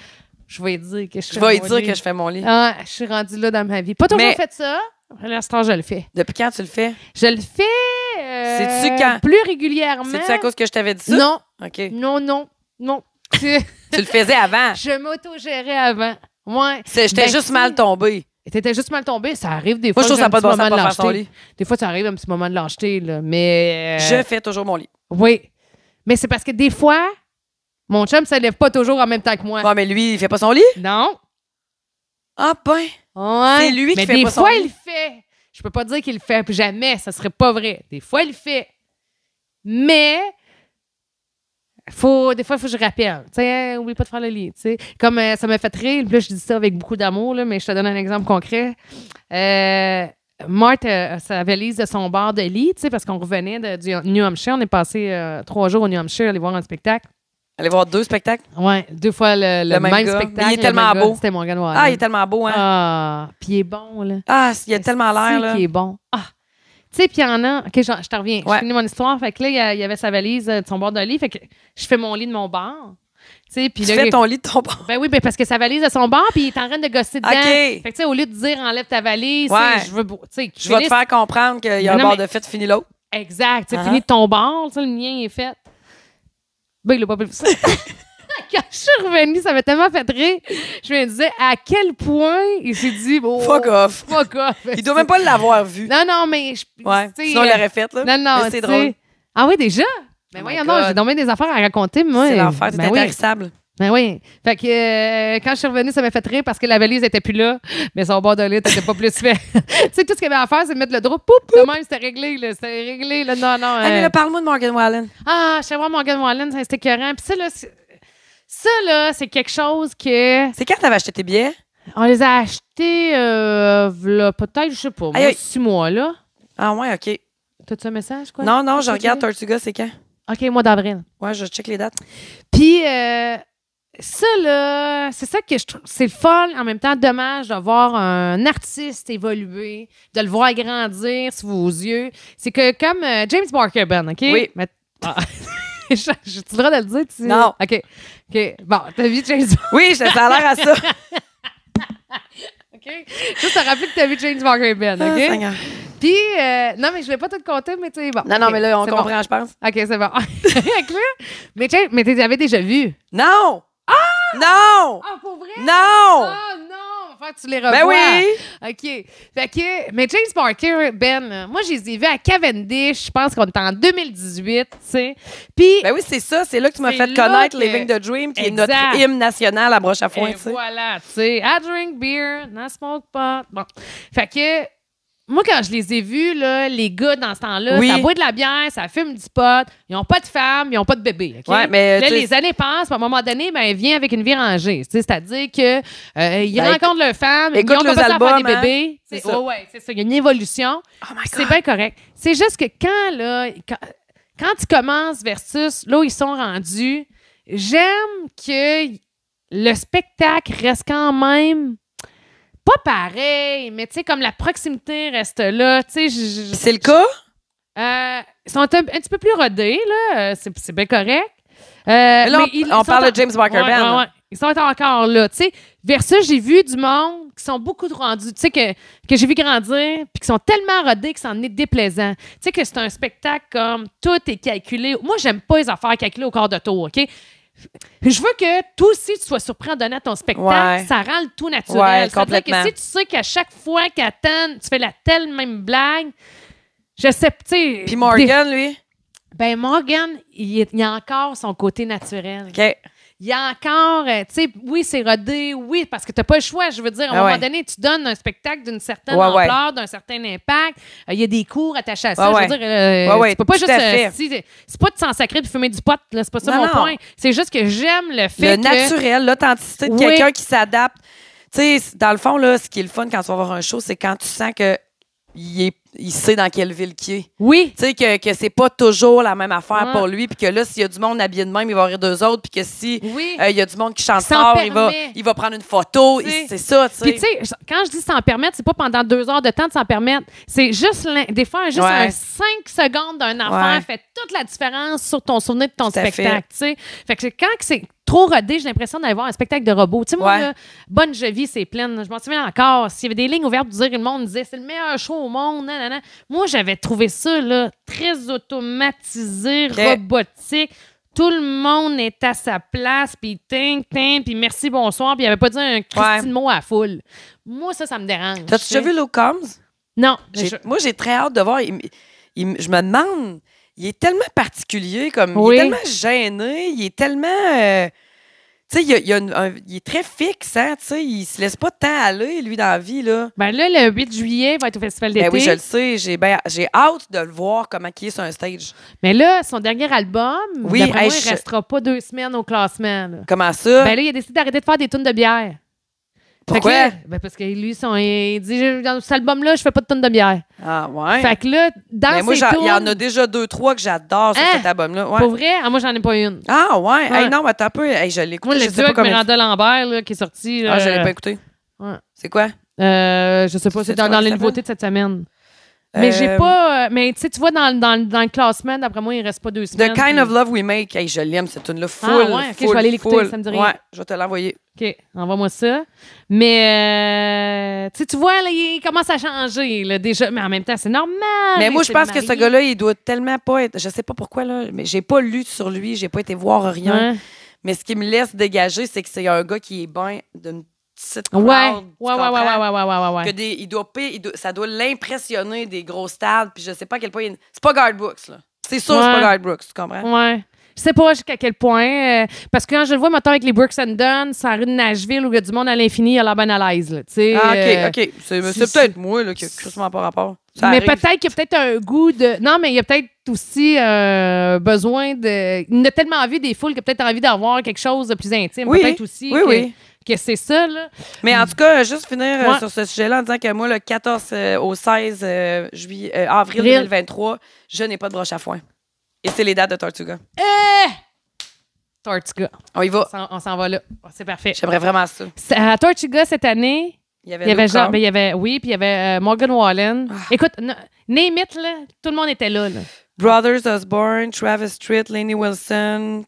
[SPEAKER 1] Je vais dire que je
[SPEAKER 2] Je vais lui dire que je fais mon lit.
[SPEAKER 1] Ah, je suis rendue là dans ma vie. Pas toujours
[SPEAKER 2] Mais-
[SPEAKER 1] fait ça. À l'instant, je le fais.
[SPEAKER 2] Depuis quand tu le fais?
[SPEAKER 1] Je le fais. euh,
[SPEAKER 2] C'est-tu quand-
[SPEAKER 1] Plus régulièrement.
[SPEAKER 2] C'est-tu à cause que je t'avais dit ça?
[SPEAKER 1] Non,
[SPEAKER 2] OK.
[SPEAKER 1] non, non, non. Tu-
[SPEAKER 2] tu le faisais avant.
[SPEAKER 1] je m'auto-gérais avant. Ouais.
[SPEAKER 2] C'est- J'étais
[SPEAKER 1] Ben,
[SPEAKER 2] juste
[SPEAKER 1] si.
[SPEAKER 2] mal tombée.
[SPEAKER 1] Et T'étais juste mal tombé. Ça arrive des
[SPEAKER 2] Moi,
[SPEAKER 1] fois.
[SPEAKER 2] je trouve
[SPEAKER 1] j'ai
[SPEAKER 2] ça
[SPEAKER 1] un
[SPEAKER 2] pas de
[SPEAKER 1] petit
[SPEAKER 2] bon sens de
[SPEAKER 1] moment
[SPEAKER 2] pas faire son
[SPEAKER 1] lâcheté.
[SPEAKER 2] lit.
[SPEAKER 1] Des fois, ça arrive un petit moment de lâcheté, là. Mais. euh,
[SPEAKER 2] Je fais toujours mon lit.
[SPEAKER 1] Oui. Mais c'est parce que des fois, mon chum ne se lève pas toujours en même temps que moi.
[SPEAKER 2] Bon, mais lui, il fait pas son lit?
[SPEAKER 1] Non.
[SPEAKER 2] Ah, ben.
[SPEAKER 1] Ouais.
[SPEAKER 2] C'est lui qui
[SPEAKER 1] Mais
[SPEAKER 2] fait
[SPEAKER 1] des
[SPEAKER 2] pas son
[SPEAKER 1] fois,
[SPEAKER 2] lit.
[SPEAKER 1] il le fait. Je peux pas dire qu'il le fait jamais, ça serait pas vrai. Des fois, il le fait. Mais faut, des fois, il faut que je rappelle. Tu sais, hein, oublie pas de faire le lit. tu sais. Comme euh, ça m'a fait rire, puis là, je dis ça avec beaucoup d'amour, là, mais je te donne un exemple concret. Euh, Marthe euh, sa valise de son bar de lit, tu sais, parce qu'on revenait de, du New Hampshire. On est passé euh, trois jours au New Hampshire aller voir un spectacle.
[SPEAKER 2] Allez voir deux spectacles.
[SPEAKER 1] Ouais, deux fois le, le
[SPEAKER 2] Le même
[SPEAKER 1] même,
[SPEAKER 2] gars.
[SPEAKER 1] spectacle.
[SPEAKER 2] Il est
[SPEAKER 1] le
[SPEAKER 2] tellement
[SPEAKER 1] même gars.
[SPEAKER 2] beau.
[SPEAKER 1] C'était mon gars de
[SPEAKER 2] Ah, il est
[SPEAKER 1] Wallen.
[SPEAKER 2] tellement beau, hein?
[SPEAKER 1] Ah, puis il est bon, là.
[SPEAKER 2] Ah, il a tellement l'air,
[SPEAKER 1] C'est
[SPEAKER 2] là.
[SPEAKER 1] qui est bon. Ah! Tu sais, puis il y en a. OK, je, je t'en reviens.
[SPEAKER 2] Ouais.
[SPEAKER 1] Je finis mon histoire. Fait que là, il y a- il y avait sa valise euh, de son bord de lit. Fait que je fais mon lit de mon bar. Tu sais, puis
[SPEAKER 2] Tu
[SPEAKER 1] là.
[SPEAKER 2] fais
[SPEAKER 1] il-
[SPEAKER 2] ton lit de ton bord.
[SPEAKER 1] Ben oui, ben parce que sa valise de son bar, puis il est en train de gosser dedans.
[SPEAKER 2] OK.
[SPEAKER 1] Fait que tu sais, au lieu de dire enlève ta valise, tu sais,
[SPEAKER 2] Ouais.
[SPEAKER 1] je veux. beau- Tu sais,
[SPEAKER 2] Je vais te
[SPEAKER 1] Félix,
[SPEAKER 2] faire comprendre qu'il y a
[SPEAKER 1] Mais
[SPEAKER 2] un
[SPEAKER 1] non,
[SPEAKER 2] bord
[SPEAKER 1] mais-
[SPEAKER 2] de fait, fini l'autre.
[SPEAKER 1] Exact. Tu sais,
[SPEAKER 2] Ah.
[SPEAKER 1] fini de ton bord, tu sais, le mien est fait. Ben, il l'a pas pu. Quand je suis revenue, ça m'a tellement fait rire. Je me disais à quel point il s'est dit. Oh,
[SPEAKER 2] Fuck off.
[SPEAKER 1] Fuck off.
[SPEAKER 2] Il doit même pas l'avoir vu.
[SPEAKER 1] Non, non, mais. Je,
[SPEAKER 2] Ouais.
[SPEAKER 1] tu sais,
[SPEAKER 2] Sinon, il
[SPEAKER 1] euh,
[SPEAKER 2] l'aurait fait, là.
[SPEAKER 1] Non, non,
[SPEAKER 2] Mais c'est
[SPEAKER 1] tu
[SPEAKER 2] drôle.
[SPEAKER 1] sais. Ah oui, déjà? Mais
[SPEAKER 2] Oh
[SPEAKER 1] voyons
[SPEAKER 2] my
[SPEAKER 1] donc,
[SPEAKER 2] God.
[SPEAKER 1] j'ai tombé des affaires à raconter, moi.
[SPEAKER 2] C'est l'enfer, t'es
[SPEAKER 1] Ben oui.
[SPEAKER 2] intarissable.
[SPEAKER 1] Ben oui. Fait que euh, quand je suis revenue, ça m'a fait rire parce que la valise était plus là, mais son bord de lit était pas plus fait. tu sais, tout ce qu'il y avait à faire, c'est de mettre le drap, poup, de même, c'était réglé, là. C'était réglé, là. Non, non.
[SPEAKER 2] Ah, mais
[SPEAKER 1] euh,
[SPEAKER 2] là, parle-moi de Morgan Wallen.
[SPEAKER 1] Ah, je sais voir mon gars de Wallen, ça, c'était écœurant. Puis ça, là, c'est- ça, là, c'est quelque chose que.
[SPEAKER 2] C'est quand t'avais acheté tes billets?
[SPEAKER 1] On les a achetés, euh, v'là peut-être, je sais pas, moi,
[SPEAKER 2] Aïe, aïe.
[SPEAKER 1] six mois, là.
[SPEAKER 2] Ah, ouais, OK.
[SPEAKER 1] T'as-tu un message, quoi?
[SPEAKER 2] Non, non,
[SPEAKER 1] Qu'est-ce
[SPEAKER 2] je
[SPEAKER 1] que
[SPEAKER 2] regarde
[SPEAKER 1] tu
[SPEAKER 2] Tortuga, c'est quand?
[SPEAKER 1] OK, mois d'avril.
[SPEAKER 2] Ouais, je check les dates.
[SPEAKER 1] Puis, euh, ça, là, c'est ça que je trouve. C'est le fun, en même temps, dommage de voir un artiste évoluer, de le voir grandir sous vos yeux. C'est que, comme euh, James Barker Ben, OK?
[SPEAKER 2] Oui.
[SPEAKER 1] Mais- Ah. J'ai- J'ai-tu le droit de le dire? tu-
[SPEAKER 2] Non.
[SPEAKER 1] OK. OK. Bon, t'as vu James Barker?
[SPEAKER 2] Oui, ça a l'air à ça.
[SPEAKER 1] OK? Juste te rappeler que t'as vu James Barker Ben,
[SPEAKER 2] Ah,
[SPEAKER 1] OK?
[SPEAKER 2] Seigneur.
[SPEAKER 1] Puis, euh, non, mais je vais pas tout te compter, mais tu sais, bon.
[SPEAKER 2] non, non,
[SPEAKER 1] OK,
[SPEAKER 2] mais là, on
[SPEAKER 1] c'est bon.
[SPEAKER 2] comprend, je pense.
[SPEAKER 1] OK, c'est bon. Fait que là, mais James, mais tu les avais déjà vus.
[SPEAKER 2] Non! Non!
[SPEAKER 1] Ah, pour vrai?
[SPEAKER 2] Non!
[SPEAKER 1] Ah non! Faut que tu les revois.
[SPEAKER 2] Ben oui!
[SPEAKER 1] OK. Fait que, mais James Parker, Ben, là, moi, je les ai vus à Cavendish, je pense qu'on est en 2018, tu sais. Puis,
[SPEAKER 2] Ben oui, c'est ça. C'est là que tu m'as
[SPEAKER 1] C'est
[SPEAKER 2] fait
[SPEAKER 1] là
[SPEAKER 2] connaître
[SPEAKER 1] que-
[SPEAKER 2] Living the Dream, qui
[SPEAKER 1] Exact. Eh,
[SPEAKER 2] est notre hymne national à broche à
[SPEAKER 1] et
[SPEAKER 2] foin, tu sais.
[SPEAKER 1] voilà, tu sais. I drink beer, not smoke pot. Bon. Fait que, moi, quand je les ai vus, là, les gars, dans ce temps-là,
[SPEAKER 2] Oui.
[SPEAKER 1] ça boit de la bière, ça fume du pot, ils n'ont pas de femme, ils n'ont pas de bébé. OK?
[SPEAKER 2] Ouais, mais,
[SPEAKER 1] là,
[SPEAKER 2] tu sais,
[SPEAKER 1] les années passent, puis à un moment donné, ben, ils viennent avec une vie rangée. tu sais. C'est-à-dire qu'ils
[SPEAKER 2] Ben,
[SPEAKER 1] rencontrent leur femme, ils
[SPEAKER 2] écoute
[SPEAKER 1] ont
[SPEAKER 2] leurs
[SPEAKER 1] commencé à faire des
[SPEAKER 2] albums, hein.
[SPEAKER 1] bébés.
[SPEAKER 2] C'est
[SPEAKER 1] C'est
[SPEAKER 2] ça.
[SPEAKER 1] ouais, c'est ça. Il y a une évolution.
[SPEAKER 2] Oh my
[SPEAKER 1] Puis C'est bien correct. C'est juste que quand, là, quand, quand ils commencent versus là où ils sont rendus, j'aime que le spectacle reste quand même pas pareil, mais tu sais, comme la proximité reste là. Tu sais, je- je-
[SPEAKER 2] Puis C'est le cas?
[SPEAKER 1] euh, ils sont un, un petit peu plus rodés, là. euh, C'est, c'est bien correct. Euh,
[SPEAKER 2] Mais là,
[SPEAKER 1] mais
[SPEAKER 2] on-
[SPEAKER 1] ils-
[SPEAKER 2] on
[SPEAKER 1] ils sont
[SPEAKER 2] parle
[SPEAKER 1] en-
[SPEAKER 2] de James
[SPEAKER 1] Ouais,
[SPEAKER 2] Barker Band.
[SPEAKER 1] ouais, ouais. Ils sont encore là, tu sais. Versus, j'ai vu du monde qui sont beaucoup trop rendus, tu sais, que, que j'ai vu grandir, puis qui sont tellement rodés que ça en est déplaisant. Tu sais, que c'est un spectacle comme tout est calculé. Moi, j'aime pas les affaires calculées au corps de tour, OK? Je veux que toi aussi, tu sois surpris en donnant ton spectacle.
[SPEAKER 2] Ouais.
[SPEAKER 1] Ça rend le tout naturel.
[SPEAKER 2] Ouais,
[SPEAKER 1] Ça veut dire
[SPEAKER 2] complètement.
[SPEAKER 1] que si tu sais qu'à chaque fois qu'à Tannes, tu fais la telle même blague, je sais, tu sais.
[SPEAKER 2] Puis Morgan, lui?
[SPEAKER 1] Ben, Morgan, il, est- il a encore son côté naturel.
[SPEAKER 2] OK.
[SPEAKER 1] Il y a encore, euh, tu sais, oui, c'est rodé, oui, parce que t'as pas le choix. Je veux dire, à un
[SPEAKER 2] Ah
[SPEAKER 1] moment
[SPEAKER 2] ouais.
[SPEAKER 1] donné, tu donnes un spectacle d'une certaine
[SPEAKER 2] Ouais, ouais.
[SPEAKER 1] ampleur, d'un certain impact. Euh, Il y a des cours attachés à ça.
[SPEAKER 2] Ouais,
[SPEAKER 1] Je veux
[SPEAKER 2] ouais.
[SPEAKER 1] dire, euh,
[SPEAKER 2] Ouais, ouais,
[SPEAKER 1] tu peux pas
[SPEAKER 2] tout
[SPEAKER 1] juste.
[SPEAKER 2] à
[SPEAKER 1] euh,
[SPEAKER 2] fait.
[SPEAKER 1] si- c'est pas de s'en sacrer de fumer du pot, là, c'est pas ça
[SPEAKER 2] Non,
[SPEAKER 1] mon
[SPEAKER 2] non.
[SPEAKER 1] point. C'est juste que j'aime le fait
[SPEAKER 2] Le
[SPEAKER 1] que.
[SPEAKER 2] naturel, l'authenticité de
[SPEAKER 1] Oui.
[SPEAKER 2] quelqu'un qui s'adapte. Tu sais, c- dans le fond, là, ce qui est le fun quand tu vas voir un show, c'est quand tu sens que il, est- il sait dans quelle ville qu'il est.
[SPEAKER 1] Oui.
[SPEAKER 2] Tu sais, que, que c'est pas toujours la même affaire
[SPEAKER 1] Ouais.
[SPEAKER 2] pour lui, puis que là, s'il y a du monde habillé de même, il va rire deux autres, puis que si euh,
[SPEAKER 1] Oui.
[SPEAKER 2] il y a du monde qui chante
[SPEAKER 1] S'en
[SPEAKER 2] fort, il va,
[SPEAKER 1] permet.
[SPEAKER 2] il va prendre une photo.
[SPEAKER 1] Tu sais.
[SPEAKER 2] il- C'est ça, tu sais.
[SPEAKER 1] Puis, tu sais, quand je dis s'en permettre, c'est pas pendant deux heures de temps de s'en permettre. C'est juste, l'in- des fois, juste
[SPEAKER 2] Ouais.
[SPEAKER 1] un cinq secondes d'un affaire
[SPEAKER 2] Ouais.
[SPEAKER 1] fait toute la différence sur ton souvenir de ton
[SPEAKER 2] Tout à fait.
[SPEAKER 1] spectacle. tu sais. Fait que c'est- quand que c'est trop rodé, j'ai l'impression d'aller voir un spectacle de robots. Tu sais, moi,
[SPEAKER 2] Ouais.
[SPEAKER 1] là, Bonne Jevie, c'est pleine. Je m'en souviens encore. S'il y avait des lignes ouvertes pour dire que le monde disait c'est le meilleur show au monde, nanana. Moi, j'avais trouvé ça là, très automatisé, robotique. Tout le monde est à sa place, puis ting, ting, puis merci, bonsoir, puis il avait pas dit un Christine de mot à la foule. Moi, ça, ça me dérange.
[SPEAKER 2] T'as-tu déjà vu Lou Combs?
[SPEAKER 1] Non. mais
[SPEAKER 2] J'ai-
[SPEAKER 1] je-
[SPEAKER 2] Moi, j'ai très hâte de voir. Il m- il m- je me demande, il est tellement particulier, comme
[SPEAKER 1] Oui.
[SPEAKER 2] il est tellement gêné, il est tellement. euh, Tu sais, il, y a- il y a une- un- il est très fixe, hein, tu sais. Il se laisse pas tant aller, lui, dans la vie, là.
[SPEAKER 1] Ben là, le 8 juillet, il va être au Festival d'été.
[SPEAKER 2] Ben oui, je le sais. J'ai ben- j'ai hâte de le voir comment il est sur un stage.
[SPEAKER 1] Mais là, son dernier album,
[SPEAKER 2] Oui,
[SPEAKER 1] d'après
[SPEAKER 2] hey,
[SPEAKER 1] moi, il
[SPEAKER 2] je-
[SPEAKER 1] restera pas deux semaines au classement. là.
[SPEAKER 2] Comment ça?
[SPEAKER 1] Ben là, il a décidé d'arrêter de faire des tonnes de bière. Fait que
[SPEAKER 2] Pourquoi?
[SPEAKER 1] là, ben parce que lui, son, il dit Je- dans cet album-là, je fais pas de tonnes de bière.
[SPEAKER 2] Ah, ouais.
[SPEAKER 1] Fait que là, dans
[SPEAKER 2] Mais moi,
[SPEAKER 1] ses
[SPEAKER 2] j'en- il y en
[SPEAKER 1] tunes-
[SPEAKER 2] a déjà deux, trois que j'adore sur
[SPEAKER 1] Hein?
[SPEAKER 2] cet album-là. Ouais.
[SPEAKER 1] Pour vrai, ah, moi, j'en ai pas une.
[SPEAKER 2] Ah, ouais.
[SPEAKER 1] Ouais.
[SPEAKER 2] Hey, non, mais attends un peu. Hey, je l'écoute.
[SPEAKER 1] Moi,
[SPEAKER 2] Je
[SPEAKER 1] le
[SPEAKER 2] sais
[SPEAKER 1] duo
[SPEAKER 2] pas
[SPEAKER 1] avec
[SPEAKER 2] comment.
[SPEAKER 1] Miranda Lambert là, qui est sorti.
[SPEAKER 2] Ah, je
[SPEAKER 1] euh,
[SPEAKER 2] l'ai pas écouté.
[SPEAKER 1] ouais.
[SPEAKER 2] C'est quoi?
[SPEAKER 1] euh, je sais pas,
[SPEAKER 2] Tu sais
[SPEAKER 1] c'est dans,
[SPEAKER 2] comment
[SPEAKER 1] dans
[SPEAKER 2] il
[SPEAKER 1] les
[SPEAKER 2] s'appelle?
[SPEAKER 1] nouveautés de cette semaine. Mais j'ai
[SPEAKER 2] Euh,
[SPEAKER 1] pas. euh, mais tu sais, tu vois, dans, dans- dans le classement, d'après moi, il reste pas deux semaines.
[SPEAKER 2] The Kind
[SPEAKER 1] puis-
[SPEAKER 2] of Love We Make. Hey, je l'aime, cette tune-là. Full.
[SPEAKER 1] Ah ouais, ok, je vais
[SPEAKER 2] full,
[SPEAKER 1] aller l'écouter,
[SPEAKER 2] full.
[SPEAKER 1] ça me dit rien.
[SPEAKER 2] Ouais, je vais te l'envoyer.
[SPEAKER 1] OK, envoie-moi ça. Mais, euh, tu sais, tu vois, là, il commence à changer, là, déjà. Mais en même temps, Ah, c'est normal.
[SPEAKER 2] Mais
[SPEAKER 1] il
[SPEAKER 2] moi, je
[SPEAKER 1] s'est
[SPEAKER 2] pense que ce
[SPEAKER 1] marié.
[SPEAKER 2] gars-là, il doit tellement pas être. Je sais pas pourquoi, là, mais j'ai pas lu sur lui, j'ai pas été voir rien.
[SPEAKER 1] Ouais.
[SPEAKER 2] Mais ce qui me laisse dégager, c'est que c'est un gars qui est bien d'une petite crowd,
[SPEAKER 1] Ouais. Ouais,
[SPEAKER 2] tu
[SPEAKER 1] ouais, ouais,
[SPEAKER 2] comprends?
[SPEAKER 1] ouais, ouais, ouais, ouais, ouais,
[SPEAKER 2] Que des, il doit, payer- il doit- ça doit l'impressionner des gros stades, puis je sais pas à quel point. il- C'est pas Guard Brooks, là. C'est sûr, c'est
[SPEAKER 1] Ouais.
[SPEAKER 2] pas Guard Brooks, tu comprends?
[SPEAKER 1] Ouais. Je sais pas jusqu'à quel point. euh, parce que quand je le vois, maintenant avec les Brooks and Dunn, sur la rue de Nashville, où il y a du monde à l'infini, il y a la bonne à l'aise, là, tu sais.
[SPEAKER 2] Ah,
[SPEAKER 1] euh,
[SPEAKER 2] ok, ok. C'est
[SPEAKER 1] si-
[SPEAKER 2] c'est
[SPEAKER 1] si-
[SPEAKER 2] peut-être moi, là, qui a crissement pas rapport. Ça
[SPEAKER 1] mais
[SPEAKER 2] arrive.
[SPEAKER 1] peut-être qu'il y a peut-être un goût de. Non, mais il y a peut-être aussi euh, besoin de. Il en a tellement envie des foules qu'il a peut-être envie d'avoir quelque chose de plus intime.
[SPEAKER 2] Oui.
[SPEAKER 1] Peut-être aussi
[SPEAKER 2] Oui,
[SPEAKER 1] que,
[SPEAKER 2] oui.
[SPEAKER 1] que c'est ça, là.
[SPEAKER 2] Mais en tout cas, juste finir euh,
[SPEAKER 1] Ouais.
[SPEAKER 2] sur ce sujet-là en disant que moi, le 14 euh, au 16 euh, juillet, euh, avril
[SPEAKER 1] Avril.
[SPEAKER 2] 2023, je n'ai pas de broche à foin. Et c'est les dates de Tortuga.
[SPEAKER 1] Eh! Tortuga.
[SPEAKER 2] On y
[SPEAKER 1] On
[SPEAKER 2] va.
[SPEAKER 1] s'en- On s'en va là. Oh, C'est parfait.
[SPEAKER 2] J'aimerais vraiment ça.
[SPEAKER 1] C'est- À Tortuga, cette année, il y avait
[SPEAKER 2] Lou
[SPEAKER 1] genre,
[SPEAKER 2] Cobb.
[SPEAKER 1] ben, il y avait, oui, puis il y avait euh, Morgan
[SPEAKER 2] Ah.
[SPEAKER 1] Wallen. Écoute, n- name it, là, tout le monde était là. là.
[SPEAKER 2] Brothers Osborne, Travis Tritt, Laney Wilson.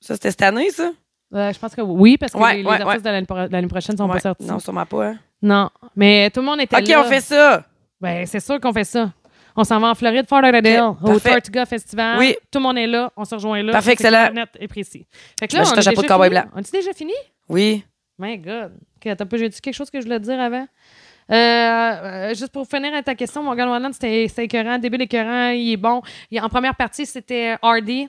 [SPEAKER 2] Ça, c'était cette année, ça?
[SPEAKER 1] Euh, je pense que oui, parce que
[SPEAKER 2] Ouais,
[SPEAKER 1] les, les
[SPEAKER 2] ouais,
[SPEAKER 1] artistes de l'année pro- de l'année prochaine sont
[SPEAKER 2] Ouais.
[SPEAKER 1] pas sortis.
[SPEAKER 2] Non,
[SPEAKER 1] Non.
[SPEAKER 2] sûrement pas. hein.
[SPEAKER 1] mais tout le monde était
[SPEAKER 2] OK,
[SPEAKER 1] là.
[SPEAKER 2] on fait ça.
[SPEAKER 1] Ben, c'est sûr qu'on fait ça. On s'en va en Floride, Fort Lauderdale,
[SPEAKER 2] Ok,
[SPEAKER 1] au
[SPEAKER 2] Eh, parfait.
[SPEAKER 1] Tortuga Festival.
[SPEAKER 2] Oui.
[SPEAKER 1] Tout le monde est là, on se rejoint là.
[SPEAKER 2] Parfait, Ben,
[SPEAKER 1] C'est
[SPEAKER 2] excellent.
[SPEAKER 1] clair, net et précis. Fait que là,
[SPEAKER 2] Imagine
[SPEAKER 1] on
[SPEAKER 2] ton
[SPEAKER 1] a
[SPEAKER 2] chapeau de
[SPEAKER 1] déjà
[SPEAKER 2] cowboy
[SPEAKER 1] fini.
[SPEAKER 2] blanc.
[SPEAKER 1] On est déjà fini?
[SPEAKER 2] Oui.
[SPEAKER 1] My God. OK, attends un peu, j'ai-tu quelque chose que je voulais dire avant? Euh, euh, juste pour finir à ta question, Morgan Wallen, c'était c'était écœurant. Début l'écœurant, il est bon. Il- en première partie, c'était euh, Hardy.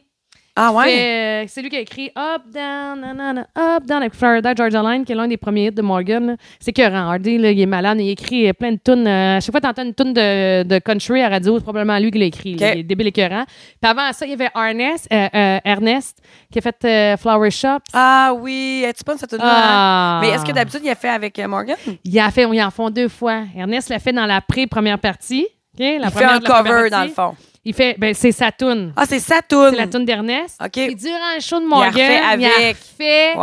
[SPEAKER 2] Ah ouais?
[SPEAKER 1] Fait, euh, C'est lui qui a écrit Up, Down, nanana, Up, Down avec Florida Georgia Line, qui est l'un des premiers hits de Morgan. là. C'est écœurant. Hardy, là, il est malade. Il écrit euh, plein de tunes. euh, à chaque fois que tu entends une tune de, de country à radio, c'est probablement lui qui l'a écrit. là.
[SPEAKER 2] OK.
[SPEAKER 1] Il est débile écœurant. Puis avant ça, il y avait Ernest, euh, euh, Ernest qui a fait euh, Flower Shop.
[SPEAKER 2] Ah oui. Es-tu bonne, cette tune-là? hein?
[SPEAKER 1] Ah.
[SPEAKER 2] Mais est-ce que d'habitude, il a fait avec euh, Morgan?
[SPEAKER 1] Il a fait, ils en font deux fois. Ernest l'a fait dans la pré-première partie. OK? La
[SPEAKER 2] il fait
[SPEAKER 1] première
[SPEAKER 2] un
[SPEAKER 1] de la première
[SPEAKER 2] cover,
[SPEAKER 1] partie.
[SPEAKER 2] dans le fond.
[SPEAKER 1] Il fait, ben, c'est sa tune.
[SPEAKER 2] Ah, c'est sa tune.
[SPEAKER 1] C'est la tune d'Ernest.
[SPEAKER 2] OK.
[SPEAKER 1] Puis durant le show de
[SPEAKER 2] a
[SPEAKER 1] Morgan, il a
[SPEAKER 2] refait avec.
[SPEAKER 1] refait.
[SPEAKER 2] Wow.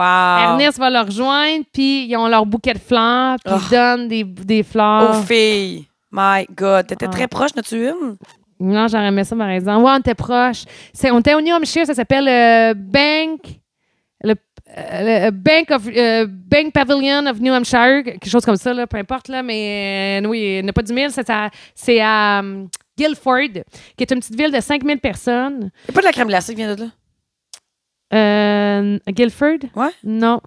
[SPEAKER 1] Ernest va le rejoindre, puis ils ont leur bouquet de fleurs, puis
[SPEAKER 2] Oh.
[SPEAKER 1] ils donnent des, des
[SPEAKER 2] Oh,
[SPEAKER 1] fleurs.
[SPEAKER 2] fille! My God, t'étais
[SPEAKER 1] Ah.
[SPEAKER 2] très proche, n'as-tu une?
[SPEAKER 1] non, j'aurais aimé ça, par exemple. Ouais, on était proches. C'est- on était au New Hampshire, ça s'appelle euh, Bank... Le, euh, le Bank of euh, Bank Pavilion of New Hampshire, quelque chose comme ça, là, peu importe, là, mais euh, oui, il n'y en a pas du mille, c'est à, c'est à, hum, Guilford, qui est une petite ville de 5000 personnes.
[SPEAKER 2] Y'a pas de la crème glacée qui vient de là?
[SPEAKER 1] Euh, Guilford?
[SPEAKER 2] Ouais.
[SPEAKER 1] Non.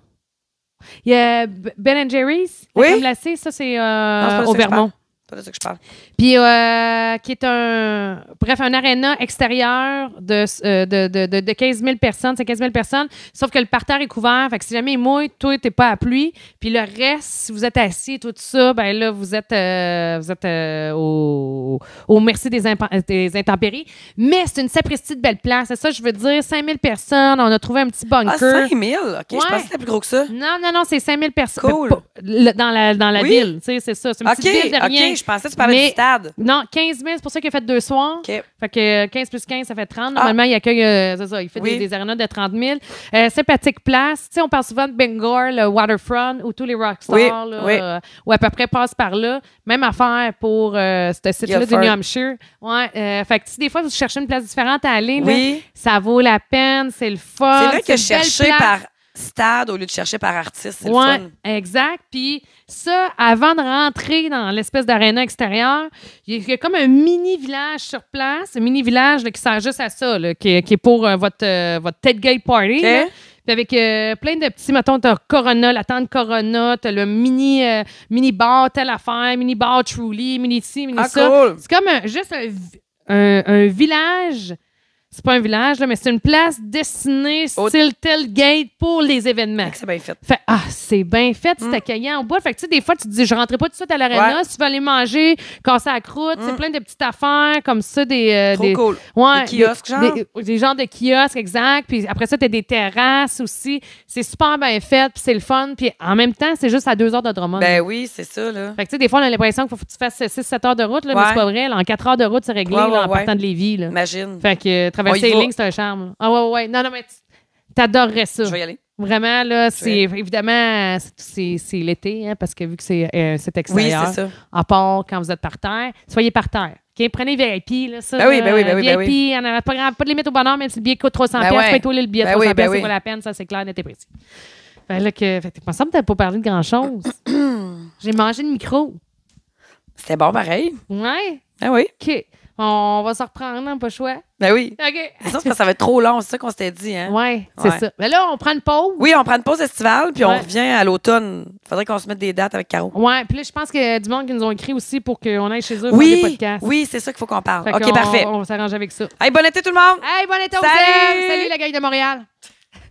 [SPEAKER 1] Il y a B- Ben Jerry's, la
[SPEAKER 2] Oui.
[SPEAKER 1] crème glacée, ça c'est euh,
[SPEAKER 2] Non, c'est pas de ça
[SPEAKER 1] au
[SPEAKER 2] que je
[SPEAKER 1] Vermont.
[SPEAKER 2] parle. C'est Pas de ça que je parle.
[SPEAKER 1] Puis, euh, qui est un. Bref, un aréna extérieur de, euh, de, de, de, de 15 000 personnes, c'est 15 000 personnes. Sauf que le parterre est couvert. Fait que si jamais il mouille, toi, t'es pas à pluie. Puis le reste, si vous êtes assis, tout ça, ben là, vous êtes, euh, vous êtes euh, au, au merci des, impa- des intempéries. Mais c'est une sapristi de belle place. C'est ça, je veux dire. 5 000 personnes. On a trouvé un petit bunker.
[SPEAKER 2] Ah, 5000? OK, je
[SPEAKER 1] Ouais.
[SPEAKER 2] pensais que c'était plus gros que ça.
[SPEAKER 1] Non, non, non, c'est 5 000 personnes.
[SPEAKER 2] Cool.
[SPEAKER 1] Pas- le- Dans la, dans la
[SPEAKER 2] Oui.
[SPEAKER 1] ville, tu sais, c'est ça. C'est une
[SPEAKER 2] OK,
[SPEAKER 1] petite ville de rien.
[SPEAKER 2] OK, je pensais que tu parlais
[SPEAKER 1] Mais-
[SPEAKER 2] du stade.
[SPEAKER 1] Non, 15 000, c'est pour ça qu'il a fait deux soirs.
[SPEAKER 2] OK.
[SPEAKER 1] Fait que euh, 15 plus 15, ça fait 30.
[SPEAKER 2] Ah.
[SPEAKER 1] Normalement, il accueille, euh, c'est ça, il fait
[SPEAKER 2] Oui.
[SPEAKER 1] des, des arénas de 30 000. Euh, sympathique place. Tu sais, on parle souvent de Bangor, le Waterfront, où tous les rockstars,
[SPEAKER 2] Oui,
[SPEAKER 1] là,
[SPEAKER 2] oui.
[SPEAKER 1] euh, ou à peu près passent par là. Même affaire pour euh, ce site-là du
[SPEAKER 2] Guilford.
[SPEAKER 1] New Hampshire. Ouais, euh, fait que si des fois, vous cherchez une place différente à aller, là,
[SPEAKER 2] Oui.
[SPEAKER 1] ça vaut la peine, ben, euh, c'est le fun.
[SPEAKER 2] C'est là que
[SPEAKER 1] une
[SPEAKER 2] je
[SPEAKER 1] belle
[SPEAKER 2] cherchais
[SPEAKER 1] place.
[SPEAKER 2] par stade au lieu de chercher par artiste. C'est
[SPEAKER 1] Ouais,
[SPEAKER 2] le fun.
[SPEAKER 1] exact. Puis ça, avant de rentrer dans l'espèce d'aréna extérieure, il y a- il y, a comme un mini village sur place, un mini village là, qui sert juste à ça, là, qui, est- qui est pour euh, votre, euh, votre tailgate party.
[SPEAKER 2] OK?
[SPEAKER 1] là. Puis avec euh, plein de petits, mettons, t'as Corona, la tente Corona, t'as le mini, euh, mini bar, telle affaire, mini bar Truly, mini ci, mini
[SPEAKER 2] Ah,
[SPEAKER 1] ça.
[SPEAKER 2] cool.
[SPEAKER 1] C'est comme un- juste un, vi- un- un village C'est pas un village, là, mais c'est une place destinée
[SPEAKER 2] Au-
[SPEAKER 1] style Tailgate pour les événements.
[SPEAKER 2] C'est bien fait.
[SPEAKER 1] Fait, ah, c'est bien fait, c'est
[SPEAKER 2] Mm.
[SPEAKER 1] accueillant au bout. Fait que, tu sais, des fois, tu te dis, je rentrais pas tout de suite à l'arena.
[SPEAKER 2] Ouais.
[SPEAKER 1] Si tu veux aller manger, casser la croûte, c'est
[SPEAKER 2] Mm.
[SPEAKER 1] plein de petites affaires comme ça, des. euh,
[SPEAKER 2] Trop
[SPEAKER 1] des-
[SPEAKER 2] cool.
[SPEAKER 1] Ouais,
[SPEAKER 2] Des kiosques, genre?
[SPEAKER 1] Des, des genres de kiosques, exact. Puis après ça, t'as des terrasses aussi. C'est super bien fait, puis c'est le fun. Puis en même temps, c'est juste à deux heures de Drummond.
[SPEAKER 2] Ben oui, c'est ça, là.
[SPEAKER 1] fait que, tu sais, des fois, on a l'impression qu'il faut que tu fasses 6-7 heures de route, là, mais
[SPEAKER 2] Ouais.
[SPEAKER 1] c'est pas vrai. là. en 4 heures de route, c'est réglé
[SPEAKER 2] Ouais, ouais,
[SPEAKER 1] là, en
[SPEAKER 2] ouais.
[SPEAKER 1] partant de Lévis. Là.
[SPEAKER 2] Imagine.
[SPEAKER 1] Fait que euh, traverser
[SPEAKER 2] On y
[SPEAKER 1] les
[SPEAKER 2] va.
[SPEAKER 1] lignes, c'est un charme. là. Ah ouais, ouais, ouais. Non, non, mais tu- t'adorerais ça.
[SPEAKER 2] Je vais y aller.
[SPEAKER 1] Vraiment, là, c'est
[SPEAKER 2] vais-
[SPEAKER 1] évidemment, c'est- c'est c'est l'été, hein, parce que vu que c'est euh, c'est
[SPEAKER 2] Oui,
[SPEAKER 1] extérieur,
[SPEAKER 2] c'est ça.
[SPEAKER 1] à part quand vous êtes par terre, soyez par terre. OK? Prenez VIP, là, ça.
[SPEAKER 2] Ben oui, ben
[SPEAKER 1] là,
[SPEAKER 2] oui, ben oui, ben
[SPEAKER 1] VIP, on n'a pas, grand- pas de limite au bonheur, même si le billet coûte 300$,
[SPEAKER 2] Ben
[SPEAKER 1] pièces,
[SPEAKER 2] ouais.
[SPEAKER 1] faites-toi le billet de
[SPEAKER 2] Ben
[SPEAKER 1] 300$,
[SPEAKER 2] oui, ben
[SPEAKER 1] pièces, c'est
[SPEAKER 2] oui.
[SPEAKER 1] pas la peine, ça, c'est clair, n'était précis. Fait là, que, fait, que, il me semble que t'as pas parlé de grand-chose. J'ai mangé le micro.
[SPEAKER 2] C'était bon pareil.
[SPEAKER 1] Ouais,
[SPEAKER 2] Ah oui.
[SPEAKER 1] OK. On va se reprendre, hein, pas le choix.
[SPEAKER 2] Ben oui.
[SPEAKER 1] OK.
[SPEAKER 2] C'est ça, c'est parce que ça va être trop long, c'est ça qu'on s'était dit, hein?
[SPEAKER 1] Ouais, c'est
[SPEAKER 2] Ouais.
[SPEAKER 1] ça. Mais là, on prend une pause.
[SPEAKER 2] Oui, on prend une pause estivale, puis
[SPEAKER 1] Ouais.
[SPEAKER 2] on revient à l'automne. Faudrait qu'on se mette des dates avec Caro.
[SPEAKER 1] Ouais, puis là, je pense que du monde qui nous ont écrit aussi pour qu'on aille chez eux faire des
[SPEAKER 2] Oui,
[SPEAKER 1] podcasts.
[SPEAKER 2] oui, c'est ça qu'il faut qu'on parle.
[SPEAKER 1] Fait
[SPEAKER 2] OK,
[SPEAKER 1] qu'on-
[SPEAKER 2] parfait.
[SPEAKER 1] On s'arrange avec ça.
[SPEAKER 2] Hey, bon été tout le monde!
[SPEAKER 1] Hey, bon été, on vous
[SPEAKER 2] Salut!
[SPEAKER 1] aime! Salut la gang de Montréal!